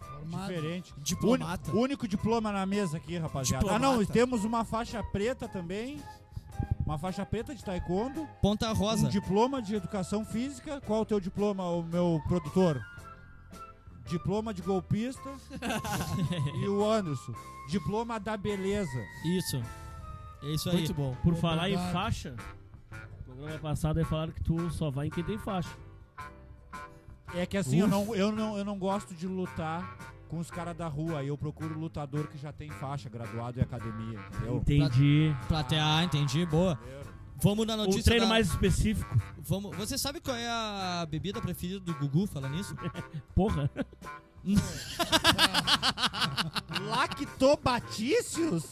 Speaker 3: Formado.
Speaker 2: Diferente.
Speaker 1: Diplomata.
Speaker 2: Uni- único diploma na mesa aqui, rapaziada.
Speaker 1: Diplomata.
Speaker 2: Ah, não, e temos uma faixa preta também. Uma faixa preta de taekwondo.
Speaker 4: Ponta
Speaker 2: Um
Speaker 4: rosa.
Speaker 2: diploma de educação física. Qual o teu diploma, o meu produtor? Diploma de golpista. e o Anderson. Diploma da beleza.
Speaker 4: Isso. É isso aí.
Speaker 1: Muito bom.
Speaker 5: Por falar em
Speaker 3: Obrigado.
Speaker 5: faixa, no programa passado aí falaram que tu só vai em quem tem faixa.
Speaker 2: É que assim, eu não, eu, não, eu não gosto de lutar com os caras da rua. Eu procuro lutador que já tem faixa, graduado em academia. Entendeu?
Speaker 5: Entendi.
Speaker 4: Plateia, ah, entendi, boa. Vamos na
Speaker 5: O
Speaker 4: notícia
Speaker 5: treino
Speaker 4: da-
Speaker 5: mais específico.
Speaker 4: Vamos... Você sabe qual é a bebida preferida do Gugu, falando nisso?
Speaker 5: Porra.
Speaker 2: Lactobatícios?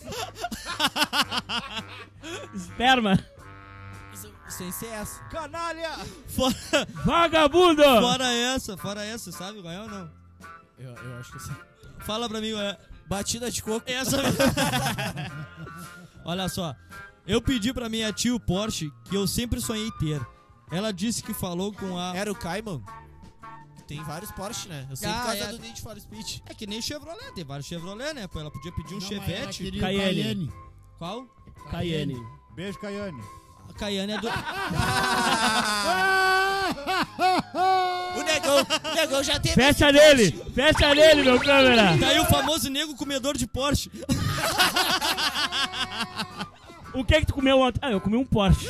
Speaker 5: Esperma.
Speaker 1: Sem ser essa.
Speaker 2: Canalha!
Speaker 4: Fora,
Speaker 5: Vagabundo!
Speaker 4: fora essa, fora essa, sabe qual é ou não?
Speaker 1: Eu, eu acho que sim.
Speaker 4: Fala pra mim qual é.
Speaker 1: Batida de coco.
Speaker 4: Essa Olha só. Eu pedi pra minha tia o Porsche que eu sempre sonhei ter. Ela disse que falou com a.
Speaker 1: Era o Cayman. Tem vários Porsche, né? Eu sei
Speaker 4: Ah,
Speaker 1: por causa
Speaker 4: é.
Speaker 1: do Need for Speed. é
Speaker 4: É que nem Chevrolet, tem vários Chevrolet, né? Pô, ela podia pedir um
Speaker 3: Não, mas ela
Speaker 4: Chevette.
Speaker 3: queria o
Speaker 5: Cayenne.
Speaker 3: Cayenne.
Speaker 4: Qual?
Speaker 5: Cayenne.
Speaker 2: Beijo, Caiane.
Speaker 4: A Caiane é do.
Speaker 1: O negão, o negão já teve.
Speaker 5: Fecha nele! Fecha nele, meu câmera!
Speaker 4: Caiu Tá o famoso nego comedor de Porsche.
Speaker 5: O que é que tu comeu ontem? Ah, eu comi um Porsche.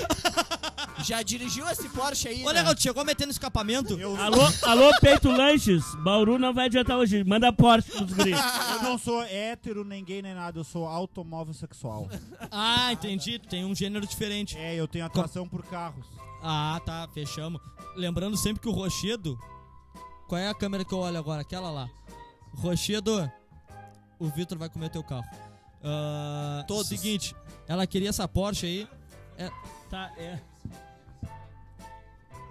Speaker 1: Já dirigiu esse Porsche aí?
Speaker 4: Ô,
Speaker 1: né?
Speaker 4: Negão, tu chegou metendo escapamento? Eu...
Speaker 5: Alô, alô, Peito Lanches. Bauru não vai adiantar hoje. Manda Porsche pros gris.
Speaker 2: Eu não sou hétero, nem gay, nem nada. Eu sou automóvel sexual.
Speaker 4: Ah, entendi. Tu tem um gênero diferente.
Speaker 2: É, eu tenho atração por carros.
Speaker 4: Ah, tá, fechamos. Lembrando sempre que o Rochedo. Qual é a câmera que eu olho agora? Aquela lá. Rochedo, o Vitor vai comer teu carro. Ah,
Speaker 1: Todos.
Speaker 4: Seguinte, ela queria essa Porsche aí.
Speaker 5: Tá, é.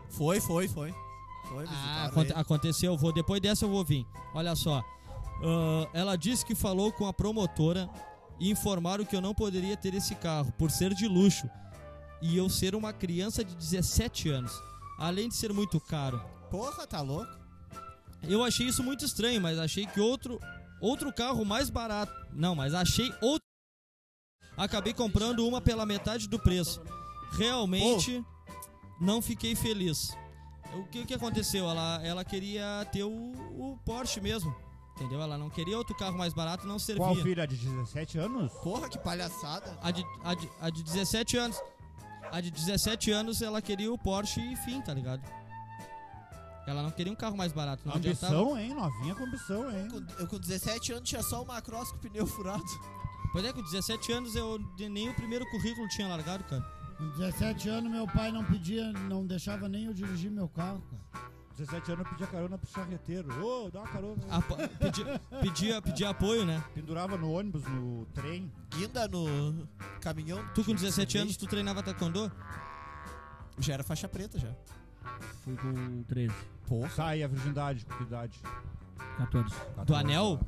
Speaker 1: Foi, foi, foi. Foi,
Speaker 4: Ah,
Speaker 1: visitaram
Speaker 4: aconte-
Speaker 1: ele.
Speaker 4: aconteceu, eu vou. Depois dessa eu vou vir. Olha só. Ah, ela disse que falou com a promotora e informaram que eu não poderia ter esse carro, por ser de luxo. E eu ser uma criança de 17 anos. Além de ser muito caro.
Speaker 1: Porra, tá louco?
Speaker 4: Eu achei isso muito estranho, mas achei que outro outro carro mais barato. Não, mas achei outro. Acabei comprando uma pela metade do preço. Realmente não fiquei feliz. O que, que aconteceu? Ela, ela queria ter o, o Porsche mesmo. Entendeu? Ela não queria outro carro mais barato, não servia.
Speaker 2: Qual filha de 17 anos?
Speaker 1: Porra, que palhaçada.
Speaker 4: A de, a, de, a de 17 anos. A de 17 anos ela queria o Porsche e fim, tá ligado? Ela não queria um carro mais barato, não adiantava.
Speaker 2: ambição, hein? Novinha com ambição, hein?
Speaker 1: Com- Eu com 17 anos tinha só uma cross com pneu furado.
Speaker 4: Pois é, com 17 anos eu nem o primeiro currículo tinha largado, cara.
Speaker 8: Com 17 anos, meu pai não pedia, não deixava nem eu dirigir meu carro, cara.
Speaker 2: 17 anos eu pedia carona pro charreteiro. Ô, dá uma carona.
Speaker 4: Apo- pedi- pedia, pedia apoio, né?
Speaker 2: Pendurava no ônibus, no trem.
Speaker 1: Guinda no caminhão.
Speaker 4: Tu com 17 anos, tu treinava taekwondo?
Speaker 1: Já era faixa preta já.
Speaker 5: Fui com 13,
Speaker 1: Porra.
Speaker 2: Sai a virgindade, com que idade?
Speaker 5: 14,
Speaker 2: 14.
Speaker 4: Do anel?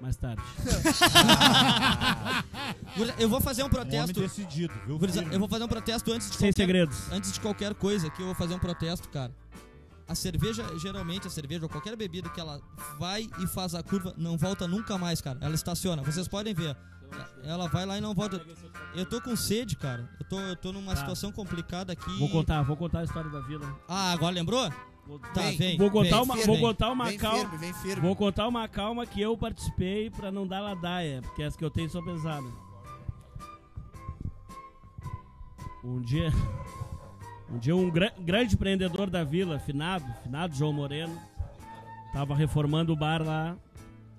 Speaker 5: mais tarde.
Speaker 4: Gurizada, Eu vou fazer um
Speaker 2: Um homem
Speaker 4: protesto.
Speaker 2: decidido, viu?
Speaker 4: Gurizada,
Speaker 2: Firme.
Speaker 4: Eu vou fazer um protesto antes de
Speaker 5: Sem
Speaker 4: qualquer,
Speaker 5: segredos.
Speaker 4: antes de qualquer coisa aqui, eu vou fazer um protesto, cara. A cerveja, geralmente, a cerveja ou qualquer bebida que ela vai e faz a curva, não volta nunca mais, cara. Ela estaciona. Vocês podem ver. Ela vai lá e não volta. Eu tô com sede, cara. Eu tô, eu tô numa
Speaker 5: Tá.
Speaker 4: situação complicada aqui.
Speaker 5: Vou contar, vou contar a história da vila.
Speaker 4: Ah, agora lembrou?
Speaker 5: Vou,
Speaker 4: Tá,
Speaker 1: Vem.
Speaker 4: vem.
Speaker 5: vou contar
Speaker 4: vem,
Speaker 5: uma,
Speaker 4: vem.
Speaker 5: vou contar uma
Speaker 1: vem
Speaker 5: calma.
Speaker 1: firme, vem firme.
Speaker 5: Vou contar uma calma que eu participei pra não dar ladaia, porque as que eu tenho são pesadas. Um dia, um dia um gran- grande empreendedor da vila, finado, finado João Moreno, tava reformando o bar lá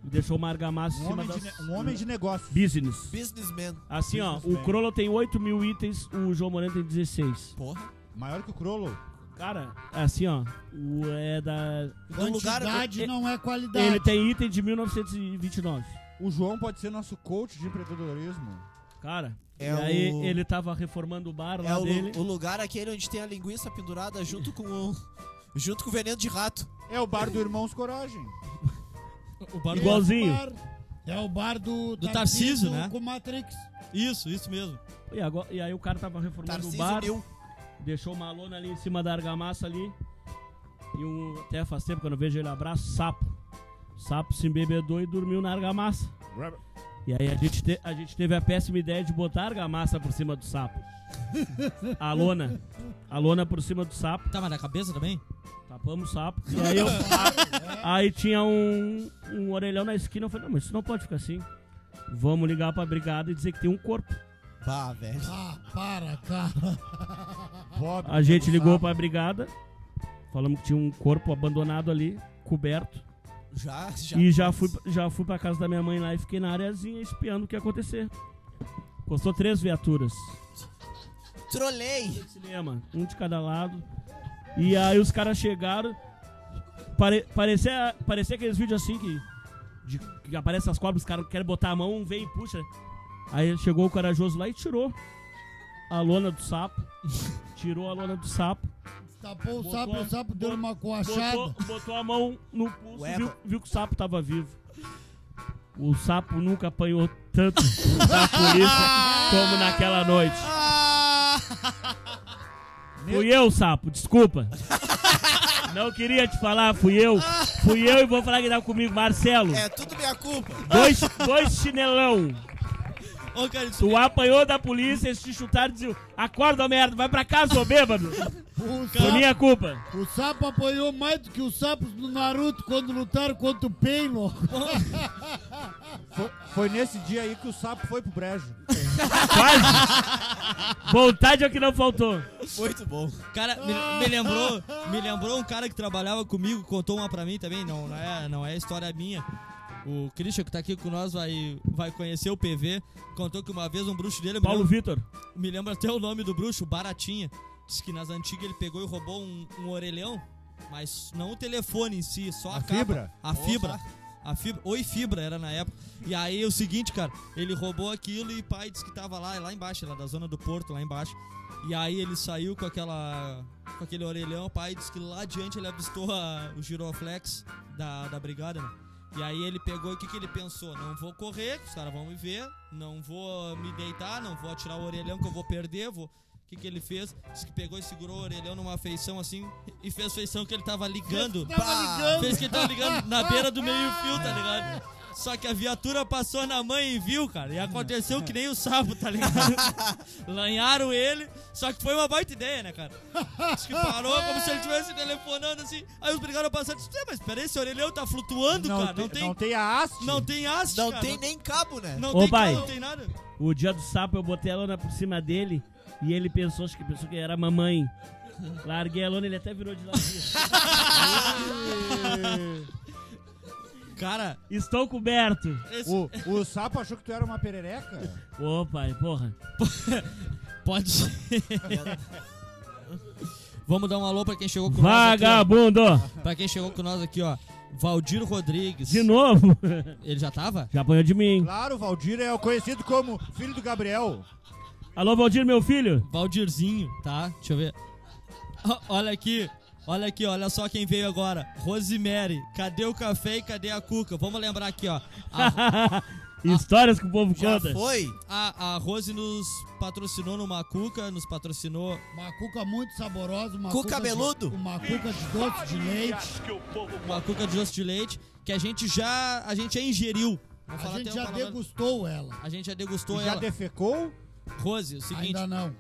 Speaker 5: e deixou uma argamassa em
Speaker 2: Um
Speaker 5: cima
Speaker 2: homem, de,
Speaker 5: das...
Speaker 2: ne- um homem de negócio.
Speaker 5: Business.
Speaker 1: Businessman.
Speaker 5: Assim, ó, o
Speaker 2: Businessman.
Speaker 5: Crollo tem 8 mil itens, o João Moreno tem 16.
Speaker 1: Porra.
Speaker 2: Maior que o Crollo.
Speaker 5: Cara, assim, ó, o é da...
Speaker 1: No um lugar-
Speaker 8: Quantidade
Speaker 5: é-
Speaker 8: não é qualidade.
Speaker 5: Ele tem item de 1929.
Speaker 2: O João pode ser nosso coach de empreendedorismo.
Speaker 5: Cara,
Speaker 1: É
Speaker 5: e aí
Speaker 1: o-
Speaker 5: ele tava reformando o bar lá
Speaker 1: É o,
Speaker 5: dele.
Speaker 1: lu- o lugar aquele onde tem a linguiça pendurada junto com o. Junto com o veneno de rato.
Speaker 2: É o bar do Irmãos Coragem.
Speaker 4: O barulho.
Speaker 5: Igualzinho.
Speaker 8: É o bar, é o bar do,
Speaker 4: Do Tarcísio, né?
Speaker 8: Com Matrix.
Speaker 4: Isso, isso mesmo.
Speaker 5: E, agora- e aí o cara tava reformando o
Speaker 1: Tarcísio
Speaker 5: bar,
Speaker 1: Nil.
Speaker 5: deixou uma lona ali em cima da argamassa ali. E um, até faz tempo que eu não vejo ele abraço, sapo. Sapo se embebedou e dormiu na argamassa. E aí a gente, te- a gente teve a péssima ideia de botar a argamassa por cima do sapo. A lona. A lona por cima do sapo.
Speaker 4: Tá, mas na cabeça também?
Speaker 5: Tapamos o sapo. E aí, eu- a- aí tinha um, um orelhão na esquina. Eu falei, não, mas isso não pode ficar assim. Vamos ligar pra brigada e dizer que tem um corpo.
Speaker 1: Bah, velho.
Speaker 8: Ah, para, cara.
Speaker 2: Bob,
Speaker 4: Ah.
Speaker 5: A gente ligou
Speaker 2: sabe?
Speaker 5: pra brigada. Falamos que tinha um corpo abandonado ali, coberto.
Speaker 1: Já, já.
Speaker 5: E já fui, já fui pra casa da minha mãe lá e fiquei na areazinha espiando o que ia acontecer. Custou três viaturas.
Speaker 1: Trolei.
Speaker 5: Cinema, um de cada lado. E aí os caras chegaram. Pare, parecia, parecia aqueles vídeos assim que, de, que aparecem as cobras, os caras querem botar a mão, um vem e puxa. Aí chegou o corajoso lá e tirou a lona do sapo. tirou a lona do sapo.
Speaker 8: Tapou o
Speaker 5: Botou
Speaker 8: sapo,
Speaker 5: a-
Speaker 8: o sapo deu
Speaker 5: bot-
Speaker 8: uma coachada.
Speaker 5: Botou, botou a mão no pulso e
Speaker 1: Ué,
Speaker 5: viu,
Speaker 1: pô.
Speaker 5: viu que o sapo tava vivo. O sapo nunca apanhou tanto da polícia como naquela noite. Fui eu, sapo, desculpa. Não queria te falar, fui eu. Fui eu e vou falar que tá comigo, Marcelo.
Speaker 1: É tudo minha culpa.
Speaker 5: Dois, dois chinelão.
Speaker 4: Ô, cara, isso
Speaker 5: Tu apanhou da polícia, eles te chutaram e diziam: Acorda, ô merda, vai pra casa, ô bêbado.
Speaker 3: O
Speaker 5: Por
Speaker 3: sapo,
Speaker 5: minha culpa.
Speaker 3: o sapo apanhou mais do que os sapos do Naruto quando lutaram contra o Pain, louco.
Speaker 2: Foi, foi nesse dia aí que o sapo foi pro brejo.
Speaker 5: Quase. Vontade é o que não faltou.
Speaker 1: Muito bom.
Speaker 4: Cara, me, me lembrou, me lembrou um cara que trabalhava comigo, contou uma pra mim também, não, não é, não é história minha. O Christian, que tá aqui com nós, vai, vai conhecer o PV. Contou que uma vez um bruxo dele. eu me
Speaker 5: Paulo
Speaker 4: lembro-
Speaker 5: Vitor.
Speaker 4: me lembro até o nome do bruxo, Baratinha. Diz que nas antigas ele pegou e roubou um, um orelhão, mas não o telefone em si, só a,
Speaker 2: A
Speaker 4: capa.
Speaker 2: fibra?
Speaker 4: A fibra. A fibra. Oi, fibra era na época. E aí é o seguinte, cara, ele roubou aquilo e pai disse que tava lá, lá embaixo, lá da zona do Porto, lá embaixo. E aí ele saiu com aquela. com aquele orelhão, o pai disse que lá adiante ele avistou a- o giroflex da, da brigada, né? E aí ele pegou e o que, que ele pensou? Não vou correr, que os caras vão me ver, não vou me deitar, não vou atirar o orelhão que eu vou perder, vou. O que, que ele fez? Diz que pegou e segurou o orelhão numa feição assim e fez feição que ele tava ligando.
Speaker 3: Tava ligando.
Speaker 4: Fez que ele tava ligando na beira do meio-fio, tá ligado? Só que a viatura passou na mãe e viu, cara. E aconteceu que nem o sapo, tá ligado? Lanharam ele, só que foi uma baita ideia, né, cara? Diz que parou como se ele estivesse telefonando assim. Aí os brigaram passando e disse: "Ué, Mas peraí, esse orelhão tá flutuando, cara. Não tem.
Speaker 2: não tem a haste.
Speaker 4: Não tem haste,
Speaker 1: Não
Speaker 4: cara. tá
Speaker 1: tem nem cabo, né?
Speaker 4: Não
Speaker 5: Ô,
Speaker 4: tem
Speaker 5: pai.
Speaker 4: cabo, não tem nada.
Speaker 5: O dia do sapo, eu botei a lona por cima dele e ele pensou, acho que pensou que era a mamãe. Larguei a lona, ele até virou de lado.
Speaker 4: Cara,
Speaker 5: Estou coberto.
Speaker 4: esse-
Speaker 2: O, o sapo achou que tu era uma perereca?
Speaker 5: Ô, pai, porra.
Speaker 4: pode ser. Vamos dar um alô pra quem chegou com nós.
Speaker 5: Vagabundo!
Speaker 4: Aqui, ó. Pra quem chegou com nós aqui, ó. Valdir Rodrigues.
Speaker 5: De novo.
Speaker 4: Ele já tava?
Speaker 5: Já apanhou de mim.
Speaker 2: Claro, o Valdir é o conhecido como filho do Gabriel.
Speaker 5: Alô, Valdir, meu filho.
Speaker 4: Valdirzinho, tá? Deixa eu ver. Ó, Olha aqui. Olha aqui, olha só quem veio agora. Rosemary, cadê o café e cadê a cuca? Vamos lembrar aqui, ó. A,
Speaker 5: Histórias que o povo
Speaker 1: Já
Speaker 5: conta.
Speaker 1: foi?
Speaker 4: a, a Rose nos patrocinou numa cuca, nos patrocinou
Speaker 3: Uma cuca muito saborosa. Uma
Speaker 1: Cuca
Speaker 3: cuca de-
Speaker 1: beludo?
Speaker 3: Uma cuca de doce de leite.
Speaker 4: uma cuca de doce de leite, que a gente já, a gente já ingeriu. Vamos
Speaker 3: A
Speaker 4: falar até um
Speaker 3: gente
Speaker 4: o
Speaker 3: já
Speaker 4: palavrão.
Speaker 3: degustou ela.
Speaker 4: A gente já degustou
Speaker 2: Já
Speaker 4: ela.
Speaker 2: defecou?
Speaker 4: Rose, o seguinte.
Speaker 3: Ainda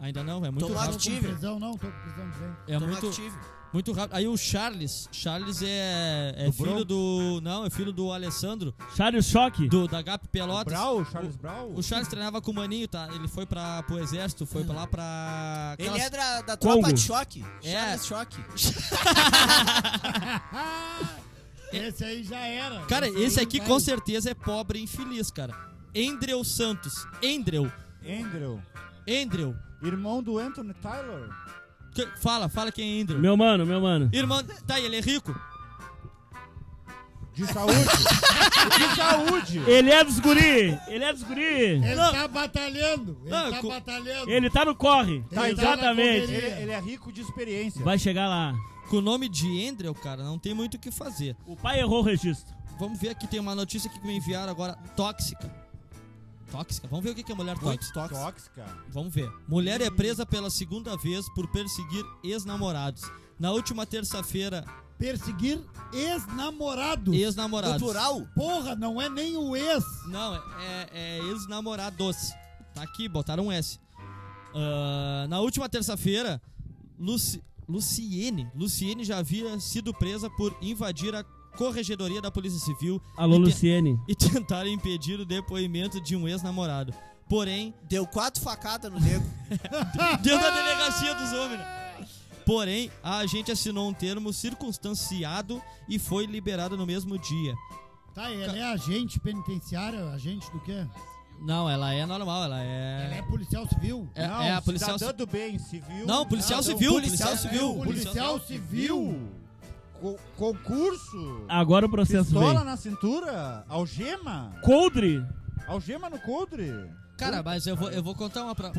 Speaker 4: Ainda,
Speaker 3: não.
Speaker 4: não, é muito
Speaker 1: Tô
Speaker 4: rápido.
Speaker 3: Tô com
Speaker 1: Tive.
Speaker 3: prisão, não. Tô com prisão de vento.
Speaker 4: É
Speaker 1: Tamo
Speaker 4: muito,
Speaker 1: ativo.
Speaker 4: muito rápido. Aí o Charles. Charles é, é
Speaker 2: Do
Speaker 4: filho
Speaker 2: Bronx?
Speaker 4: do. Não, é filho do Alessandro,
Speaker 5: Charles Choque.
Speaker 4: do, da GAP Pelotas.
Speaker 2: Brau, Charles Brau?
Speaker 4: O Charles treinava com o Maninho, tá? Ele foi pra, pro exército, foi pra lá pra.
Speaker 1: Ele
Speaker 4: aquelas-
Speaker 1: é da, da
Speaker 5: Congo.
Speaker 1: tropa de choque.
Speaker 4: É.
Speaker 1: Charles Choque.
Speaker 3: Esse aí já era.
Speaker 4: Cara, esse aqui
Speaker 3: é vai.
Speaker 4: com certeza é pobre e infeliz, cara. Andrew Santos. Andrew.
Speaker 2: Andrew.
Speaker 4: Andrew.
Speaker 2: Irmão do Anthony Tyler?
Speaker 4: Que- Fala, fala quem é Andrew.
Speaker 5: Meu mano, meu mano.
Speaker 4: Irmão. Tá, ele é rico?
Speaker 2: De saúde? De saúde!
Speaker 5: Ele é dos guri. Ele é dos guri.
Speaker 3: Ele
Speaker 4: Não.
Speaker 3: tá batalhando. Ele
Speaker 4: Não,
Speaker 3: tá
Speaker 4: co-
Speaker 3: batalhando.
Speaker 5: Ele tá no corre.
Speaker 3: Tá,
Speaker 5: Exatamente.
Speaker 2: Ele, ele é rico de experiência.
Speaker 5: Vai chegar lá.
Speaker 4: Com o nome de Andrew, cara, não tem muito o que fazer.
Speaker 5: O pai errou o registro.
Speaker 4: Vamos ver aqui, tem uma notícia aqui que me enviaram agora. Tóxica. Tóxica? Vamos ver o que que é mulher
Speaker 2: Muito
Speaker 4: tóxica.
Speaker 2: tóxica.
Speaker 4: Vamos ver. Mulher é presa pela segunda vez por perseguir ex-namorados. Na última terça-feira,
Speaker 3: Perseguir ex-namorado.
Speaker 1: No
Speaker 4: ex-namorados.
Speaker 1: plural?
Speaker 3: Porra, não é nem o ex.
Speaker 4: Não, é, é- é ex-namorados. Tá aqui, botaram um S. Ah, na última terça-feira, Luci- Luciene, Luciene já havia sido presa por invadir a corregedoria da Polícia Civil
Speaker 5: Alô,
Speaker 4: E tem-
Speaker 5: Luciene.
Speaker 4: e tentar impedir o depoimento de um ex-namorado. Porém,
Speaker 1: Deu quatro facadas no nego.
Speaker 4: Deu na delegacia dos homens. né? Porém, a agente assinou um termo circunstanciado e foi liberada no mesmo dia.
Speaker 3: Tá, ele é agente penitenciário? Agente do quê?
Speaker 4: Não, ela é normal, ela
Speaker 3: Ele é
Speaker 4: é.
Speaker 3: policial civil?
Speaker 4: É, é a policial.
Speaker 2: cidadã
Speaker 4: ci-
Speaker 2: do bem, civil.
Speaker 4: Não, policial
Speaker 1: Não, não,
Speaker 4: civil,
Speaker 1: policial
Speaker 4: policial,
Speaker 1: civil.
Speaker 4: civil.
Speaker 3: Policial civil?
Speaker 2: Co- concurso?
Speaker 4: Ah,
Speaker 5: Agora o processo
Speaker 2: Pistola
Speaker 5: vem.
Speaker 2: na cintura? Algema?
Speaker 5: Coldre.
Speaker 2: Algema no coldre?
Speaker 4: Cara, mas eu vou, eu vou contar uma pra.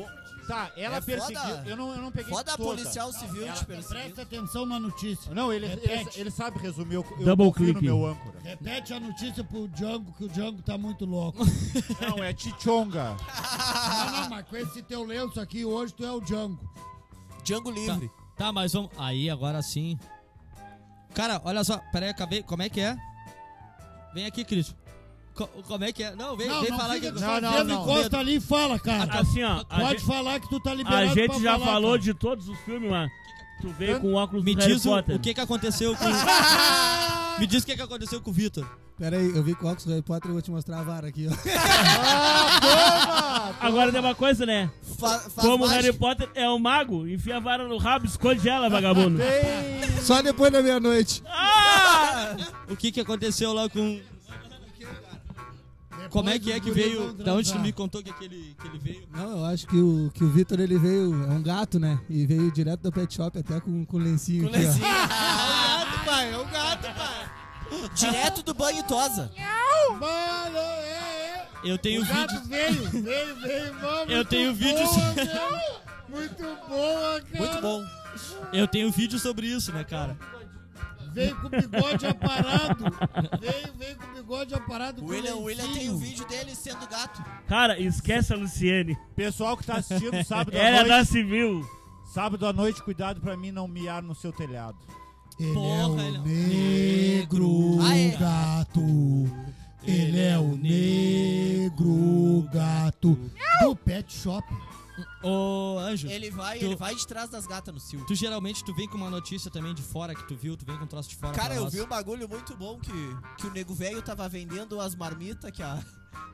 Speaker 2: Tá, ela
Speaker 1: É
Speaker 2: perseguiu.
Speaker 1: foda-
Speaker 2: Eu, não, eu não peguei
Speaker 1: Foda a
Speaker 2: toda.
Speaker 1: policial civil de perseguir.
Speaker 3: Presta atenção na notícia.
Speaker 2: Não, ele, ele,
Speaker 3: Repete.
Speaker 2: ele sabe resumir. Eu, eu
Speaker 5: Double
Speaker 2: confio no
Speaker 5: click.
Speaker 2: meu âncora.
Speaker 3: Repete a notícia pro Django, que o Django tá muito louco.
Speaker 2: Não, é Tichonga.
Speaker 3: não, não, mas com esse teu lenço aqui, hoje tu é o Django.
Speaker 1: Django livre.
Speaker 4: Tá, mas vamos. Aí, agora sim. Cara, olha só, peraí, acabei. Como é que é? Vem aqui, Cris. Co- como é que é? Não, vem,
Speaker 3: Não,
Speaker 4: vem
Speaker 3: não
Speaker 4: falar
Speaker 3: fica
Speaker 4: que...
Speaker 3: não,
Speaker 8: não, não.
Speaker 3: encosta ali e fala, cara.
Speaker 5: Assim, ó. a
Speaker 3: Pode
Speaker 5: gente-
Speaker 3: falar que tu tá liberado
Speaker 5: A gente
Speaker 3: pra
Speaker 5: já
Speaker 3: falar,
Speaker 5: falou
Speaker 3: cara.
Speaker 5: de todos os filmes, mas tu veio com o óculos
Speaker 4: Me
Speaker 5: do Harry
Speaker 4: diz o,
Speaker 5: Potter.
Speaker 4: o que que aconteceu com... Me diz o que que aconteceu com o Vitor.
Speaker 10: Pera aí, eu vi com o óculos do Harry Potter e vou te mostrar a vara aqui, ó.
Speaker 5: Agora tem uma coisa, né?
Speaker 10: Fa- faz
Speaker 5: Como o
Speaker 10: mágica.
Speaker 5: Harry Potter é o mago, enfia a vara no rabo, esconde ela, vagabundo.
Speaker 10: Só depois da meia-noite.
Speaker 4: Ah! O que que aconteceu lá com... Como é que é que
Speaker 3: Depois os
Speaker 4: veio...
Speaker 3: guris vão
Speaker 4: Da onde tu
Speaker 3: transar.
Speaker 4: me contou que, aquele, que ele veio?
Speaker 10: Não, eu acho que o, que o Vitor, ele veio, é um gato, né? E veio direto da pet shop até com, com lencinho
Speaker 1: Com
Speaker 10: aqui, ó.
Speaker 1: lencinho.
Speaker 4: gato, pai, é o gato, pai.
Speaker 1: Direto do banho tosa.
Speaker 3: Mano, é, é.
Speaker 4: Eu tenho
Speaker 1: Um
Speaker 3: o gato
Speaker 4: vídeo...
Speaker 3: veio, veio, veio, vamos.
Speaker 4: Eu tenho
Speaker 3: muito
Speaker 4: vídeos-
Speaker 3: boa, meu. Muito boa, cara.
Speaker 1: Muito bom.
Speaker 4: Eu tenho vídeo sobre isso, né, cara?
Speaker 3: Veio com o bigode aparado. veio, veio com o bigode aparado.
Speaker 1: O
Speaker 3: com
Speaker 1: William, o William tem o
Speaker 3: lencinho.
Speaker 1: vídeo dele sendo gato.
Speaker 5: Cara, esquece a Luciene.
Speaker 2: Pessoal que tá assistindo, sábado à
Speaker 5: Era
Speaker 2: noite.
Speaker 5: da civil.
Speaker 2: Sábado à noite, cuidado pra mim não miar no seu telhado.
Speaker 3: Ele
Speaker 4: Porra,
Speaker 3: é
Speaker 4: ele é
Speaker 3: o
Speaker 4: um
Speaker 3: negro
Speaker 1: Ah, é.
Speaker 3: gato. Ele é o negro gato do pet shop.
Speaker 4: Ô, Anjo...
Speaker 1: Ele vai,
Speaker 4: Tu-
Speaker 1: ele vai de trás das gatas no cio.
Speaker 4: Tu geralmente tu vem com uma notícia também de fora que tu viu, tu vem com um troço de fora.
Speaker 1: Cara,
Speaker 4: pra
Speaker 1: eu
Speaker 4: nós.
Speaker 1: vi um bagulho muito bom que, que o nego velho tava vendendo as marmitas que a,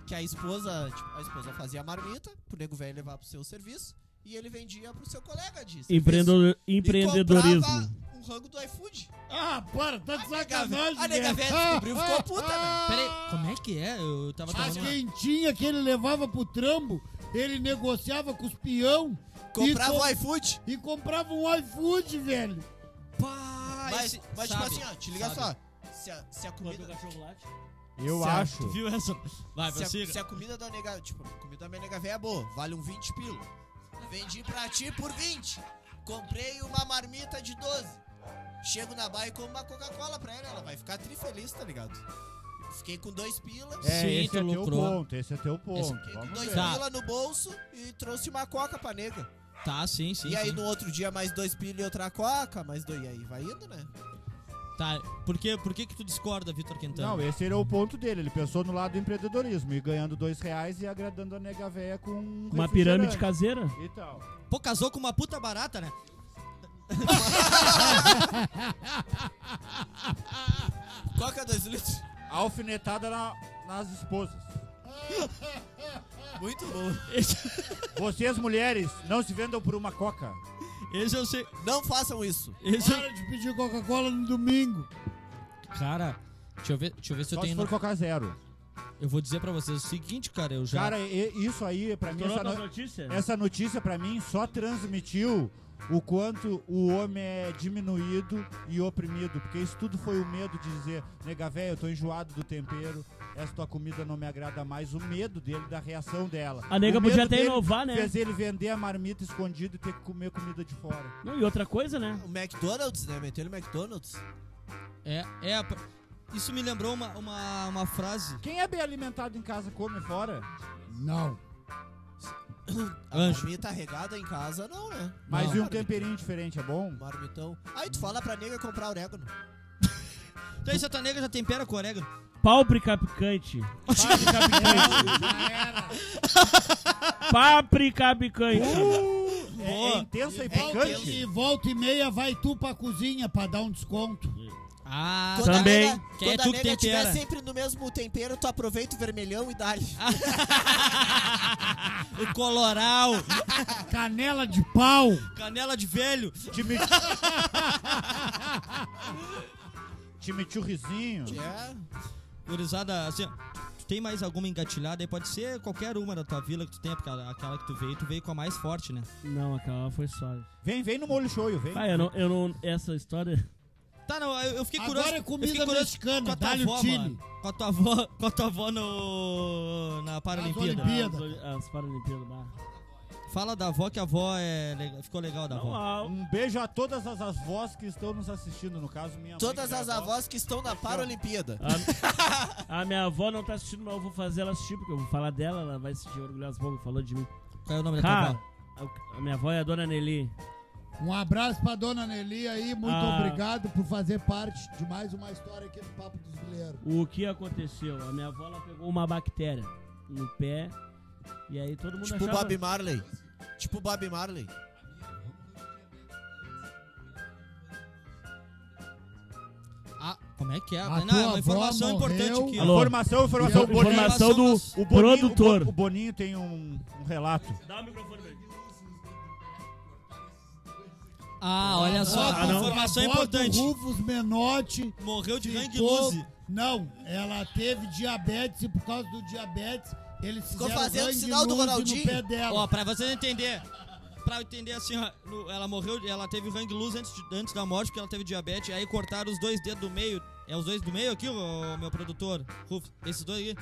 Speaker 1: que a esposa. Tipo, a esposa fazia a marmita pro nego velho levar pro seu serviço e ele vendia pro seu colega de serviço.
Speaker 5: Empreendedor-
Speaker 1: E
Speaker 5: empreendedorismo.
Speaker 1: comprava um rango do iFood.
Speaker 3: Ah, para, tá de
Speaker 1: nega
Speaker 3: sacanagem.
Speaker 1: velha- a nega
Speaker 3: né?
Speaker 1: velha descobriu,
Speaker 3: Ah,
Speaker 1: ficou puta,
Speaker 3: ah,
Speaker 4: Peraí, como é que é? Eu tava
Speaker 3: As
Speaker 4: tomando...
Speaker 3: quentinhas que ele levava pro trambo, ele negociava com os peão
Speaker 1: Comprava
Speaker 3: e,
Speaker 1: o iFood.
Speaker 3: e comprava um iFood, velho.
Speaker 4: Pá,
Speaker 1: Mas,
Speaker 4: esse-
Speaker 1: mas
Speaker 4: sabe,
Speaker 1: tipo assim, ó, te liga
Speaker 4: sabe.
Speaker 1: só. Se a, se a comida.
Speaker 2: Eu
Speaker 1: Certo.
Speaker 2: acho.
Speaker 4: Viu essa? Vai,
Speaker 1: Se a,
Speaker 4: prossiga.
Speaker 1: se a comida da nega. Tipo, a comida da minha nega véia é boa, vale um 20 pila. Vendi pra ti por 20. Comprei uma marmita de 12. Chego na barra e como uma Coca-Cola pra ela. Ela vai ficar trifeliz, tá ligado? Fiquei com dois pila.
Speaker 2: É,
Speaker 4: Sim,
Speaker 2: esse
Speaker 4: tu
Speaker 2: é teu
Speaker 4: lucrou.
Speaker 2: ponto, esse é teu ponto.
Speaker 1: Fiquei com
Speaker 2: Vamos
Speaker 1: dois
Speaker 2: ver.
Speaker 4: Tá.
Speaker 1: pila no bolso e trouxe uma coca pra nega.
Speaker 4: Tá, sim, sim.
Speaker 1: e aí
Speaker 4: sim.
Speaker 1: no outro dia mais dois pila e outra coca, mais dois. E aí vai indo, né?
Speaker 4: Tá, por que, por que que tu discorda, Vitor Quintana?
Speaker 2: Não, esse era o ponto dele. Ele pensou no lado do empreendedorismo, e ganhando dois reais e agradando a nega véia com um Então,
Speaker 5: Uma
Speaker 2: refrigerante
Speaker 5: pirâmide caseira?
Speaker 2: E tal.
Speaker 4: Pô, casou com uma puta barata, né?
Speaker 1: Coca dois litros.
Speaker 2: Alfinetada na- nas esposas.
Speaker 1: Muito bom.
Speaker 2: Vocês, mulheres, não se vendam por uma coca.
Speaker 4: Esse eu sei.
Speaker 1: Não façam isso.
Speaker 4: Esse eu...
Speaker 3: Para de pedir Coca-Cola no domingo.
Speaker 4: Cara, deixa eu ver, deixa eu ver se
Speaker 2: Só
Speaker 4: eu
Speaker 2: se
Speaker 4: tenho.
Speaker 2: for coca zero.
Speaker 4: Eu vou dizer pra vocês o seguinte, cara, eu já.
Speaker 2: Cara, e- isso aí, pra mim, essa,
Speaker 5: Toronto
Speaker 2: no-
Speaker 5: notícia?
Speaker 2: é- essa notícia pra mim só transmitiu o quanto o homem é diminuído e oprimido. Porque isso tudo foi o medo de dizer, nega véia, eu tô enjoado do tempero, essa tua comida não me agrada mais. O medo dele, da reação dela.
Speaker 5: A nega
Speaker 2: O
Speaker 5: podia
Speaker 2: medo
Speaker 5: até
Speaker 2: dele
Speaker 5: inovar, né?
Speaker 2: Fez ele vender a marmita escondida e ter que comer comida de fora.
Speaker 5: Não, e outra coisa, né?
Speaker 1: O McDonald's, né? Meteu no McDonald's.
Speaker 4: É, é. pra- Isso me lembrou uma, uma, uma frase.
Speaker 2: Quem é bem alimentado em casa come fora?
Speaker 3: Não.
Speaker 1: A
Speaker 4: Anjo.
Speaker 1: marmita regada em casa, não, né?
Speaker 2: Mas
Speaker 1: não.
Speaker 2: e um temperinho diferente é bom?
Speaker 1: Marmitão. Aí tu fala pra nega comprar orégano.
Speaker 4: Então essa tua nega já tempera com orégano.
Speaker 5: Páprica picante.
Speaker 2: Páprica picante.
Speaker 5: Páprica picante.
Speaker 2: É- é,
Speaker 4: Boa.
Speaker 2: intensa e
Speaker 1: intenso.
Speaker 2: picante.
Speaker 3: E volta e meia vai tu pra cozinha pra dar um desconto.
Speaker 4: Ah,
Speaker 1: Quando a
Speaker 3: tá.
Speaker 5: também.
Speaker 1: nega-
Speaker 4: Quem é
Speaker 1: quando a
Speaker 4: tu que
Speaker 1: nega tiver
Speaker 4: tempera? Ah,
Speaker 1: sempre no mesmo tempero, tu aproveita o vermelhão e dá-lhe.
Speaker 4: o coloral,
Speaker 3: Canela de pau.
Speaker 4: canela de velho.
Speaker 2: Time... Time churrizinho.
Speaker 1: É.
Speaker 4: Gurizada, assim, ó, tu tem mais alguma engatilhada aí? Pode ser qualquer uma da tua vila que tu tenha, porque a- aquela que tu veio, tu veio com a mais forte, né?
Speaker 5: Não, aquela foi suave.
Speaker 2: Vem, vem no molho shoyu, vem.
Speaker 5: Ah, eu não, eu não. Essa história.
Speaker 4: Tá, não, eu, eu fiquei curioso.
Speaker 3: Agora é
Speaker 4: eu
Speaker 3: comida
Speaker 4: fiquei curioso com
Speaker 3: mexicana.
Speaker 4: a tua
Speaker 3: Dá-lhe o
Speaker 4: avó,
Speaker 3: time.
Speaker 4: mano. Com a tua avó, com a tua avó no, na Paralimpíada.
Speaker 3: Olimpíadas.
Speaker 5: As, Oli- as Paralimpíadas. bah.
Speaker 4: Fala da avó que a avó é legal- ficou legal da
Speaker 5: Não,
Speaker 4: avó.
Speaker 5: a-
Speaker 2: Um beijo a todas as avós que estão nos assistindo, no caso, minha mãe,
Speaker 1: Todas
Speaker 2: que é
Speaker 1: as
Speaker 2: avó.
Speaker 1: avós que estão na Paralimpíada.
Speaker 5: a, minha avó não tá assistindo, mas eu vou fazer ela assistir, porque eu vou falar dela, ela
Speaker 4: Tá
Speaker 5: vai se sentir orgulhosa, bom, falou de mim.
Speaker 4: Qual é o nome da tua
Speaker 5: Cara,
Speaker 4: avó?
Speaker 5: a, a minha avó é a dona Nelly.
Speaker 3: Um abraço pra dona Nelly aí, muito
Speaker 5: Ah.
Speaker 3: obrigado por fazer parte de mais uma história aqui do Papo dos Bilheiros.
Speaker 5: O que aconteceu? A minha avó ela pegou uma bactéria no pé e aí todo mundo
Speaker 1: Tipo o
Speaker 5: achava...
Speaker 1: Bob Marley. Tipo o Bob Marley.
Speaker 4: Ah, como é que é?
Speaker 3: A
Speaker 4: Não, é
Speaker 3: tua
Speaker 4: uma informação
Speaker 3: avó
Speaker 4: importante
Speaker 3: morreu.
Speaker 4: aqui. ó.
Speaker 5: Alô?
Speaker 2: Informação, informação.
Speaker 5: Informação do
Speaker 2: o
Speaker 5: produtor.
Speaker 2: O, Bo- o Boninho tem um, um relato.
Speaker 5: Dá o microfone pra ele.
Speaker 4: Ah, olha só,
Speaker 3: Ah,
Speaker 5: não.
Speaker 4: informação
Speaker 3: A avó do
Speaker 4: importante.
Speaker 3: um Rufus Menotti
Speaker 4: Morreu de
Speaker 3: ficou...
Speaker 4: ganglose.
Speaker 3: Não, ela teve diabetes e por causa do diabetes eles
Speaker 1: Ficou
Speaker 3: fizeram
Speaker 1: fazendo
Speaker 3: gangue
Speaker 1: sinal do
Speaker 3: nude
Speaker 1: Ronaldinho?
Speaker 3: no pé dela.
Speaker 4: Ó, pra vocês entender, pra entender assim, ó, no- ela morreu, ela teve hang loose antes, de- antes da morte, porque ela teve diabetes, aí cortaram os dois dedos do meio. É os dois do meio aqui, ô, meu produtor? Rufus, esses dois aqui.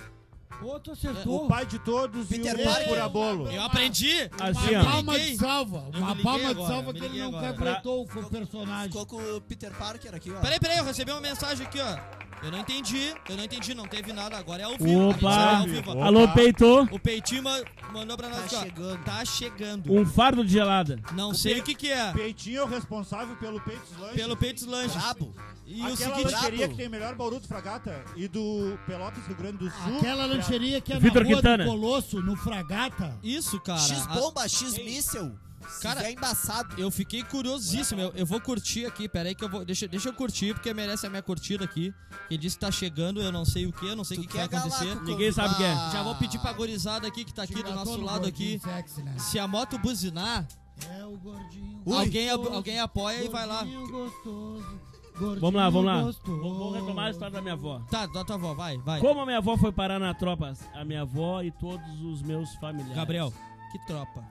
Speaker 8: Ô, tu
Speaker 2: O
Speaker 8: acertou.
Speaker 2: pai de todos
Speaker 1: Peter
Speaker 2: e o
Speaker 1: Parker.
Speaker 2: furabolo.
Speaker 4: É, Eu aprendi!
Speaker 5: Assim,
Speaker 3: uma
Speaker 5: ó.
Speaker 3: palma
Speaker 4: Liguei.
Speaker 3: de salva,
Speaker 4: Eu me
Speaker 3: uma
Speaker 4: liguei
Speaker 3: palma de
Speaker 4: agora,
Speaker 3: salva
Speaker 4: me
Speaker 3: que ele
Speaker 4: liguei
Speaker 3: não
Speaker 4: agora.
Speaker 3: completou com o personagem.
Speaker 1: Ficou com o Peter Parker aqui, ó.
Speaker 4: Peraí, peraí, eu recebi uma mensagem aqui, ó. Eu não entendi, eu não entendi, não teve nada, agora é ao vivo. a gente
Speaker 5: Opa.
Speaker 4: é ao vivo.
Speaker 2: Opa.
Speaker 5: Alô, peitou?
Speaker 4: O Peitinho ma- mandou pra nós
Speaker 1: Tá
Speaker 4: aqui, ó.
Speaker 1: chegando.
Speaker 4: Tá chegando.
Speaker 5: Um fardo de gelada.
Speaker 4: Não
Speaker 2: O
Speaker 4: sei
Speaker 2: Pe-
Speaker 4: o que que é.
Speaker 2: Peitinho é o responsável pelo Peitos Lanches.
Speaker 4: Pelo Peitos Lanches.
Speaker 1: Brabo.
Speaker 4: E o
Speaker 2: Aquela
Speaker 4: seguinte...
Speaker 2: lancheria
Speaker 1: Brabo.
Speaker 2: que tem o melhor bauru do Fragata e do Pelotas, Rio Grande do Sul.
Speaker 3: Aquela lancheria que é
Speaker 5: Vitor
Speaker 3: na rua
Speaker 5: Quintana.
Speaker 3: do Colosso, no Fragata.
Speaker 4: Isso, cara. a-
Speaker 1: X-bomba, X-míssel.
Speaker 4: Cara,
Speaker 1: Cara, é embaçado.
Speaker 4: Eu fiquei curiosíssimo. Eu, eu vou curtir aqui. Pera aí que eu vou. Deixa, deixa eu curtir, porque merece a minha curtida aqui. Ele disse que tá chegando, eu não sei o que, eu não sei o que, que vai acontecer.
Speaker 5: Ninguém sabe quem é.
Speaker 4: Já vou pedir pra gorizada aqui que tá aqui do
Speaker 3: Engatou
Speaker 4: nosso
Speaker 3: no
Speaker 4: lado
Speaker 3: gordinho
Speaker 4: aqui.
Speaker 3: sexy, né?
Speaker 4: Se a moto buzinar,
Speaker 3: É o gordinho.
Speaker 4: alguém, ab- alguém apoia e vai lá.
Speaker 3: Gordinho gostoso. Gordinho
Speaker 5: Vamos lá, vamos lá.
Speaker 3: gostoso.
Speaker 5: Vamos vamos retomar a história da minha avó.
Speaker 4: Tá, dá tua avó, vai, vai.
Speaker 5: Como a minha avó foi parar na tropa? A minha avó e todos os meus familiares.
Speaker 4: Gabriel, que tropa.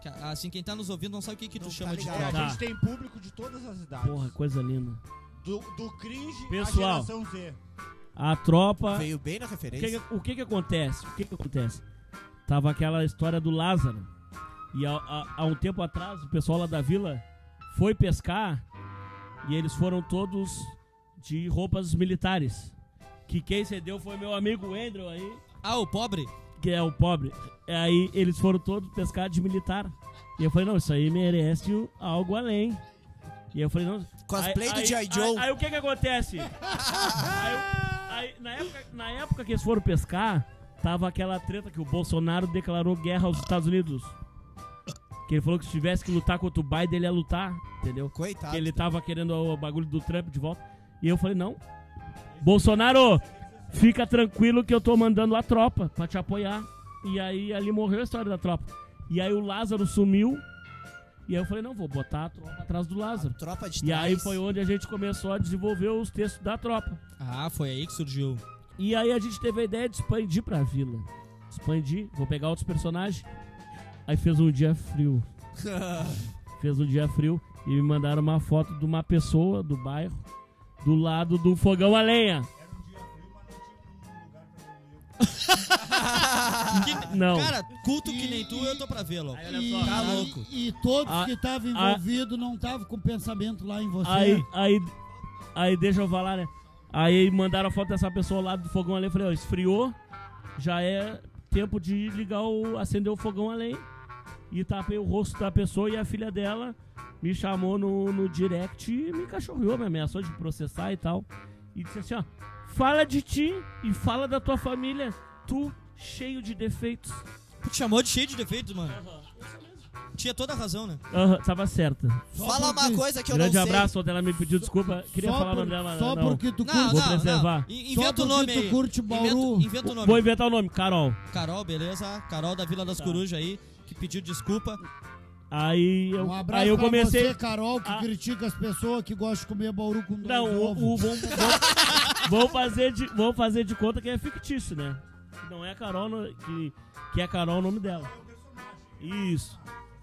Speaker 4: Que- Assim, quem tá nos ouvindo não sabe o que, que tu
Speaker 1: Não
Speaker 4: chama
Speaker 1: tá
Speaker 4: de
Speaker 1: ligado.
Speaker 2: É, a
Speaker 4: tropa.
Speaker 5: Tá.
Speaker 2: gente tem público de todas as idades.
Speaker 5: Porra, coisa linda.
Speaker 2: Do, do cringe
Speaker 5: Pessoal.
Speaker 2: à geração Z.
Speaker 5: A tropa.
Speaker 1: Veio bem na
Speaker 5: O
Speaker 1: referência.
Speaker 5: que, que- o que que acontece? O que que acontece? Tava aquela história do Lázaro. E há, há- há um tempo atrás, o pessoal lá da vila foi pescar e eles foram todos de roupas militares. Que quem cedeu foi meu amigo Andrew aí,
Speaker 4: Ah, o pobre?
Speaker 5: que é o pobre. Aí eles foram todos pescar de militar. E eu falei, não, isso aí merece o- algo além. E eu falei, não.
Speaker 1: Cosplay
Speaker 5: aí,
Speaker 1: do
Speaker 5: aí-
Speaker 1: G.I. Joe.
Speaker 5: Aí, aí o que que acontece? Aí o- aí, na, época, na época que eles foram pescar, tava aquela treta que o Bolsonaro declarou guerra aos Estados Unidos. Que ele falou que se tivesse que lutar contra o Biden, ele ia lutar, entendeu?
Speaker 1: Coitado.
Speaker 5: que ele tava querendo o bagulho do Trump de volta. E eu falei, não. Bolsonaro, fica tranquilo que eu tô mandando a tropa pra te apoiar. E aí ali morreu a história da tropa. E aí o Lázaro sumiu. E aí eu falei, não, vou botar a tropa atrás do Lázaro.
Speaker 1: Tropa de
Speaker 5: E aí
Speaker 1: trás.
Speaker 5: foi onde a gente começou a desenvolver os textos da tropa.
Speaker 4: Ah, foi aí que surgiu.
Speaker 5: E aí a gente teve a ideia de expandir pra vila. Expandir, vou pegar outros personagens. Aí fez um dia frio. fez um dia frio e me mandaram uma foto de uma pessoa do bairro do lado do fogão a lenha.
Speaker 4: Que-
Speaker 5: Não.
Speaker 4: Cara, culto que nem tu, eu tô pra vê-lo.
Speaker 3: E,
Speaker 4: Tá louco.
Speaker 3: e todos
Speaker 5: A-
Speaker 3: que estavam
Speaker 5: a-
Speaker 3: envolvidos não estavam com pensamento lá em você.
Speaker 5: Aí, aí, aí deixa eu falar, né? Aí mandaram a foto dessa pessoa lá do fogão a lenha. Eu falei, ó, esfriou, já é tempo de ligar o. acender o fogão a lenha. E tapei o rosto da pessoa e a filha dela me chamou no, no direct e me cachorreou, me ameaçou de processar e tal. E disse assim, ó, fala de ti e fala da tua família. Tu cheio de defeitos.
Speaker 4: Tu te chamou de cheio de defeitos, mano. Tinha toda a razão, né?
Speaker 5: Aham, tava certa.
Speaker 4: um
Speaker 1: Fala uma coisa que eu
Speaker 5: Grande
Speaker 1: não sei.
Speaker 5: abraço, ontem ela me pediu desculpa. Queria
Speaker 3: só
Speaker 5: falar o
Speaker 3: por-
Speaker 5: nome dela.
Speaker 3: Só
Speaker 5: não.
Speaker 3: porque tu
Speaker 4: Não,
Speaker 3: curte.
Speaker 5: Vou
Speaker 4: não,
Speaker 5: preservar.
Speaker 4: não. I- Inventa
Speaker 3: Só
Speaker 4: o nome
Speaker 3: porque tu
Speaker 4: aí.
Speaker 3: curte Bauru.
Speaker 4: Inventa, inventa o nome.
Speaker 5: Vou inventar o nome, Carol.
Speaker 4: Carol, beleza? Carol da Vila das Corujas aí, que pediu desculpa.
Speaker 5: Aí eu,
Speaker 3: Um abraço
Speaker 5: aí eu
Speaker 3: pra
Speaker 5: comecei.
Speaker 3: você, Carol, que
Speaker 5: Ah.
Speaker 3: critica as pessoas que gostam de comer bauru com dois
Speaker 5: Não, o,
Speaker 3: ovos.
Speaker 5: o, vão, vão- vão fazer de, vão fazer de conta que é fictício, né? Que Não é a Carol, no- que, que é Carol o nome dela. Isso.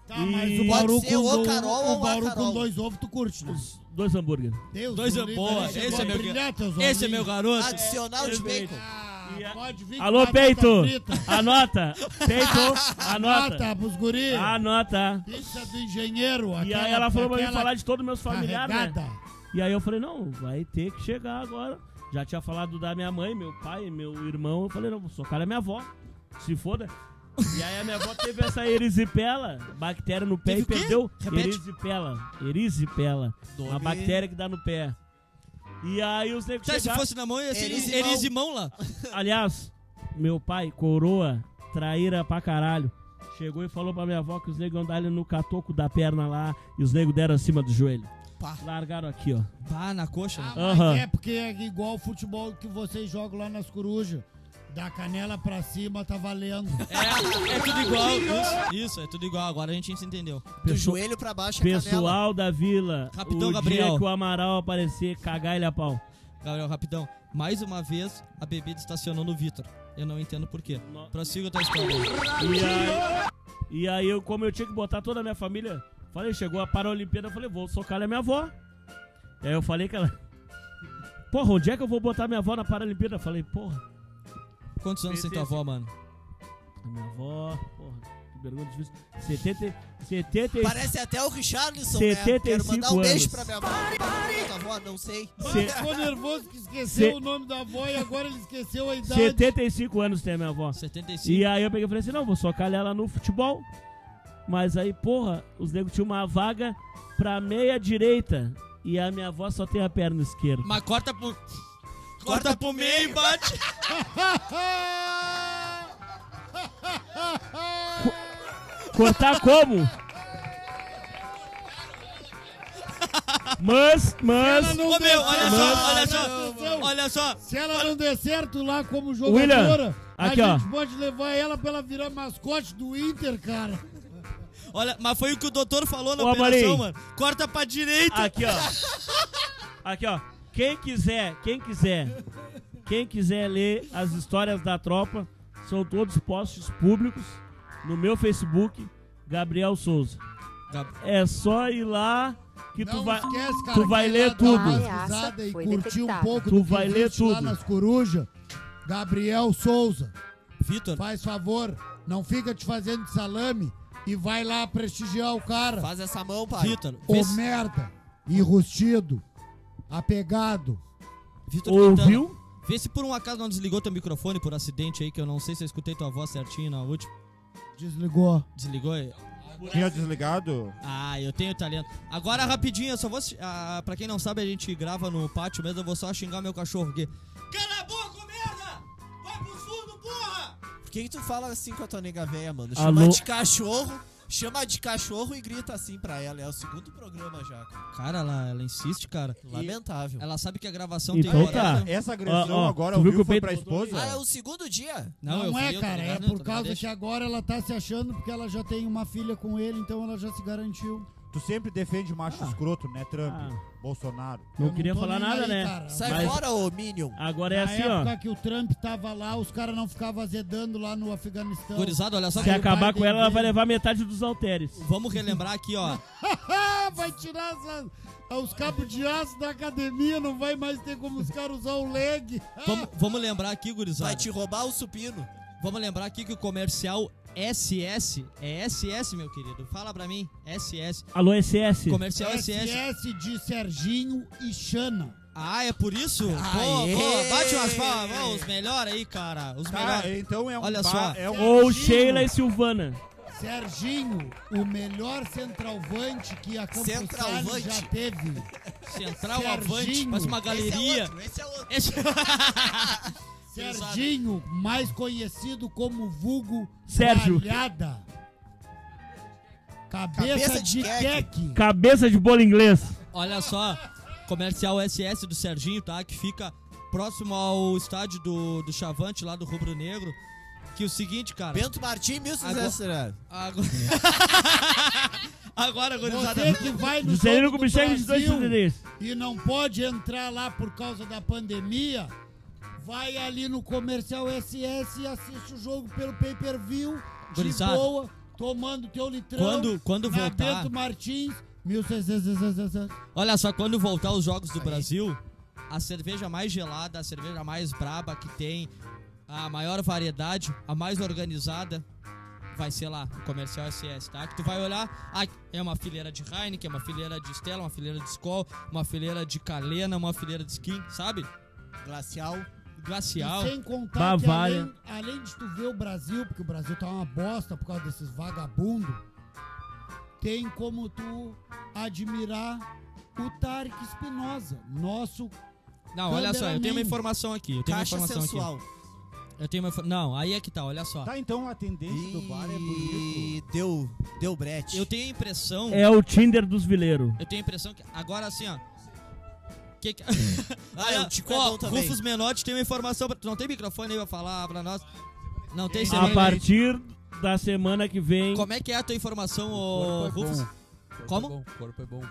Speaker 3: Tá, mas o
Speaker 5: Pode
Speaker 3: bauru
Speaker 1: ser
Speaker 3: com
Speaker 1: o
Speaker 3: dois-
Speaker 1: Carol
Speaker 3: o
Speaker 1: ou a
Speaker 3: bauru com
Speaker 1: Carol.
Speaker 3: dois ovos tu curte, né?
Speaker 5: Os dois hambúrguer.
Speaker 3: Deus,
Speaker 4: Dois
Speaker 3: do
Speaker 4: é
Speaker 3: livre,
Speaker 4: boa,
Speaker 3: deixa
Speaker 4: esse
Speaker 3: bom
Speaker 4: é meu-
Speaker 3: brilhar teus
Speaker 4: Esse é meu
Speaker 3: olhinhos.
Speaker 4: garoto.
Speaker 1: Adicional de
Speaker 5: Perfeito.
Speaker 1: bacon.
Speaker 3: Ah,
Speaker 5: E a-
Speaker 3: pode vir
Speaker 5: Alô,
Speaker 3: com
Speaker 5: peito!
Speaker 3: batata frita.
Speaker 5: Anota! Peito! Anota!
Speaker 3: Anota, pros guri.
Speaker 5: Anota!
Speaker 3: Pizza do engenheiro.
Speaker 5: E
Speaker 3: aquela-
Speaker 5: aí ela falou pra mim
Speaker 3: aquela
Speaker 5: falar de todos meus familiares, né?
Speaker 3: carregada.
Speaker 5: E aí eu falei, não, vai ter que chegar agora. Já tinha falado da minha mãe, meu pai, meu irmão. Eu falei, não, vou socar a minha avó. é Se foda. E aí a minha avó teve essa erisipela, bactéria no pé
Speaker 4: Teve
Speaker 5: e
Speaker 4: o quê?
Speaker 5: perdeu.
Speaker 4: Repete.
Speaker 5: Erisipela. Erisipela. Uma
Speaker 1: Nome-
Speaker 5: bactéria que dá no pé. E aí os negros
Speaker 4: Tá, se
Speaker 5: chegaram-
Speaker 4: fosse na mão, ia ser
Speaker 1: Erizimão.
Speaker 4: Erizimão lá.
Speaker 5: Aliás, meu pai, coroa, traíra pra caralho. Chegou e falou pra minha avó que os negros andaram no catoco da perna lá e os negros deram acima do joelho.
Speaker 4: Pá.
Speaker 5: Largaram aqui, ó.
Speaker 4: Pá, na coxa. né?
Speaker 3: Ah,
Speaker 5: Aham.
Speaker 3: mas é porque é igual o futebol que vocês jogam lá nas corujas. Da canela pra cima tá valendo.
Speaker 4: É, é tudo igual. Isso, isso, é tudo igual. Agora a gente se entendeu.
Speaker 1: Do
Speaker 5: Pessoa-
Speaker 1: joelho pra baixo é canela.
Speaker 5: Pessoal da vila,
Speaker 4: Capitão
Speaker 5: o
Speaker 4: Gabriel.
Speaker 5: dia que o Amaral aparecer, cagar ele a pau.
Speaker 4: Gabriel, rapidão. Mais uma vez, a bebida estacionou no Vitor. Eu não entendo por quê. Prossiga a tua história.
Speaker 5: E aí, e aí eu, como eu tinha que botar toda a minha família, falei, chegou a Paralimpíada, eu falei, vou socar a minha avó. E aí eu falei que ela. Porra, onde é que eu vou botar minha avó na Paralimpíada? Eu falei, porra,
Speaker 4: Quantos anos tem tua avó, mano?
Speaker 5: a minha avó, porra, que pergunta difícil. 70, 70,
Speaker 1: Parece até o Richarlison, né?
Speaker 5: 75
Speaker 1: Quero mandar um beijo
Speaker 5: anos.
Speaker 1: pra minha avó. Pra tua avó, não sei.
Speaker 5: se-
Speaker 3: Ficou nervoso que esqueceu
Speaker 5: Cê-
Speaker 3: o nome da avó e agora ele esqueceu a idade.
Speaker 5: 75 anos tem a minha avó.
Speaker 4: 75.
Speaker 5: E aí eu peguei e falei assim, não, vou socar ela no futebol. Mas aí, porra, os negros tinham uma vaga pra meia direita. E a minha avó só tem a perna esquerda.
Speaker 4: Mas corta pro. Corta pro meio e bate.
Speaker 5: Cortar como? Mas,
Speaker 3: Ela
Speaker 5: mas.
Speaker 3: não
Speaker 4: Ô, meu, olha
Speaker 3: deu
Speaker 4: só,
Speaker 3: certo,
Speaker 4: olha
Speaker 3: não,
Speaker 4: só.
Speaker 3: não.
Speaker 4: Olha só.
Speaker 3: Se ela não der certo lá como
Speaker 5: William,
Speaker 3: jogadora,
Speaker 5: aqui,
Speaker 3: a
Speaker 5: ó.
Speaker 3: gente pode levar ela pra ela virar mascote do Inter, cara.
Speaker 4: Olha, mas foi o que o doutor falou na
Speaker 5: Ô,
Speaker 4: operação,
Speaker 5: Amorim. Ah.
Speaker 4: mano. Corta pra direita.
Speaker 5: Aqui, ó. Aqui, ó. Quem quiser, quem quiser, quem quiser ler as histórias da tropa, são todos postos públicos no meu Facebook, Gabriel Souza.
Speaker 4: Gab-
Speaker 5: É só ir lá que tu
Speaker 3: Não
Speaker 5: vai.
Speaker 3: esquece, cara, é
Speaker 5: tu vai
Speaker 3: quem
Speaker 5: ler
Speaker 3: lá dá
Speaker 5: tudo.
Speaker 3: uma pesquisada E
Speaker 7: Foi
Speaker 3: curtir um
Speaker 7: detectado.
Speaker 3: pouco
Speaker 5: Tu
Speaker 3: do que
Speaker 5: vai ler
Speaker 3: existe lá
Speaker 5: tudo.
Speaker 3: nas corujas. Gabriel Souza,
Speaker 4: Vitor,
Speaker 3: faz favor, não fica te fazendo de salame e vai lá prestigiar o cara.
Speaker 1: Faz essa mão, pai.
Speaker 4: Vitor,
Speaker 3: Ô
Speaker 4: vê se-
Speaker 3: merda, enrustido, apegado.
Speaker 4: Vitor Quintana,
Speaker 5: Ouviu?
Speaker 4: Vê se por um acaso não desligou teu microfone por acidente aí, que eu não sei se eu escutei tua voz certinho na última.
Speaker 3: Desligou.
Speaker 4: Desligou aí?
Speaker 2: Tinha desligado?
Speaker 4: Ah, eu tenho talento. Agora, rapidinho, eu só vou. Ah, pra quem não sabe, a gente grava no pátio mesmo, eu vou só xingar meu cachorro aqui. Cala a boca, merda! Vai pro fundo, porra!
Speaker 1: Por que, que tu fala assim com a tua nega véia, mano?
Speaker 5: Alô?
Speaker 1: Chama de cachorro, chama de cachorro e grita assim pra ela. É o segundo programa já, cara.
Speaker 4: Cara, ela, ela insiste, cara.
Speaker 1: Lamentável.
Speaker 4: Ela sabe que a gravação
Speaker 5: Então
Speaker 4: tem
Speaker 5: tá.
Speaker 4: horário.
Speaker 2: Essa agressão
Speaker 5: Ó, ó,
Speaker 2: agora
Speaker 5: tu
Speaker 2: ao
Speaker 5: viu
Speaker 2: vivo
Speaker 5: que o
Speaker 2: foi pra
Speaker 5: Pedro
Speaker 2: esposa?
Speaker 1: Ah, é o segundo dia?
Speaker 3: Não, é,
Speaker 4: eu, tá
Speaker 3: cara,
Speaker 4: ligado?
Speaker 3: é por
Speaker 4: Tá
Speaker 3: causa
Speaker 4: ligado?
Speaker 3: que agora ela tá se achando porque ela já tem uma filha com ele, então ela já se garantiu.
Speaker 2: Tu sempre defende macho escroto, né, Trump?
Speaker 5: Ah.
Speaker 2: Bolsonaro.
Speaker 5: Não
Speaker 3: Eu
Speaker 5: queria
Speaker 3: tô
Speaker 5: falar
Speaker 3: nem
Speaker 5: nada,
Speaker 3: aí,
Speaker 5: né?
Speaker 3: cara.
Speaker 1: Sai
Speaker 5: Mas-
Speaker 1: fora, ô Minion.
Speaker 5: Agora é
Speaker 3: Na
Speaker 5: assim, ó.
Speaker 3: época que o Trump tava lá, os caras não ficavam azedando lá no Afeganistão.
Speaker 4: Gurizada, olha só.
Speaker 5: Se
Speaker 4: que-
Speaker 5: acabar com ela, ela vai
Speaker 3: dele.
Speaker 5: levar metade dos halteres.
Speaker 4: Vamos relembrar aqui, ó.
Speaker 3: Ah, vai tirar essa- os cabos de aço da academia, não vai mais ter como os caras usar o leg. Ah,
Speaker 4: Vamos, vamos lembrar aqui, gurizada.
Speaker 1: Vai te roubar o supino.
Speaker 4: Vamos lembrar aqui que o comercial SS é SS, meu querido. Fala pra mim, SS.
Speaker 5: Alô, SS.
Speaker 4: Comercial SS.
Speaker 3: SS de Serginho e Xana.
Speaker 4: Ah, é por isso? Boa,
Speaker 1: Aê!
Speaker 4: boa. Bate umas palmas. Vamos, Os melhores aí, cara. Os
Speaker 2: Tá,
Speaker 4: melhores.
Speaker 2: então é um
Speaker 4: Olha
Speaker 2: ba-
Speaker 4: só.
Speaker 2: É um...
Speaker 5: Ou Sheila e Silvana.
Speaker 3: Serginho, o melhor centralvante que a Campos
Speaker 1: Centralvante.
Speaker 3: Salles já teve.
Speaker 4: Central
Speaker 3: Serginho.
Speaker 4: Avante. Faz
Speaker 1: Esse
Speaker 4: uma
Speaker 1: é
Speaker 4: galeria.
Speaker 1: outro, esse é outro.
Speaker 4: Esse-
Speaker 3: Serginho, mais conhecido como vulgo
Speaker 5: Sérgio.
Speaker 3: Malhada. Cabeça,
Speaker 1: Cabeça de
Speaker 3: de queque.
Speaker 5: Cabeça de bolo inglês.
Speaker 4: Olha só. Comercial SS do Serginho, tá? Que fica próximo ao estádio do, do Chavante, lá do Rubro Negro. Que é o seguinte, cara.
Speaker 1: Bento Martins,
Speaker 4: Agora-
Speaker 1: 1600.
Speaker 4: Agora, Agora gurizada.
Speaker 3: Você que vai no
Speaker 5: Juscelino
Speaker 3: jogo do
Speaker 5: Kubitschek, 22
Speaker 3: Brasil
Speaker 5: Fluminense.
Speaker 3: e não pode entrar lá por causa da pandemia, vai ali no comercial SS e assiste o jogo pelo pay-per-view de
Speaker 4: Gurizada.
Speaker 3: boa, tomando teu litrão.
Speaker 4: Quando- quando
Speaker 3: na
Speaker 4: voltar-
Speaker 3: Bento Martins, 1600.
Speaker 4: Olha só, quando voltar os Jogos do Brasil, a cerveja mais gelada, a cerveja mais braba que tem, a maior variedade, a mais organizada, vai ser lá, o Comercial SS, tá? Que tu vai olhar, ah, é uma fileira de Heineken, é uma fileira de Stella, uma fileira de Skol, uma fileira de Calena, uma fileira de Skin, sabe?
Speaker 1: Glacial.
Speaker 4: glacial.
Speaker 8: E sem contar
Speaker 3: Tá
Speaker 5: Bavária.
Speaker 8: que além, além de tu ver o Brasil, porque o Brasil tá uma bosta por causa desses vagabundos, tem como tu admirar o Tarek Espinosa, nosso
Speaker 4: Não, olha só, eu tenho uma
Speaker 8: Cameraman.
Speaker 4: informação aqui. Eu tenho
Speaker 1: Caixa
Speaker 4: uma informação
Speaker 1: sensual.
Speaker 4: aqui. Eu tenho uma infor- Não, aí é que tá, olha só.
Speaker 2: Tá, então a tendência do bar é bonito.
Speaker 1: E deu, deu brete.
Speaker 4: Eu tenho a impressão.
Speaker 5: É o Tinder dos vileiros.
Speaker 4: Eu tenho a impressão que. Agora assim, ó. Que que...
Speaker 1: Ah, é, o Tico é bom também.
Speaker 4: Rufus Menotti tem uma informação. Pra... Tu não tem microfone aí pra falar pra nós? Não
Speaker 1: É.
Speaker 4: tem
Speaker 5: A
Speaker 4: semana.
Speaker 5: partir da semana que vem.
Speaker 4: Como é que é a tua informação, ô
Speaker 6: O corpo é
Speaker 4: Rufus?
Speaker 6: bom.
Speaker 1: um.
Speaker 6: Corpo
Speaker 4: Como?
Speaker 6: É bom. Corpo é bom.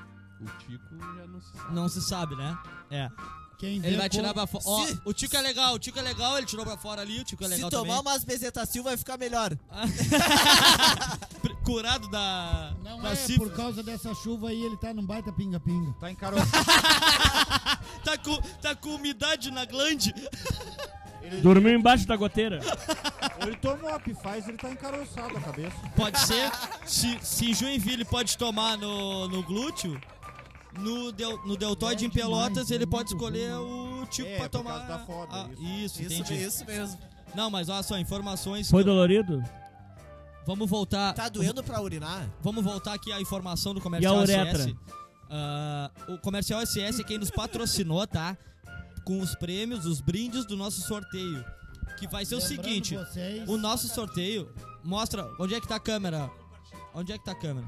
Speaker 6: O Tico já não se sabe.
Speaker 4: Não se sabe, né? É.
Speaker 8: quem vê
Speaker 4: Ele vai
Speaker 8: como-
Speaker 4: tirar pra fora. Ó,
Speaker 1: um Se-
Speaker 4: o Tico é legal, o Tico é legal, ele tirou pra fora ali, o Tico é legal
Speaker 1: Se tomar
Speaker 4: também.
Speaker 1: umas bezetacil vai ficar melhor.
Speaker 4: Pr- Curado da.
Speaker 8: Não
Speaker 4: da
Speaker 8: é
Speaker 4: sífilis.
Speaker 8: por causa dessa chuva aí, ele tá num baita pinga-pinga.
Speaker 2: Tá encarotado.
Speaker 4: Tá com, tá com umidade na glande.
Speaker 5: Dormiu embaixo da goteira.
Speaker 2: Ele tomou a Pfizer, ele tá encaroçado a cabeça.
Speaker 4: Pode ser. Se, se em Joinville pode tomar no, no glúteo, no, del, no deltoide em Pelotas ele pode escolher o tipo
Speaker 2: É,
Speaker 4: pra
Speaker 2: por
Speaker 4: tomar.
Speaker 2: causa da foda, isso.
Speaker 4: isso,
Speaker 1: Isso,
Speaker 4: entendi.
Speaker 1: isso mesmo.
Speaker 4: Não, mas olha só, informações.
Speaker 5: Foi
Speaker 4: que eu-
Speaker 5: dolorido?
Speaker 4: Vamos voltar.
Speaker 1: Tá doendo pra urinar?
Speaker 4: Vamos voltar aqui à informação do comercial
Speaker 5: E a uretra?
Speaker 4: SS. Ah, o comercial SS é quem nos patrocinou, tá? Com os prêmios, os brindes do nosso sorteio. Que vai ser Então é o
Speaker 8: Lembrando
Speaker 4: seguinte:
Speaker 8: vocês,
Speaker 4: o nosso sorteio. Mostra onde é que tá a câmera. Onde é que tá a câmera?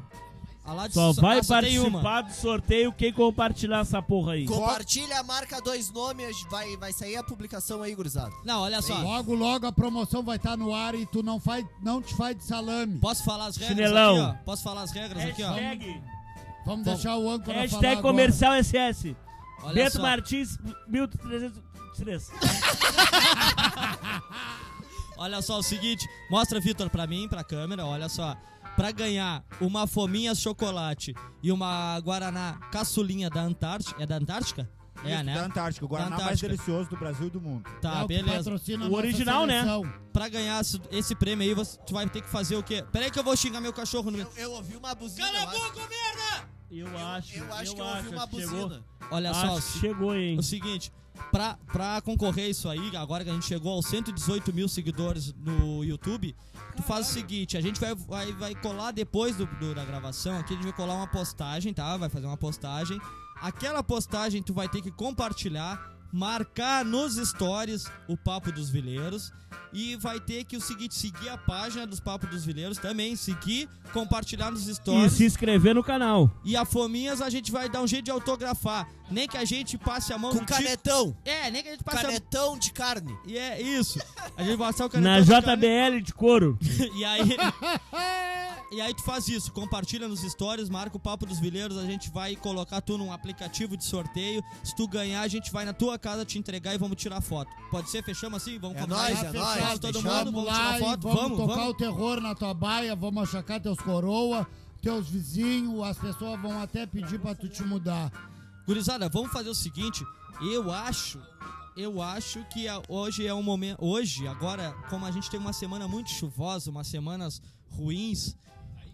Speaker 4: A lá de
Speaker 5: Só vai
Speaker 4: ah, só tem uma.
Speaker 5: participar do sorteio quem compartilhar essa porra aí.
Speaker 1: Compartilha, marca dois nomes, vai, vai sair a publicação aí, gurizada.
Speaker 4: Não, olha só.
Speaker 8: Logo, logo a promoção vai estar no ar e tu não, faz, não te faz de salame.
Speaker 4: Posso falar as regras
Speaker 5: Chinelão.
Speaker 4: aqui, ó? Posso falar as regras aqui, ó?
Speaker 5: Hashtag,
Speaker 8: Vamos
Speaker 4: Vamos.
Speaker 8: deixar o âncora falar
Speaker 5: hashtag
Speaker 8: agora.
Speaker 5: comercial SS.
Speaker 4: Olha
Speaker 5: Bento
Speaker 4: só.
Speaker 5: Martins, 1303.
Speaker 4: Olha só o seguinte, mostra Vitor pra mim, pra câmera, olha só. Pra ganhar uma fominha chocolate e uma guaraná caçulinha da Antártica, é da Antártica? É,
Speaker 2: Isso,
Speaker 4: né?
Speaker 2: Da Antártica, o Guaraná
Speaker 4: Da
Speaker 2: mais
Speaker 4: Antártica.
Speaker 2: delicioso do Brasil e do mundo.
Speaker 4: Tá,
Speaker 8: É o que
Speaker 4: beleza.
Speaker 8: patrocina a
Speaker 5: O
Speaker 8: nossa
Speaker 5: original, né?
Speaker 8: seleção.
Speaker 4: Pra ganhar esse- esse prêmio aí, você tu vai ter que fazer o quê? Pera aí que eu vou xingar meu cachorro no
Speaker 1: Eu, eu ouvi uma buzina.
Speaker 4: Cala a
Speaker 1: eu acho.
Speaker 4: boca, merda!
Speaker 5: Eu acho,
Speaker 1: Eu acho que eu ouvi uma
Speaker 5: que chegou.
Speaker 1: buzina.
Speaker 4: Olha
Speaker 5: Acho
Speaker 4: só,
Speaker 5: que
Speaker 4: se-
Speaker 5: chegou, hein?
Speaker 4: É o seguinte, pra, pra concorrer isso aí, agora que a gente chegou aos 118 mil seguidores no YouTube, tu faz o seguinte, a gente vai, vai, vai colar depois do, do- da gravação aqui, a gente vai colar uma postagem, tá? Vai fazer uma postagem. Aquela postagem tu vai ter que compartilhar, marcar nos stories o Papo dos Vileiros e vai ter que o seguinte, seguir a página dos Papo dos Vileiros também, seguir, compartilhar nos
Speaker 5: E
Speaker 4: stories.
Speaker 5: se inscrever no canal.
Speaker 4: E a Fominhas a gente vai dar um jeito de autografar. Nem que a gente passe a mão
Speaker 1: Com
Speaker 4: no Tico-
Speaker 1: canetão.
Speaker 4: é, nem que a gente passa.
Speaker 1: Canetão de carne.
Speaker 4: E é isso. A gente vai passar o canetão
Speaker 5: Na
Speaker 4: de caneta.
Speaker 5: JBL de couro.
Speaker 4: E aí. E aí tu faz isso, compartilha nos stories, marca o papo dos vileiros, a gente vai colocar tu num aplicativo de sorteio. Se tu ganhar, a gente vai na tua casa te entregar e vamos tirar foto. Pode ser? Fechamos assim? Vamos
Speaker 1: É
Speaker 4: combinar?
Speaker 1: nóis, é
Speaker 4: Fechamos
Speaker 1: nóis,
Speaker 4: todo
Speaker 1: fechamos.
Speaker 4: mundo,
Speaker 8: Vamos
Speaker 4: vamos
Speaker 8: lá
Speaker 4: tirar
Speaker 8: e
Speaker 4: foto,
Speaker 8: vamos,
Speaker 4: vamos,
Speaker 8: tocar
Speaker 4: vamos.
Speaker 8: o terror na tua baia, vamos achacar teus coroa, teus vizinhos, as pessoas vão até pedir pra tu te mudar.
Speaker 4: Gurizada, vamos fazer o seguinte. Eu acho, eu acho que a- hoje é um momento. Hoje, agora, como a gente tem uma semana muito chuvosa, umas semanas ruins.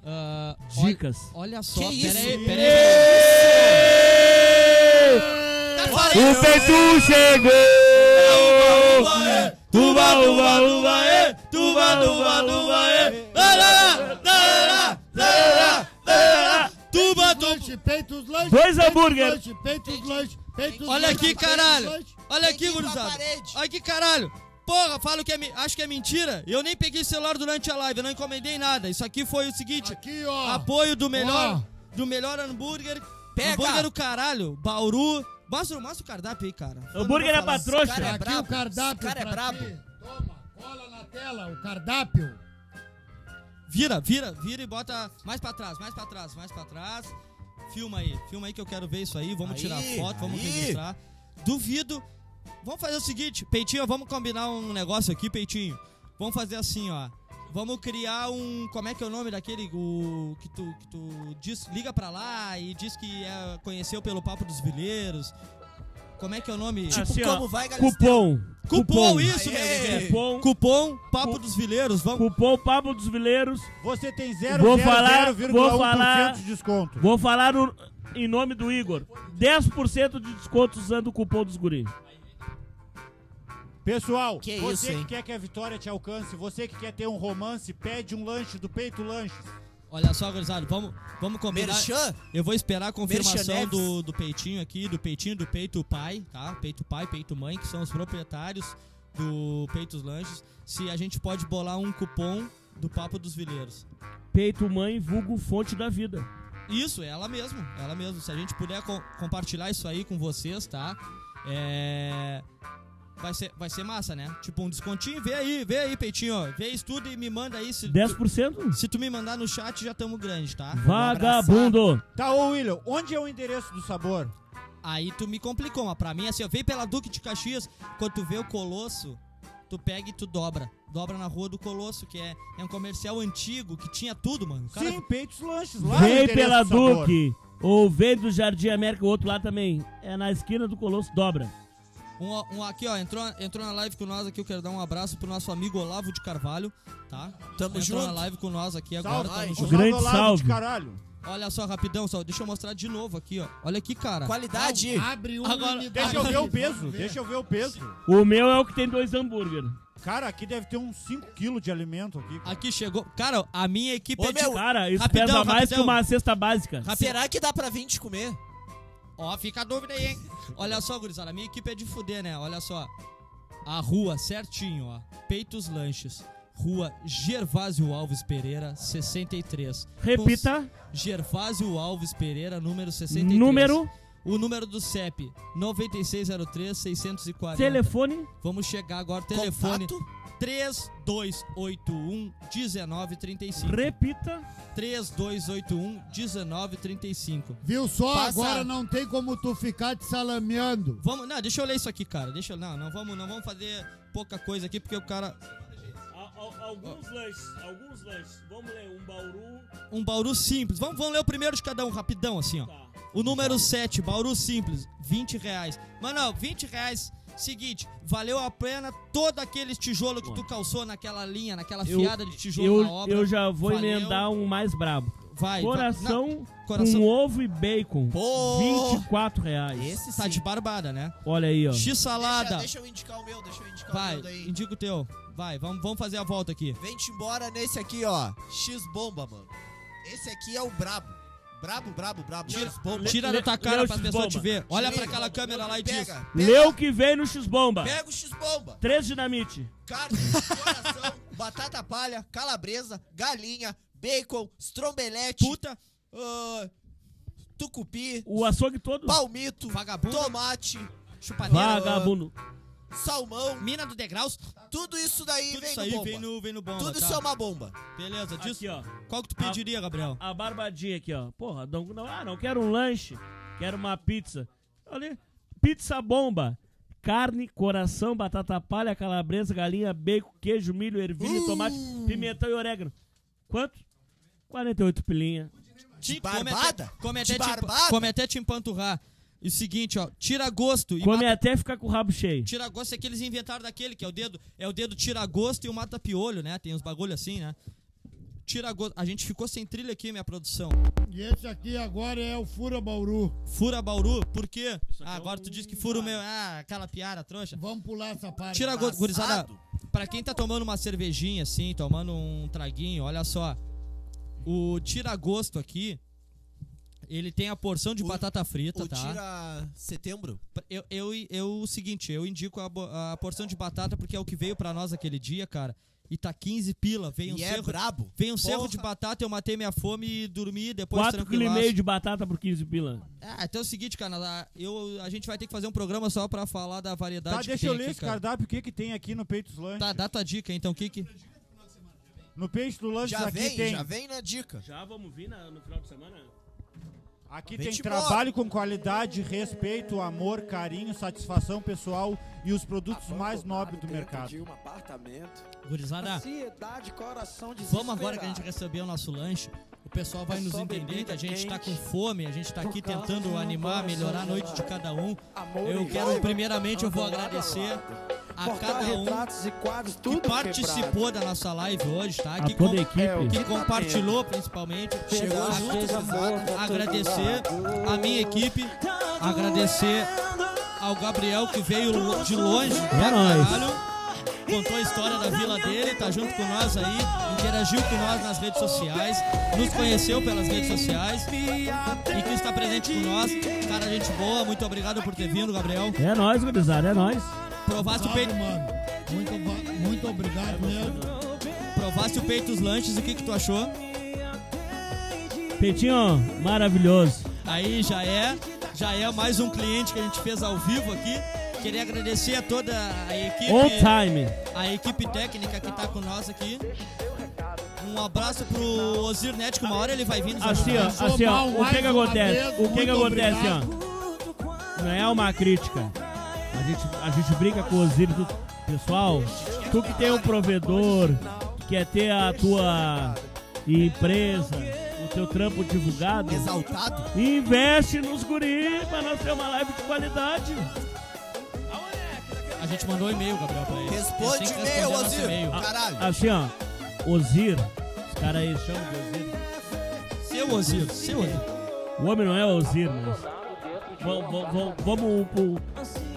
Speaker 4: ah, olha-
Speaker 5: Dicas.
Speaker 4: Olha só,
Speaker 1: Que isso?
Speaker 4: peraí, peraí.
Speaker 1: Tá
Speaker 5: O Petu chegou! Tuba, uba, uba, é! Tuba, uba, uba, é!
Speaker 4: Tuba, tuba.
Speaker 8: Lanche, peito os lanches.
Speaker 5: Dois hambúrguer.
Speaker 8: Lanche, peito os lanches. Peito os
Speaker 4: Olha
Speaker 8: lanches,
Speaker 4: aqui,
Speaker 8: peito os
Speaker 4: caralho.
Speaker 8: lanches.
Speaker 4: Olha
Speaker 1: Tem que
Speaker 4: aqui,
Speaker 1: ir pra
Speaker 4: gurizada.
Speaker 1: parede.
Speaker 4: Olha aqui, caralho. Porra, falo que é, me- acho que é mentira. Eu nem peguei celular durante a live, eu não encomendei nada. Isso aqui foi o seguinte:
Speaker 8: Aqui, ó.
Speaker 4: apoio do melhor, do melhor hambúrguer.
Speaker 1: Pega.
Speaker 4: Hambúrguer do caralho, Bauru. Mostra, mostra o cardápio aí, cara.
Speaker 5: Hambúrguer é pra
Speaker 1: Esse cara
Speaker 5: trouxa.
Speaker 1: é
Speaker 8: aqui
Speaker 1: brabo,
Speaker 8: o cardápio.
Speaker 1: esse cara é
Speaker 8: pra
Speaker 1: brabo.
Speaker 8: ti. Toma, cola na tela o cardápio.
Speaker 4: Vira, vira, vira e bota mais pra trás, mais pra trás, mais pra trás. Filma aí, filma aí que eu quero ver isso aí. Vamos
Speaker 1: Aí,
Speaker 4: tirar foto, vamos
Speaker 1: aí.
Speaker 4: registrar. Duvido. Vamos fazer o seguinte, Peitinho, vamos combinar um negócio aqui, Peitinho. Vamos fazer assim, ó. Vamos criar um. Como é que é o nome daquele? O, que tu, que tu diz, liga pra lá e diz que é, conheceu pelo Papo dos Vileiros. Como é que é o nome?
Speaker 5: Tipo,
Speaker 1: Tipo,
Speaker 5: Assim, ó,
Speaker 1: como vai, Galisteu?
Speaker 5: Cupom.
Speaker 4: é
Speaker 5: É,
Speaker 4: cupom, isso,
Speaker 1: Aê.
Speaker 4: mesmo.
Speaker 5: Cupom.
Speaker 4: Cupom Papo dos Vileiros. Vamos.
Speaker 5: Cupom Pablo dos Vileiros.
Speaker 2: Você tem
Speaker 5: Vou falar- vou
Speaker 2: 0,01%
Speaker 5: falar-
Speaker 2: de desconto.
Speaker 5: Vou falar no- em nome do Igor. 10% de desconto usando o cupom dos guri.
Speaker 2: Pessoal,
Speaker 1: Que isso,
Speaker 2: você
Speaker 1: hein?
Speaker 2: que quer que a vitória te alcance, você que quer ter um romance, pede um lanche do Peito Lanches.
Speaker 4: Olha só, gurizada, vamos, vamos combinar.
Speaker 1: Merchan?
Speaker 4: Eu vou esperar a confirmação
Speaker 1: Merchan
Speaker 4: do, do peitinho aqui, do peitinho, do peito pai, tá? Peito pai, peito mãe, que são os proprietários do Peitos Lanches, se a gente pode bolar um cupom do Papo dos Vileiros.
Speaker 5: Peito mãe, vulgo fonte da vida.
Speaker 4: Isso, é ela mesmo, ela mesmo. Se a gente puder co- compartilhar isso aí com vocês, tá? É. Vai ser, vai ser massa, né? Tipo um descontinho. Vê aí, vê aí, peitinho, ó. Vê isso tudo e me manda aí. Se,
Speaker 5: 10%?
Speaker 4: se tu me mandar no chat, já tamo grande, tá?
Speaker 5: Vagabundo!
Speaker 2: Tá, ô William, onde é o endereço do sabor?
Speaker 4: Aí tu me complicou, mas pra mim assim, ó, vem pela Duque de Caxias, quando tu vê o Colosso, tu pega e tu dobra. Dobra na rua do Colosso, que é, é um comercial antigo, que tinha tudo, mano. O cara-
Speaker 2: Sim, Peitos Lanches, lá no
Speaker 5: Vem
Speaker 2: endereço
Speaker 5: pela
Speaker 2: do sabor.
Speaker 5: Duque! Ou vem do Jardim América, o outro lá também. É na esquina do Colosso, dobra.
Speaker 4: Um, ó- um aqui, ó, entrou, entrou na live com nós aqui, eu quero dar um abraço pro nosso amigo Olavo de Carvalho, tá?
Speaker 1: Tamo
Speaker 4: entrou
Speaker 1: junto.
Speaker 4: na live com nós aqui agora,
Speaker 2: Salve,
Speaker 4: tamo
Speaker 2: Olavo
Speaker 4: junto.
Speaker 5: Grande
Speaker 2: Olavo de
Speaker 5: salve.
Speaker 2: caralho.
Speaker 4: Olha só, rapidão, só, deixa eu mostrar de novo aqui, ó. Olha aqui, cara.
Speaker 1: Qualidade.
Speaker 3: Abre
Speaker 8: um
Speaker 3: uma
Speaker 4: Agora,
Speaker 3: unidade.
Speaker 2: Deixa
Speaker 5: Ah,
Speaker 2: eu ver o peso,
Speaker 3: Vamos ver.
Speaker 2: deixa eu ver o peso.
Speaker 5: O meu é o que tem dois hambúrguer.
Speaker 2: Cara, aqui deve ter uns 5kg de alimento aqui.
Speaker 1: Ah, tá
Speaker 2: cara.
Speaker 4: Aqui chegou. Cara, a minha equipe
Speaker 1: Ô,
Speaker 4: é de-
Speaker 1: meu,
Speaker 5: Cara, isso
Speaker 4: Rapidão,
Speaker 5: pesa mais
Speaker 4: rapidão.
Speaker 5: que uma cesta básica.
Speaker 4: Rapi-
Speaker 1: Será que dá pra 20 comer?
Speaker 4: Ó, fica a dúvida aí, hein? Olha só, gurizada, a minha equipe é de fuder, né? Olha só. A rua, certinho, ó. Peitos Lanches. Rua Gervásio Alves Pereira, 63.
Speaker 5: Repita,
Speaker 4: Cons- Gervásio Alves Pereira, número 63.
Speaker 5: número,
Speaker 4: O número do CEP, 9603-640.
Speaker 5: telefone.
Speaker 4: Vamos chegar agora, telefone
Speaker 1: Contato?
Speaker 4: 3281-1935.
Speaker 5: Repita.
Speaker 4: 3281-1935.
Speaker 3: Viu só?
Speaker 1: Passa.
Speaker 3: Agora não tem como tu ficar te salameando.
Speaker 4: Vamos, não, deixa eu ler isso aqui, cara. Deixa eu, não, não vamos, não vamos fazer pouca coisa aqui porque o cara
Speaker 5: Alguns lanches, alguns lanches. Vamos ler um bauru.
Speaker 4: um Bauru simples. Vamos, vamos ler o primeiro de cada um rapidão assim, ó.
Speaker 5: Tá.
Speaker 4: O número 7, Bauru simples, 20 reais. Mano, 20 reais. Seguinte, valeu a pena todo aquele tijolo que tu calçou naquela linha, naquela
Speaker 5: Eu-
Speaker 4: fiada de tijolo na
Speaker 5: Eu,
Speaker 4: obra.
Speaker 5: eu já vou
Speaker 4: Valeu.
Speaker 5: emendar um mais brabo.
Speaker 4: Vai, vai.
Speaker 5: Coração,
Speaker 4: Não, coração.
Speaker 5: com ovo e bacon.
Speaker 1: Pô!
Speaker 5: 24 reais.
Speaker 1: Esse
Speaker 4: Tá
Speaker 1: sim.
Speaker 4: de barbada, né?
Speaker 5: Olha aí, ó.
Speaker 4: X salada.
Speaker 1: Deixa, deixa eu indicar o meu, deixa eu indicar o
Speaker 4: Vai,
Speaker 1: meu daí.
Speaker 4: indica o teu. Vai, vamos, vamos fazer a volta aqui.
Speaker 1: Vem-te embora nesse aqui, ó. X-bomba, mano. Esse aqui é o brabo. Brabo, brabo, brabo. X-bomba.
Speaker 4: Tira da
Speaker 5: Le-
Speaker 4: tua
Speaker 5: le-
Speaker 4: cara
Speaker 5: leite
Speaker 4: pra
Speaker 5: de
Speaker 4: pessoa te
Speaker 5: bomba.
Speaker 4: ver. Olha
Speaker 1: Tira.
Speaker 4: pra aquela câmera lá e diz.
Speaker 1: Pega,
Speaker 5: Leu que vem no X-Bomba.
Speaker 1: pega o X-bomba.
Speaker 5: Três dinamite.
Speaker 1: Carne, coração, batata palha, calabresa, galinha, bacon, strombelete,
Speaker 4: Puta,
Speaker 1: ah, tucupi,
Speaker 5: O açougue todo.
Speaker 1: palmito,
Speaker 4: Vagabundo.
Speaker 1: tomate,
Speaker 4: chupadeira.
Speaker 5: Vagabundo.
Speaker 1: salmão.
Speaker 4: Mina do degraus.
Speaker 1: Tudo isso daí
Speaker 4: Tudo
Speaker 1: vem
Speaker 4: isso
Speaker 1: no
Speaker 4: aí
Speaker 1: bomba.
Speaker 4: vem no, vem no bomba.
Speaker 1: Tudo
Speaker 4: tá?
Speaker 1: isso é uma bomba.
Speaker 4: Beleza, diz.
Speaker 5: Aqui, ó.
Speaker 4: Qual que tu pediria,
Speaker 1: Tá.
Speaker 4: Gabriel?
Speaker 5: A barbadinha aqui, ó. Porra, não, não- ah, não quero um lanche. Quero uma pizza. Olha, pizza bomba. Carne, coração, batata palha, calabresa, galinha, bacon, queijo, milho, ervilha,
Speaker 4: Uh!
Speaker 5: tomate, pimentão e orégano. Quanto? 48 pilinha.
Speaker 4: Te-
Speaker 1: barbada?
Speaker 4: Come até,
Speaker 1: De
Speaker 4: come até, te, empa-
Speaker 1: barbada?
Speaker 4: come até te empanturrar. E o seguinte, ó, tira gosto e
Speaker 5: Come
Speaker 4: mata-
Speaker 5: até ficar com o rabo cheio.
Speaker 4: Tira gosto é que eles inventaram daquele, que é o dedo. É o dedo tira gosto e o mata piolho, né? Tem uns bagulho assim, né? Tira gosto. A gente ficou sem trilha aqui, minha produção.
Speaker 3: E esse aqui agora é o Fura Bauru.
Speaker 4: Fura Bauru, por quê?
Speaker 1: é
Speaker 4: Ah, agora
Speaker 1: um
Speaker 4: tu diz que fura o meu. Ah, aquela piara, trouxa.
Speaker 3: Vamos pular essa parte.
Speaker 4: Tira gosto, gurizada. Pra quem tá tomando uma cervejinha assim, tomando um traguinho, olha só. O tira gosto aqui, ele tem a porção de
Speaker 1: O-
Speaker 4: batata frita,
Speaker 1: O
Speaker 4: tá?
Speaker 1: tira setembro.
Speaker 4: Eu, eu, eu, o seguinte, eu indico a, bo- a porção de batata porque é o que veio pra nós aquele dia, cara. E tá 15 pila, veio um
Speaker 1: e é
Speaker 4: cerro.
Speaker 1: brabo.
Speaker 4: Veio um cerro
Speaker 1: Porra.
Speaker 4: de batata, eu matei minha fome e dormi depois
Speaker 5: 4,5 kg e
Speaker 4: tranquilaço.
Speaker 5: meio de batata por 15 pila.
Speaker 4: Ah, então é o seguinte, cara, a- eu, a gente vai ter que fazer um programa só pra falar da variedade
Speaker 2: Tá,
Speaker 4: que
Speaker 2: deixa
Speaker 4: tem
Speaker 2: eu ler
Speaker 4: aqui,
Speaker 2: esse cardápio, o que que tem aqui no Peitos Lanches.
Speaker 4: Tá, dá tua dica então, o que que...
Speaker 2: No Peitos do Lanches
Speaker 1: Já
Speaker 2: aqui
Speaker 1: vem,
Speaker 2: tem...
Speaker 1: já vem na dica.
Speaker 5: Já vamos vir no final de semana?
Speaker 2: Aqui
Speaker 1: Vem
Speaker 2: tem
Speaker 1: te
Speaker 2: trabalho com qualidade, respeito, amor, carinho, satisfação pessoal e os produtos mais nobres do mercado.
Speaker 4: Gurizada, vamos agora que a gente recebeu o nosso lanche. O pessoal
Speaker 11: É
Speaker 4: vai nos entender que a gente tá com fome, a gente tá aqui tentando animar, melhorar a noite de cada um. Eu quero, primeiramente, eu vou agradecer a cada um
Speaker 11: e quadros,
Speaker 4: que participou da nossa live hoje, tá?
Speaker 5: A
Speaker 4: Que,
Speaker 5: toda a
Speaker 4: com-
Speaker 5: equipe.
Speaker 4: que compartilhou, principalmente.
Speaker 1: Chegou
Speaker 4: A-
Speaker 1: junto,
Speaker 4: agradecer a minha equipe, agradecer ao Gabriel, que veio lo- de longe,
Speaker 11: É nóis.
Speaker 4: Contou a história da vila dele, tá junto com nós aí, interagiu com nós nas redes sociais, nos conheceu pelas redes sociais e que está presente com nós. Cara, gente boa, muito obrigado por ter vindo, Gabriel.
Speaker 5: É nóis, gurizada, é nóis.
Speaker 4: Provaste o peito.
Speaker 3: Mano, muito, va- muito obrigado né? mesmo.
Speaker 4: Provaste o peito dos lanches, o que, que tu achou?
Speaker 5: Peitinho, maravilhoso.
Speaker 4: Aí já é, já é mais um cliente que a gente fez ao vivo aqui. Queria agradecer a toda a equipe.
Speaker 5: On time.
Speaker 4: A equipe técnica que tá com nós aqui. Um abraço pro Osir Net, que uma hora ele vai vir. nos
Speaker 5: Assim, ó,
Speaker 4: ajudar.
Speaker 5: assim, ó, o que que acontece? O que que acontece, ó? Não é uma crítica. A gente, a gente brinca com o Osiris. tu- Pessoal, tu que tem um provedor, tu quer ter a tua empresa, o teu trampo divulgado,
Speaker 1: Exaltado.
Speaker 5: investe nos guris pra nós ter uma live de qualidade.
Speaker 4: A gente mandou um e-mail, Gabriel, pra ele.
Speaker 1: Responde
Speaker 4: Eles têm que
Speaker 1: e-mail,
Speaker 4: responder nosso
Speaker 1: Osir.
Speaker 4: e-mail.
Speaker 1: Caralho.
Speaker 5: Assim, ó, Osir, os caras aí chamam de Osir.
Speaker 4: Seu Osir, seu Osir.
Speaker 5: O homem não é Osir, mas. Vamos, vamos, vamos pro-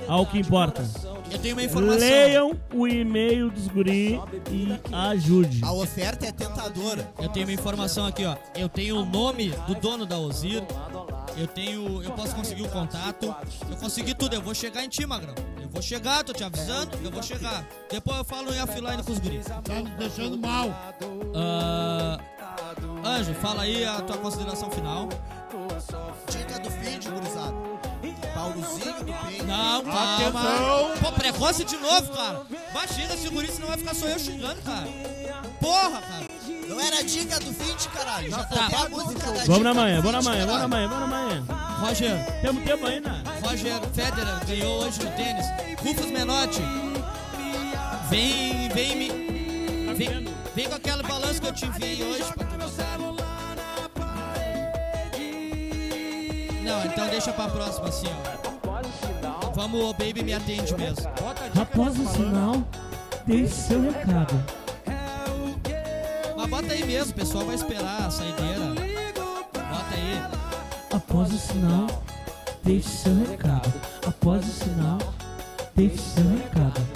Speaker 5: ao que importa.
Speaker 4: Eu tenho uma informação.
Speaker 5: Leiam o e-mail dos guri e ajude.
Speaker 1: A oferta é tentadora.
Speaker 4: Eu tenho uma informação aqui, ó. Eu tenho o nome do dono da Osir. Eu tenho. Eu posso conseguir o contato. Eu consegui tudo. Eu vou chegar em ti, Magrão. Eu vou chegar, tô te avisando. Eu vou chegar. Depois eu falo em offline com os guris.
Speaker 3: Tá nos deixando mal.
Speaker 4: Ah, Anjo, fala aí a tua consideração final.
Speaker 1: Dica do feed, gurizada. Paulozinho do peito.
Speaker 4: Não, calma.
Speaker 2: Atenção.
Speaker 4: Pô, precoce de novo, cara. Imagina, segura isso, não vai ficar só eu xingando, cara. Porra, cara.
Speaker 1: Não era dica do feed, caralho. Já
Speaker 4: Tá.
Speaker 1: faltei a música da
Speaker 5: Vamos
Speaker 1: dica
Speaker 5: na manhã,
Speaker 1: do
Speaker 5: vamos na
Speaker 1: feed,
Speaker 5: manhã, vamos
Speaker 1: caralho.
Speaker 5: na manhã, vamos na manhã.
Speaker 4: Roger,
Speaker 5: Temos tempo ainda.
Speaker 4: Roger Federer ganhou hoje no tênis. Rufus Menotti, vem, vem me. Vem, vem com aquele balanço que eu te enviei hoje. pra tu mostrar. Não, então deixa pra próxima assim, ó. Vamos, o baby me atende mesmo.
Speaker 11: Após o sinal, deixe seu recado.
Speaker 4: Mas bota aí mesmo, o pessoal vai esperar a saideira. Bota aí.
Speaker 11: Após o sinal, deixe seu recado. Após o sinal, deixe seu recado.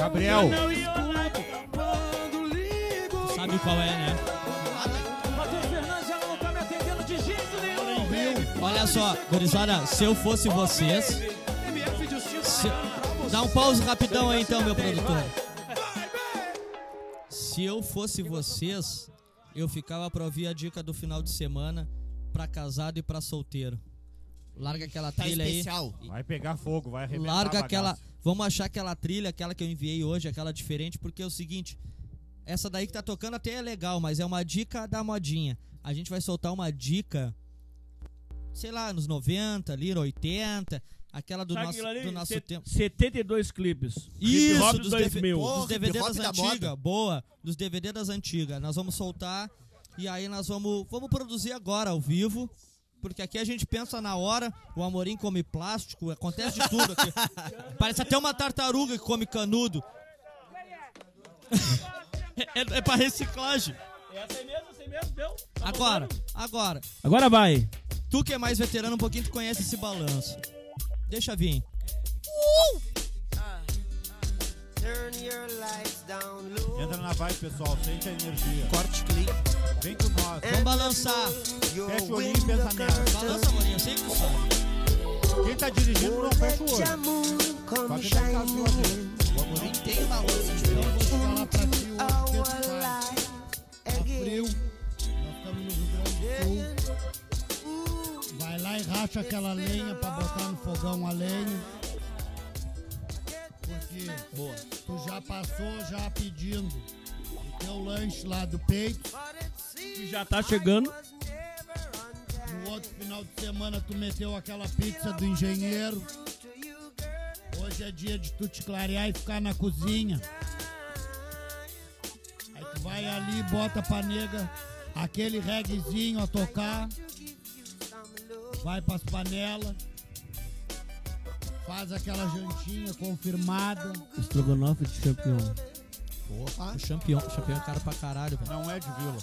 Speaker 2: Gabriel,
Speaker 4: Tu sabe qual é, né? Olha só, gurizada, se eu fosse vocês. se- Dá um pause rapidão aí então, meu produtor. Se eu fosse vocês, eu ficava pra ouvir a dica do final de semana pra casado e pra solteiro. Larga aquela
Speaker 1: Tá
Speaker 4: trilha aí.
Speaker 1: especial.
Speaker 2: vai pegar fogo, vai arrebentar
Speaker 4: Larga
Speaker 2: a bagaça.
Speaker 4: aquela. Vamos achar aquela trilha, aquela que eu enviei hoje, aquela diferente, porque é o seguinte: essa daí que tá tocando até é legal, mas é uma dica da modinha. A gente vai soltar uma dica, sei lá, nos 90, ali, 80, aquela do
Speaker 5: Sabe
Speaker 4: nosso,
Speaker 5: aquilo ali?
Speaker 4: do nosso
Speaker 5: Set-
Speaker 4: tempo.
Speaker 5: 72 clipes. Hip
Speaker 4: Isso,
Speaker 5: Hop
Speaker 4: dos,
Speaker 5: 2000.
Speaker 4: DV dos
Speaker 1: Porra,
Speaker 4: DVD
Speaker 1: hip hop
Speaker 4: das
Speaker 1: da moda.
Speaker 4: antigas. Boa, dos DVD das antigas. Nós vamos soltar e aí nós vamos, vamos produzir agora ao vivo. Porque aqui a gente pensa na hora, o Amorim come plástico, acontece de tudo aqui. Parece até uma tartaruga que come canudo. é, é pra reciclagem.
Speaker 5: Tá
Speaker 4: Agora, agora.
Speaker 5: Agora vai.
Speaker 4: Tu que é mais veterano um pouquinho, tu conhece esse balanço. Deixa vir.
Speaker 2: Entra na vibe, pessoal, sente a energia.
Speaker 1: Corte clean.
Speaker 2: Vem com nós.
Speaker 4: Vamos balançar.
Speaker 2: Fecha o olhinho e pensa nela.
Speaker 4: Balança, Amorim, eu sei que tu sabe.
Speaker 2: Quem tá dirigindo não fecha o olho. Só quem tá em casa não abre.
Speaker 1: Nem tem uma música diferente.
Speaker 3: falar pra ti o que tu faz. Tá frio. Nós estamos no Rio Grande do Sul. Vai lá e racha aquela lenha pra botar no fogão a lenha. Porque tu já passou já pedindo o teu lanche lá do peito.
Speaker 5: Que já tá chegando.
Speaker 3: No outro final de semana tu meteu aquela pizza do engenheiro. Hoje é dia de tu te clarear e ficar na cozinha. Aí tu vai ali, bota pra nega aquele reguezinho a tocar. Vai pras panelas. Faz aquela jantinha confirmada.
Speaker 5: Estrogonofe de campeão.
Speaker 2: é
Speaker 4: O campeão, o campeão é caro pra caralho, velho.
Speaker 2: Não é de vila.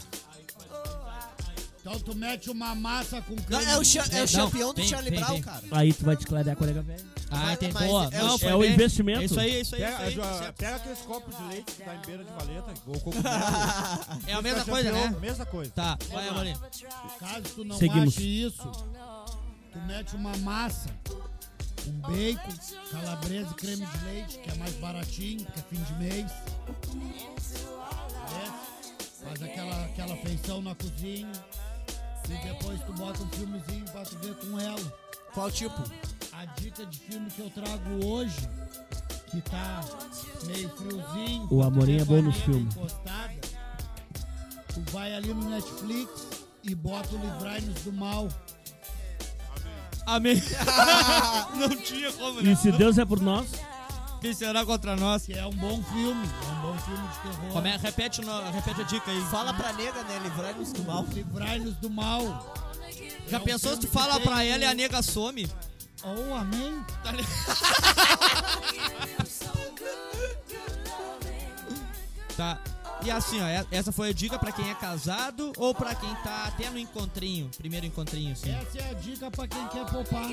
Speaker 3: Então tu mete uma massa com creme.
Speaker 1: é o cha- é o Não,
Speaker 3: campeão
Speaker 1: champion do tem- Charlie tem- Brown, tem. cara.
Speaker 11: Aí tu vai declarar colega velho.
Speaker 4: Ah, tem
Speaker 11: mas
Speaker 4: boa.
Speaker 11: é o-
Speaker 4: Não, foi
Speaker 11: é o
Speaker 4: bem.
Speaker 11: investimento.
Speaker 4: É Isso aí, é isso aí.
Speaker 2: Pega,
Speaker 4: isso aí.
Speaker 2: a-
Speaker 4: Certo.
Speaker 2: pega aqueles copos de leite que dá em beira de valeta. Ou coco tá
Speaker 4: É a mesma coisa, né?
Speaker 2: Mesma coisa.
Speaker 4: Tá, vai, Amorim.
Speaker 3: Caso tu não
Speaker 2: Seguimos.
Speaker 3: ache isso, tu mete uma massa com bacon, calabresa e creme de leite, que é mais baratinho, que é fim de mês. É, Faz aquela, aquela feição na cozinha. E depois tu bota um filmezinho pra tu ver com ela.
Speaker 1: Qual tipo?
Speaker 3: A dica de filme que eu trago hoje, que tá meio friozinho.
Speaker 11: O Amorim é bom nos
Speaker 3: vareta
Speaker 11: filmes.
Speaker 3: encostada, Tu vai ali no Netflix e bota o Livrai-nos do Mal.
Speaker 4: Amém. Não tinha como, né?
Speaker 5: E se Deus é por nós,
Speaker 4: Vencerá contra nós.
Speaker 3: Que é um bom filme. É um bom filme de terror.
Speaker 4: Como é? Repete, o no- repete a dica aí.
Speaker 1: Fala pra nega, né? Livrai-nos do mal.
Speaker 3: Livrai-nos do mal.
Speaker 4: Já
Speaker 3: É um
Speaker 4: pensou se
Speaker 3: filme
Speaker 4: tu
Speaker 3: que
Speaker 4: fala
Speaker 3: tem
Speaker 4: pra ela e a
Speaker 3: um-
Speaker 4: nega some?
Speaker 3: Oh, amém.
Speaker 4: Tá. E assim, ó, é- essa foi a dica pra quem é casado ou pra quem tá até no encontrinho, primeiro encontrinho, assim.
Speaker 3: Essa é a dica pra quem quer poupar.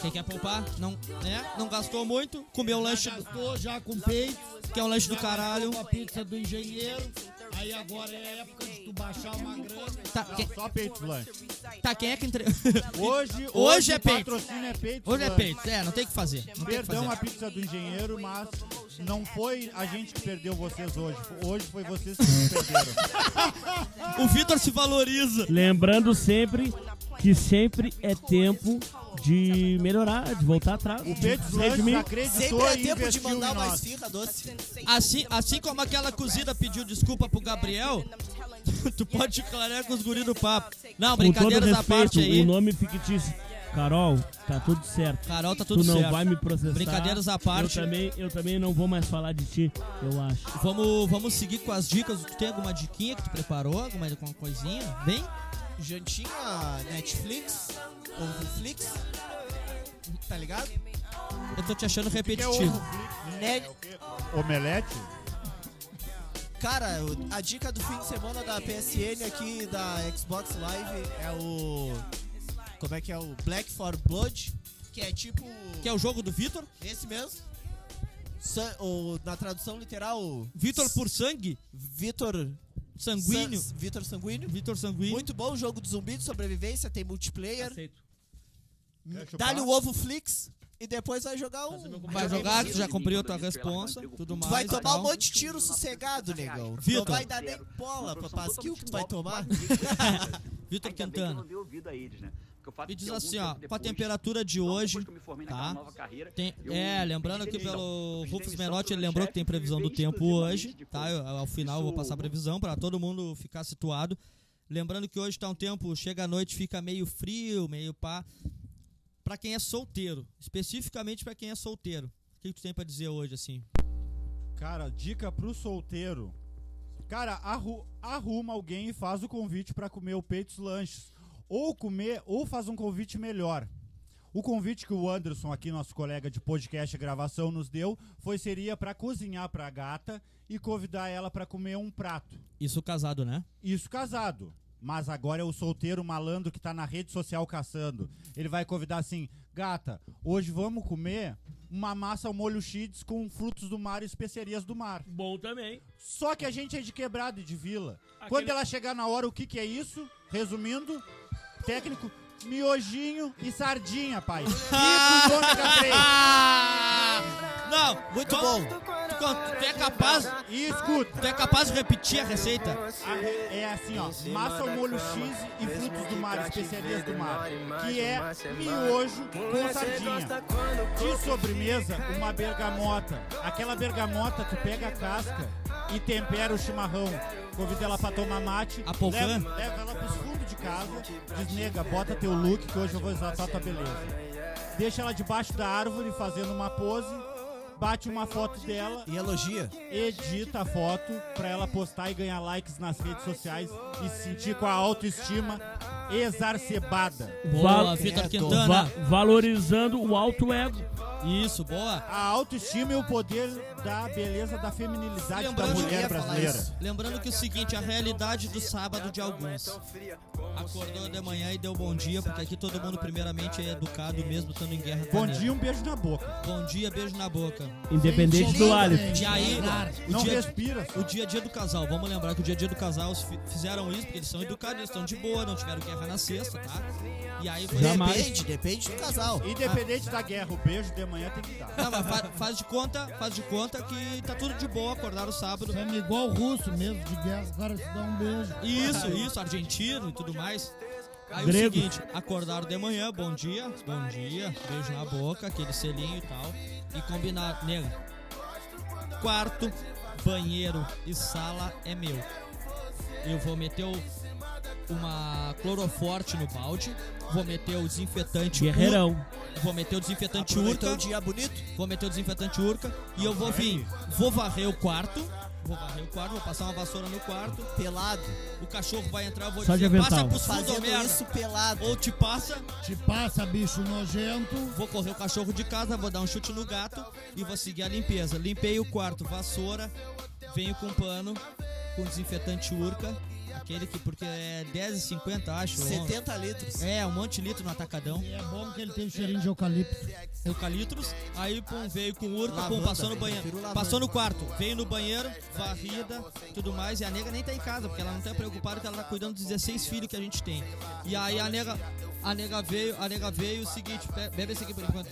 Speaker 4: Quem quer poupar, não, né? Não gastou muito, comeu o lanche, do-
Speaker 3: Gastou já com peito.
Speaker 4: que é o lanche do
Speaker 3: já
Speaker 4: caralho.
Speaker 3: gastou com a pizza do engenheiro. Aí agora é a época de tu baixar uma grana.
Speaker 4: Tá, quem,
Speaker 2: Só peito lanche.
Speaker 4: tá, quem é que entre...
Speaker 2: Hoje, hoje,
Speaker 4: Hoje é
Speaker 2: o
Speaker 4: peito.
Speaker 2: patrocínio é peito.
Speaker 4: Hoje é
Speaker 2: lanche.
Speaker 4: peito, é, não tem o que fazer. Não tem o que
Speaker 2: Perdão a
Speaker 4: fazer.
Speaker 2: pizza do engenheiro, mas não foi a gente que perdeu vocês hoje. Hoje foi vocês que nos perderam.
Speaker 4: O Vitor se valoriza.
Speaker 5: lembrando sempre que sempre é tempo de melhorar, de voltar atrás.
Speaker 2: O Peito
Speaker 5: de
Speaker 2: Lanches
Speaker 5: redimir.
Speaker 2: acreditou
Speaker 1: Sempre é
Speaker 2: e
Speaker 1: tempo de
Speaker 2: investiu em
Speaker 1: mandar uma
Speaker 2: nós.
Speaker 1: esfirra doce.
Speaker 4: Assim, assim como aquela cozida pediu desculpa pro Gabriel, tu pode declarar com os guris do papo. Não,
Speaker 5: Com todo
Speaker 4: brincadeiras à parte
Speaker 5: respeito,
Speaker 4: aí.
Speaker 5: o nome fictício. Carol, tá tudo certo.
Speaker 4: Carol, tá tudo
Speaker 5: tu não
Speaker 4: certo.
Speaker 5: vai me processar.
Speaker 4: Brincadeiras à parte.
Speaker 5: Eu também, eu também não vou mais falar de ti, eu acho.
Speaker 4: Vamos, vamos seguir com as dicas. Tu tem alguma diquinha que tu preparou? Alguma, alguma coisinha? Vem?
Speaker 1: Jantinha Netflix, ou Flix, tá ligado?
Speaker 4: Eu tô te achando
Speaker 2: Que é
Speaker 4: repetitivo.
Speaker 2: ovo frito, né?
Speaker 1: Net,
Speaker 2: É o quê? Omelete?
Speaker 1: Cara, o- a dica do fim de semana da PSN aqui da Xbox Live é o. Como é que é o Black for Blood? Que é tipo.
Speaker 4: Que é o jogo do Vitor?
Speaker 1: Esse mesmo? San- ou, na tradução literal,
Speaker 4: Vitor por sangue?
Speaker 1: Vitor
Speaker 4: Sanguíneo?
Speaker 1: San- Vitor Sanguíneo.
Speaker 4: Vitor sanguíneo?
Speaker 1: Muito bom o jogo do zumbi de sobrevivência, tem multiplayer.
Speaker 5: Aceito.
Speaker 1: Dá-lhe o ovo Flix e depois vai jogar um.
Speaker 4: Vai jogar, tu já cumpriu a tua responsa, tudo
Speaker 1: Tu
Speaker 4: mais.
Speaker 1: vai
Speaker 4: e
Speaker 1: tomar
Speaker 4: tal.
Speaker 1: um monte de tiro sossegado, negão. Tu Não
Speaker 4: Vitor.
Speaker 1: vai dar nem bola pra pasquil que tu vai tomar.
Speaker 4: Vitor
Speaker 12: Ainda bem que eu não
Speaker 4: Quintana.
Speaker 12: dei ouvido a eles, né? Porque o fato
Speaker 4: Me
Speaker 12: é que
Speaker 4: diz
Speaker 12: algum
Speaker 4: assim,
Speaker 12: tempo
Speaker 4: ó, com a
Speaker 12: depois,
Speaker 4: temperatura de
Speaker 12: logo
Speaker 4: hoje,
Speaker 12: depois que eu me formei naquela
Speaker 4: tá?
Speaker 12: nova carreira,
Speaker 4: Tem-
Speaker 12: eu
Speaker 4: é,
Speaker 12: pedi
Speaker 4: lembrando que
Speaker 12: demissão.
Speaker 4: pelo
Speaker 12: Pedi
Speaker 4: Rufus
Speaker 12: demissão
Speaker 4: Menotti,
Speaker 12: pro
Speaker 4: ele
Speaker 12: meu
Speaker 4: lembrou
Speaker 12: chefe,
Speaker 4: que tem previsão
Speaker 12: viver
Speaker 4: do tempo
Speaker 12: exclusivamente
Speaker 4: hoje,
Speaker 12: de
Speaker 4: tá?
Speaker 12: folga.
Speaker 4: Eu- ao final eu vou passar a previsão pra todo mundo ficar situado. Lembrando que hoje tá um tempo, chega à noite, fica meio frio, meio pá. Pra quem é solteiro, especificamente pra quem é solteiro. O que, que tu tem pra dizer hoje, assim?
Speaker 2: Cara, dica pro solteiro. Cara, arru- arruma alguém e faz o convite pra comer o Peitos Lanches. Ou comer, ou faz um convite melhor. O convite que o Anderson, aqui nosso colega de podcast e gravação, nos deu foi seria pra cozinhar pra gata e convidar ela pra comer um prato.
Speaker 4: Isso casado, né?
Speaker 2: Isso casado. Mas agora é o solteiro malandro que tá na rede social caçando. Ele vai convidar assim: gata, hoje vamos comer uma massa ao molho cheats com frutos do mar e especiarias do mar.
Speaker 5: Bom também.
Speaker 2: Só que a gente é de quebrado e de vila.
Speaker 5: Aquele-
Speaker 2: Quando ela chegar na hora, o que, que é isso? Resumindo, técnico, miojinho e sardinha, pai. Rico, dona Capri.
Speaker 4: Não, muito bom. Tu, con- tu é capaz,
Speaker 2: E escuta,
Speaker 4: tu é capaz de repetir a receita?
Speaker 2: a re- é assim, ó, massa ao molho cheese e frutos do mar, especiarias do mar, que é miojo com sardinha. De sobremesa, uma bergamota. Aquela bergamota, tu pega a casca e tempera o chimarrão. Convida ela pra tomar mate.
Speaker 4: A polcã?
Speaker 2: Leva, leva ela pros fundos de casa. Diz, nega, bota teu look que hoje eu vou exaltar tua beleza. Deixa ela debaixo da árvore fazendo uma pose. Bate uma foto dela,
Speaker 1: E elogia.
Speaker 2: edita a foto pra ela postar e ganhar likes nas redes sociais e se sentir com a autoestima exarcebada.
Speaker 4: Boa,
Speaker 5: Val-
Speaker 4: Vitor
Speaker 1: Credo.
Speaker 4: Quintana.
Speaker 5: Va- valorizando o alto ego.
Speaker 4: Isso, boa.
Speaker 2: A autoestima e o poder da beleza da feminilidade da mulher brasileira.
Speaker 4: Lembrando que é o seguinte, a realidade do sábado de alguns. Acordou de manhã e deu bom dia, porque aqui todo mundo primeiramente é educado mesmo estando em guerra.
Speaker 2: Bom dia, um beijo na boca.
Speaker 4: Bom dia, beijo na boca.
Speaker 5: Independente do hálito.
Speaker 4: E aí, o
Speaker 2: Não
Speaker 4: dia,
Speaker 2: respira.
Speaker 4: O dia a dia do casal. Vamos lembrar que o dia a dia do casal os fi- fizeram isso porque eles são educados, eles estão de boa, não tiveram guerra na sexta, tá? E aí foi
Speaker 5: Jamais.
Speaker 1: Depende, depende do casal.
Speaker 2: Independente da guerra, o beijo de manhã tem que dar.
Speaker 4: Não, mas fa- faz de conta, faz de conta que tá tudo de boa, acordaram sábado.
Speaker 3: Somos igual o russo mesmo, de guerra, o cara te dá um beijo.
Speaker 4: Isso, isso, argentino e tudo mais. Aí é
Speaker 5: Grego.
Speaker 4: o seguinte, acordaram de manhã, bom dia, bom dia, beijo na boca, aquele selinho e tal. E combinar, nego. Quarto, banheiro e sala é meu. Eu vou meter o- uma cloroforte no balde, vou meter o desinfetante ur-
Speaker 5: Guerreirão.
Speaker 4: Vou meter o desinfetante
Speaker 1: Aproveitou
Speaker 4: urca.
Speaker 1: o dia bonito.
Speaker 4: Vou meter o desinfetante urca e eu vou vir. Vou varrer o quarto. Vou varrer o quarto, vou passar uma vassoura no quarto.
Speaker 1: Pelado.
Speaker 4: O cachorro vai entrar, eu vou
Speaker 5: Só de
Speaker 4: dizer, passa
Speaker 5: avental.
Speaker 4: pros fundos ou
Speaker 1: Fazendo
Speaker 4: merda.
Speaker 1: isso pelado.
Speaker 4: Ou te passa,
Speaker 3: Te passa, bicho nojento.
Speaker 4: vou correr o cachorro de casa, vou dar um chute no gato e vou seguir a limpeza. Limpei o quarto, vassoura, venho com pano, com desinfetante urca. Aquele que, porque é 10,50, acho.
Speaker 1: 70 litros.
Speaker 4: É, um monte de litro no atacadão.
Speaker 3: E é bom que ele tem o cheirinho de eucalipto.
Speaker 4: eucalitros, aí pum, veio com urca, pum,
Speaker 1: Lavanda,
Speaker 4: passou no
Speaker 1: velho,
Speaker 4: banheiro,
Speaker 1: prefiro lavanda.
Speaker 4: passou no quarto, veio no banheiro, varrida, tudo mais, e a nega nem tá em casa, porque ela não tá preocupada que ela tá cuidando dos 16 filhos que a gente tem. E aí a nega, a nega veio, a nega veio, o seguinte, pe- bebe esse aqui por enquanto.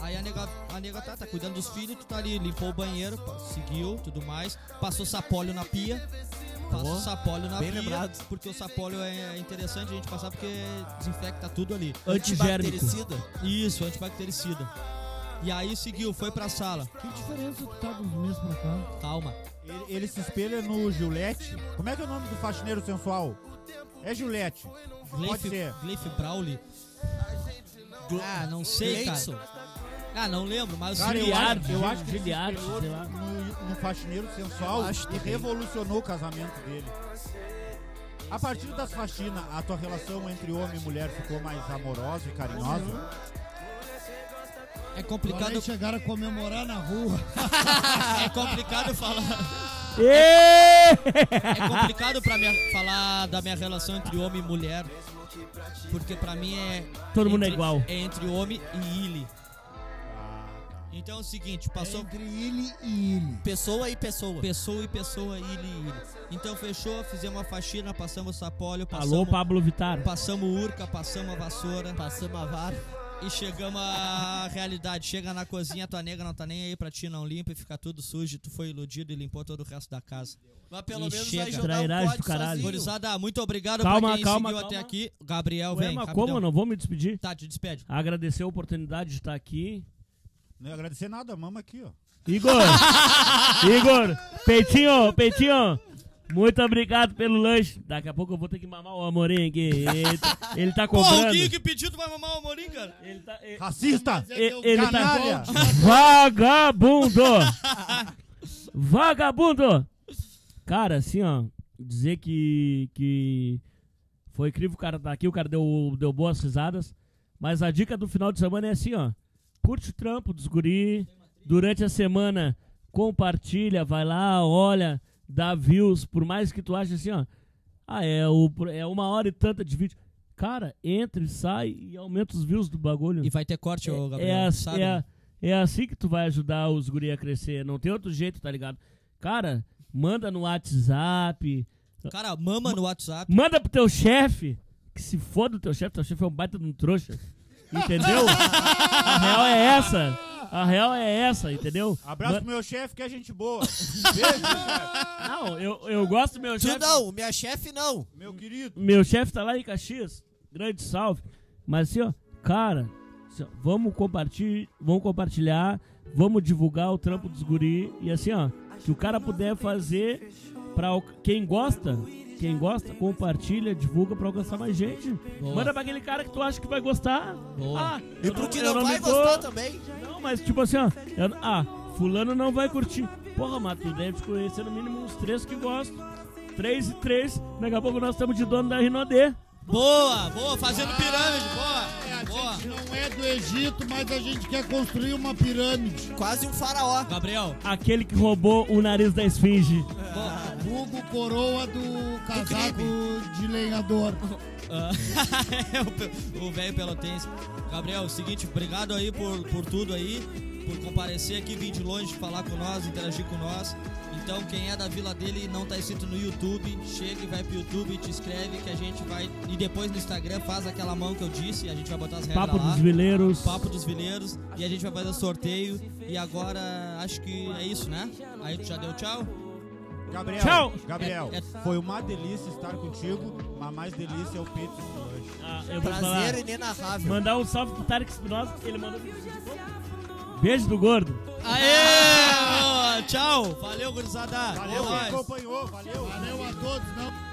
Speaker 4: Aí a nega, a nega tá, tá cuidando dos filhos, tu tá ali, limpou o banheiro, pa- seguiu, tudo mais, passou sapólio na pia. Passa o
Speaker 1: Boa,
Speaker 4: sapólio na
Speaker 1: bem
Speaker 4: pia,
Speaker 1: lembrado.
Speaker 4: porque o sapólio é interessante a gente passar porque desinfecta tudo ali.
Speaker 5: Antigérmico.
Speaker 1: Bactericida.
Speaker 4: Isso, antibactericida. E aí seguiu, foi pra sala.
Speaker 8: Que diferença tu tá dos meses pra cá?
Speaker 4: Calma.
Speaker 2: Ele, ele se espelha no Gillette. Como é que é o nome do faxineiro sensual? É Gillette. Pode
Speaker 4: Gleif,
Speaker 2: ser.
Speaker 4: Gleif Brawley. Ah, não sei,
Speaker 1: Gleison.
Speaker 4: cara. Ah, não lembro, mas
Speaker 2: Cara, eu
Speaker 5: Giliard,
Speaker 2: acho, eu acho que ele se
Speaker 5: Giliard,
Speaker 2: espelhou
Speaker 5: sei lá.
Speaker 2: no, no faxineiro sensual
Speaker 1: Eu acho
Speaker 2: e
Speaker 1: também.
Speaker 2: revolucionou o casamento dele. A partir das faxinas, a tua relação entre homem e mulher ficou mais amorosa e carinhosa?
Speaker 4: é
Speaker 3: Agora
Speaker 4: complicado,
Speaker 3: eles chegaram a comemorar na rua.
Speaker 4: é complicado falar,
Speaker 5: Ê!
Speaker 4: é complicado para falar da minha relação entre homem e mulher, porque pra mim é
Speaker 5: Todo mundo é
Speaker 4: entre-
Speaker 5: igual.
Speaker 4: É entre homem e ele. Então é o seguinte, passou
Speaker 3: Entre ele e ele.
Speaker 1: Pessoa e pessoa.
Speaker 4: pessoa e pessoa, ele e ele. Então fechou, fizemos uma faxina, passamos sapólio, passamos
Speaker 5: Alô, Pablo Vittar.
Speaker 4: Passamos urca, passamos a vassoura. Passamos a vara. E chegamos à realidade. Chega na cozinha, tua nega não tá nem aí pra ti, não limpa e fica tudo sujo. Tu foi iludido e limpou todo o resto da casa.
Speaker 1: Mas pelo
Speaker 4: E
Speaker 1: menos
Speaker 4: chega.
Speaker 1: vai jogar um
Speaker 5: Trairagem do
Speaker 1: código
Speaker 5: caralho.
Speaker 1: sozinho.
Speaker 4: Gurizada, muito obrigado
Speaker 5: Calma,
Speaker 4: pra quem
Speaker 5: calma,
Speaker 4: seguiu
Speaker 5: calma.
Speaker 4: até aqui. Gabriel,
Speaker 5: Ué,
Speaker 4: vem.
Speaker 5: mas
Speaker 4: rapidão.
Speaker 5: como eu não vou me despedir?
Speaker 4: Tá, te despede.
Speaker 5: Agradecer a oportunidade de estar aqui.
Speaker 2: Não ia agradecer nada, mama aqui, ó.
Speaker 5: Igor! Igor! Peitinho, Peitinho! Muito obrigado pelo lanche. Daqui a pouco eu vou ter que mamar o amorinho aqui. Ele, tá- ele tá
Speaker 4: Porra, o
Speaker 5: cobrando.
Speaker 4: Gui que pediu, tu vai mamar o Amorim, cara?
Speaker 5: Ele tá, ele,
Speaker 2: Racista!
Speaker 5: ele- ele tá
Speaker 2: Canalha!
Speaker 5: Vagabundo! Vagabundo! Cara, assim, ó, dizer que, que foi incrível o cara tá aqui, o cara deu, deu boas risadas, mas a dica do final de semana é assim, ó, curte o trampo dos guri, durante a semana compartilha, vai lá, olha, dá views, por mais que tu ache assim, ó, ah, é, o, é uma hora e tanta de vídeo. Cara, entra e sai e aumenta os views do bagulho.
Speaker 4: E vai ter corte, ô Gabriel.
Speaker 5: É, ass-
Speaker 4: sabe? né?
Speaker 5: é a- é assim que tu vai ajudar os guri a crescer. Não tem outro jeito, tá ligado? Cara, manda no WhatsApp.
Speaker 4: Cara, mama no WhatsApp.
Speaker 5: Manda pro teu chefe. Que se foda o teu chefe. Teu chefe é um baita de um trouxa. Entendeu? a real é essa. A real é essa, entendeu?
Speaker 2: Abraço
Speaker 5: Ma-
Speaker 2: pro meu chefe, que é gente boa. Beijo, chefe.
Speaker 5: Não, eu, eu gosto do meu
Speaker 1: Tu
Speaker 5: chefe.
Speaker 1: não, minha chefe não.
Speaker 2: meu querido.
Speaker 5: Meu chefe tá lá em Caxias. Grande salve. Mas assim, ó, cara, assim, ó, vamos compartilhar, vamos compartilhar, vamos divulgar o trampo dos guri e assim, ó, que o cara puder fazer para quem gosta, quem gosta, compartilha, divulga pra alcançar mais gente.
Speaker 4: Boa.
Speaker 5: Manda pra aquele cara que tu acha que vai gostar.
Speaker 4: Boa.
Speaker 5: Ah,
Speaker 1: E
Speaker 5: eu
Speaker 1: pro que
Speaker 5: eu
Speaker 1: não vai
Speaker 5: me
Speaker 1: gostar
Speaker 5: dou-
Speaker 1: também.
Speaker 5: não, mas tipo assim, ó. eu- ah, fulano não vai curtir. Porra, mas tu deve conhecer no mínimo uns três que gostam. Três e três. Daqui a pouco nós estamos de dono da Rinodê.
Speaker 4: Boa, boa, fazendo pirâmide, boa. boa.
Speaker 3: Não é do Egito, mas a gente quer construir uma pirâmide.
Speaker 1: Quase um faraó.
Speaker 4: Gabriel.
Speaker 5: Aquele que roubou o nariz da esfinge.
Speaker 3: Hugo Coroa do casaco de lenhador.
Speaker 4: Ah, o velho pelotense. Gabriel, é o seguinte, obrigado aí por, por tudo aí, por comparecer aqui, vir de longe, falar com nós, interagir com nós. Então, quem é da vila dele e não tá inscrito no YouTube, chega e vai pro YouTube, te inscreve que a gente vai. E depois no Instagram faz aquela mão que eu disse, a gente vai botar as regras
Speaker 5: Papo
Speaker 4: lá.
Speaker 5: dos Vileiros.
Speaker 4: É, ah, Papo dos Vileiros. E a gente vai fazer o sorteio. E agora acho que é isso, né? Aí tu já deu tchau?
Speaker 2: Gabriel,
Speaker 4: Tchau!
Speaker 2: Gabriel,
Speaker 4: É- é-
Speaker 2: foi uma delícia estar contigo, mas mais delícia é o peito do lanche.
Speaker 5: Ah, Eu vou falar. Mandar um salve pro Tarek Espinosa, que ele mandou. um Beijo do gordo.
Speaker 4: Aê! Tchau! Valeu, gurizada!
Speaker 2: Valeu
Speaker 4: É nóis.
Speaker 2: quem acompanhou, valeu.
Speaker 3: Valeu a todos, não.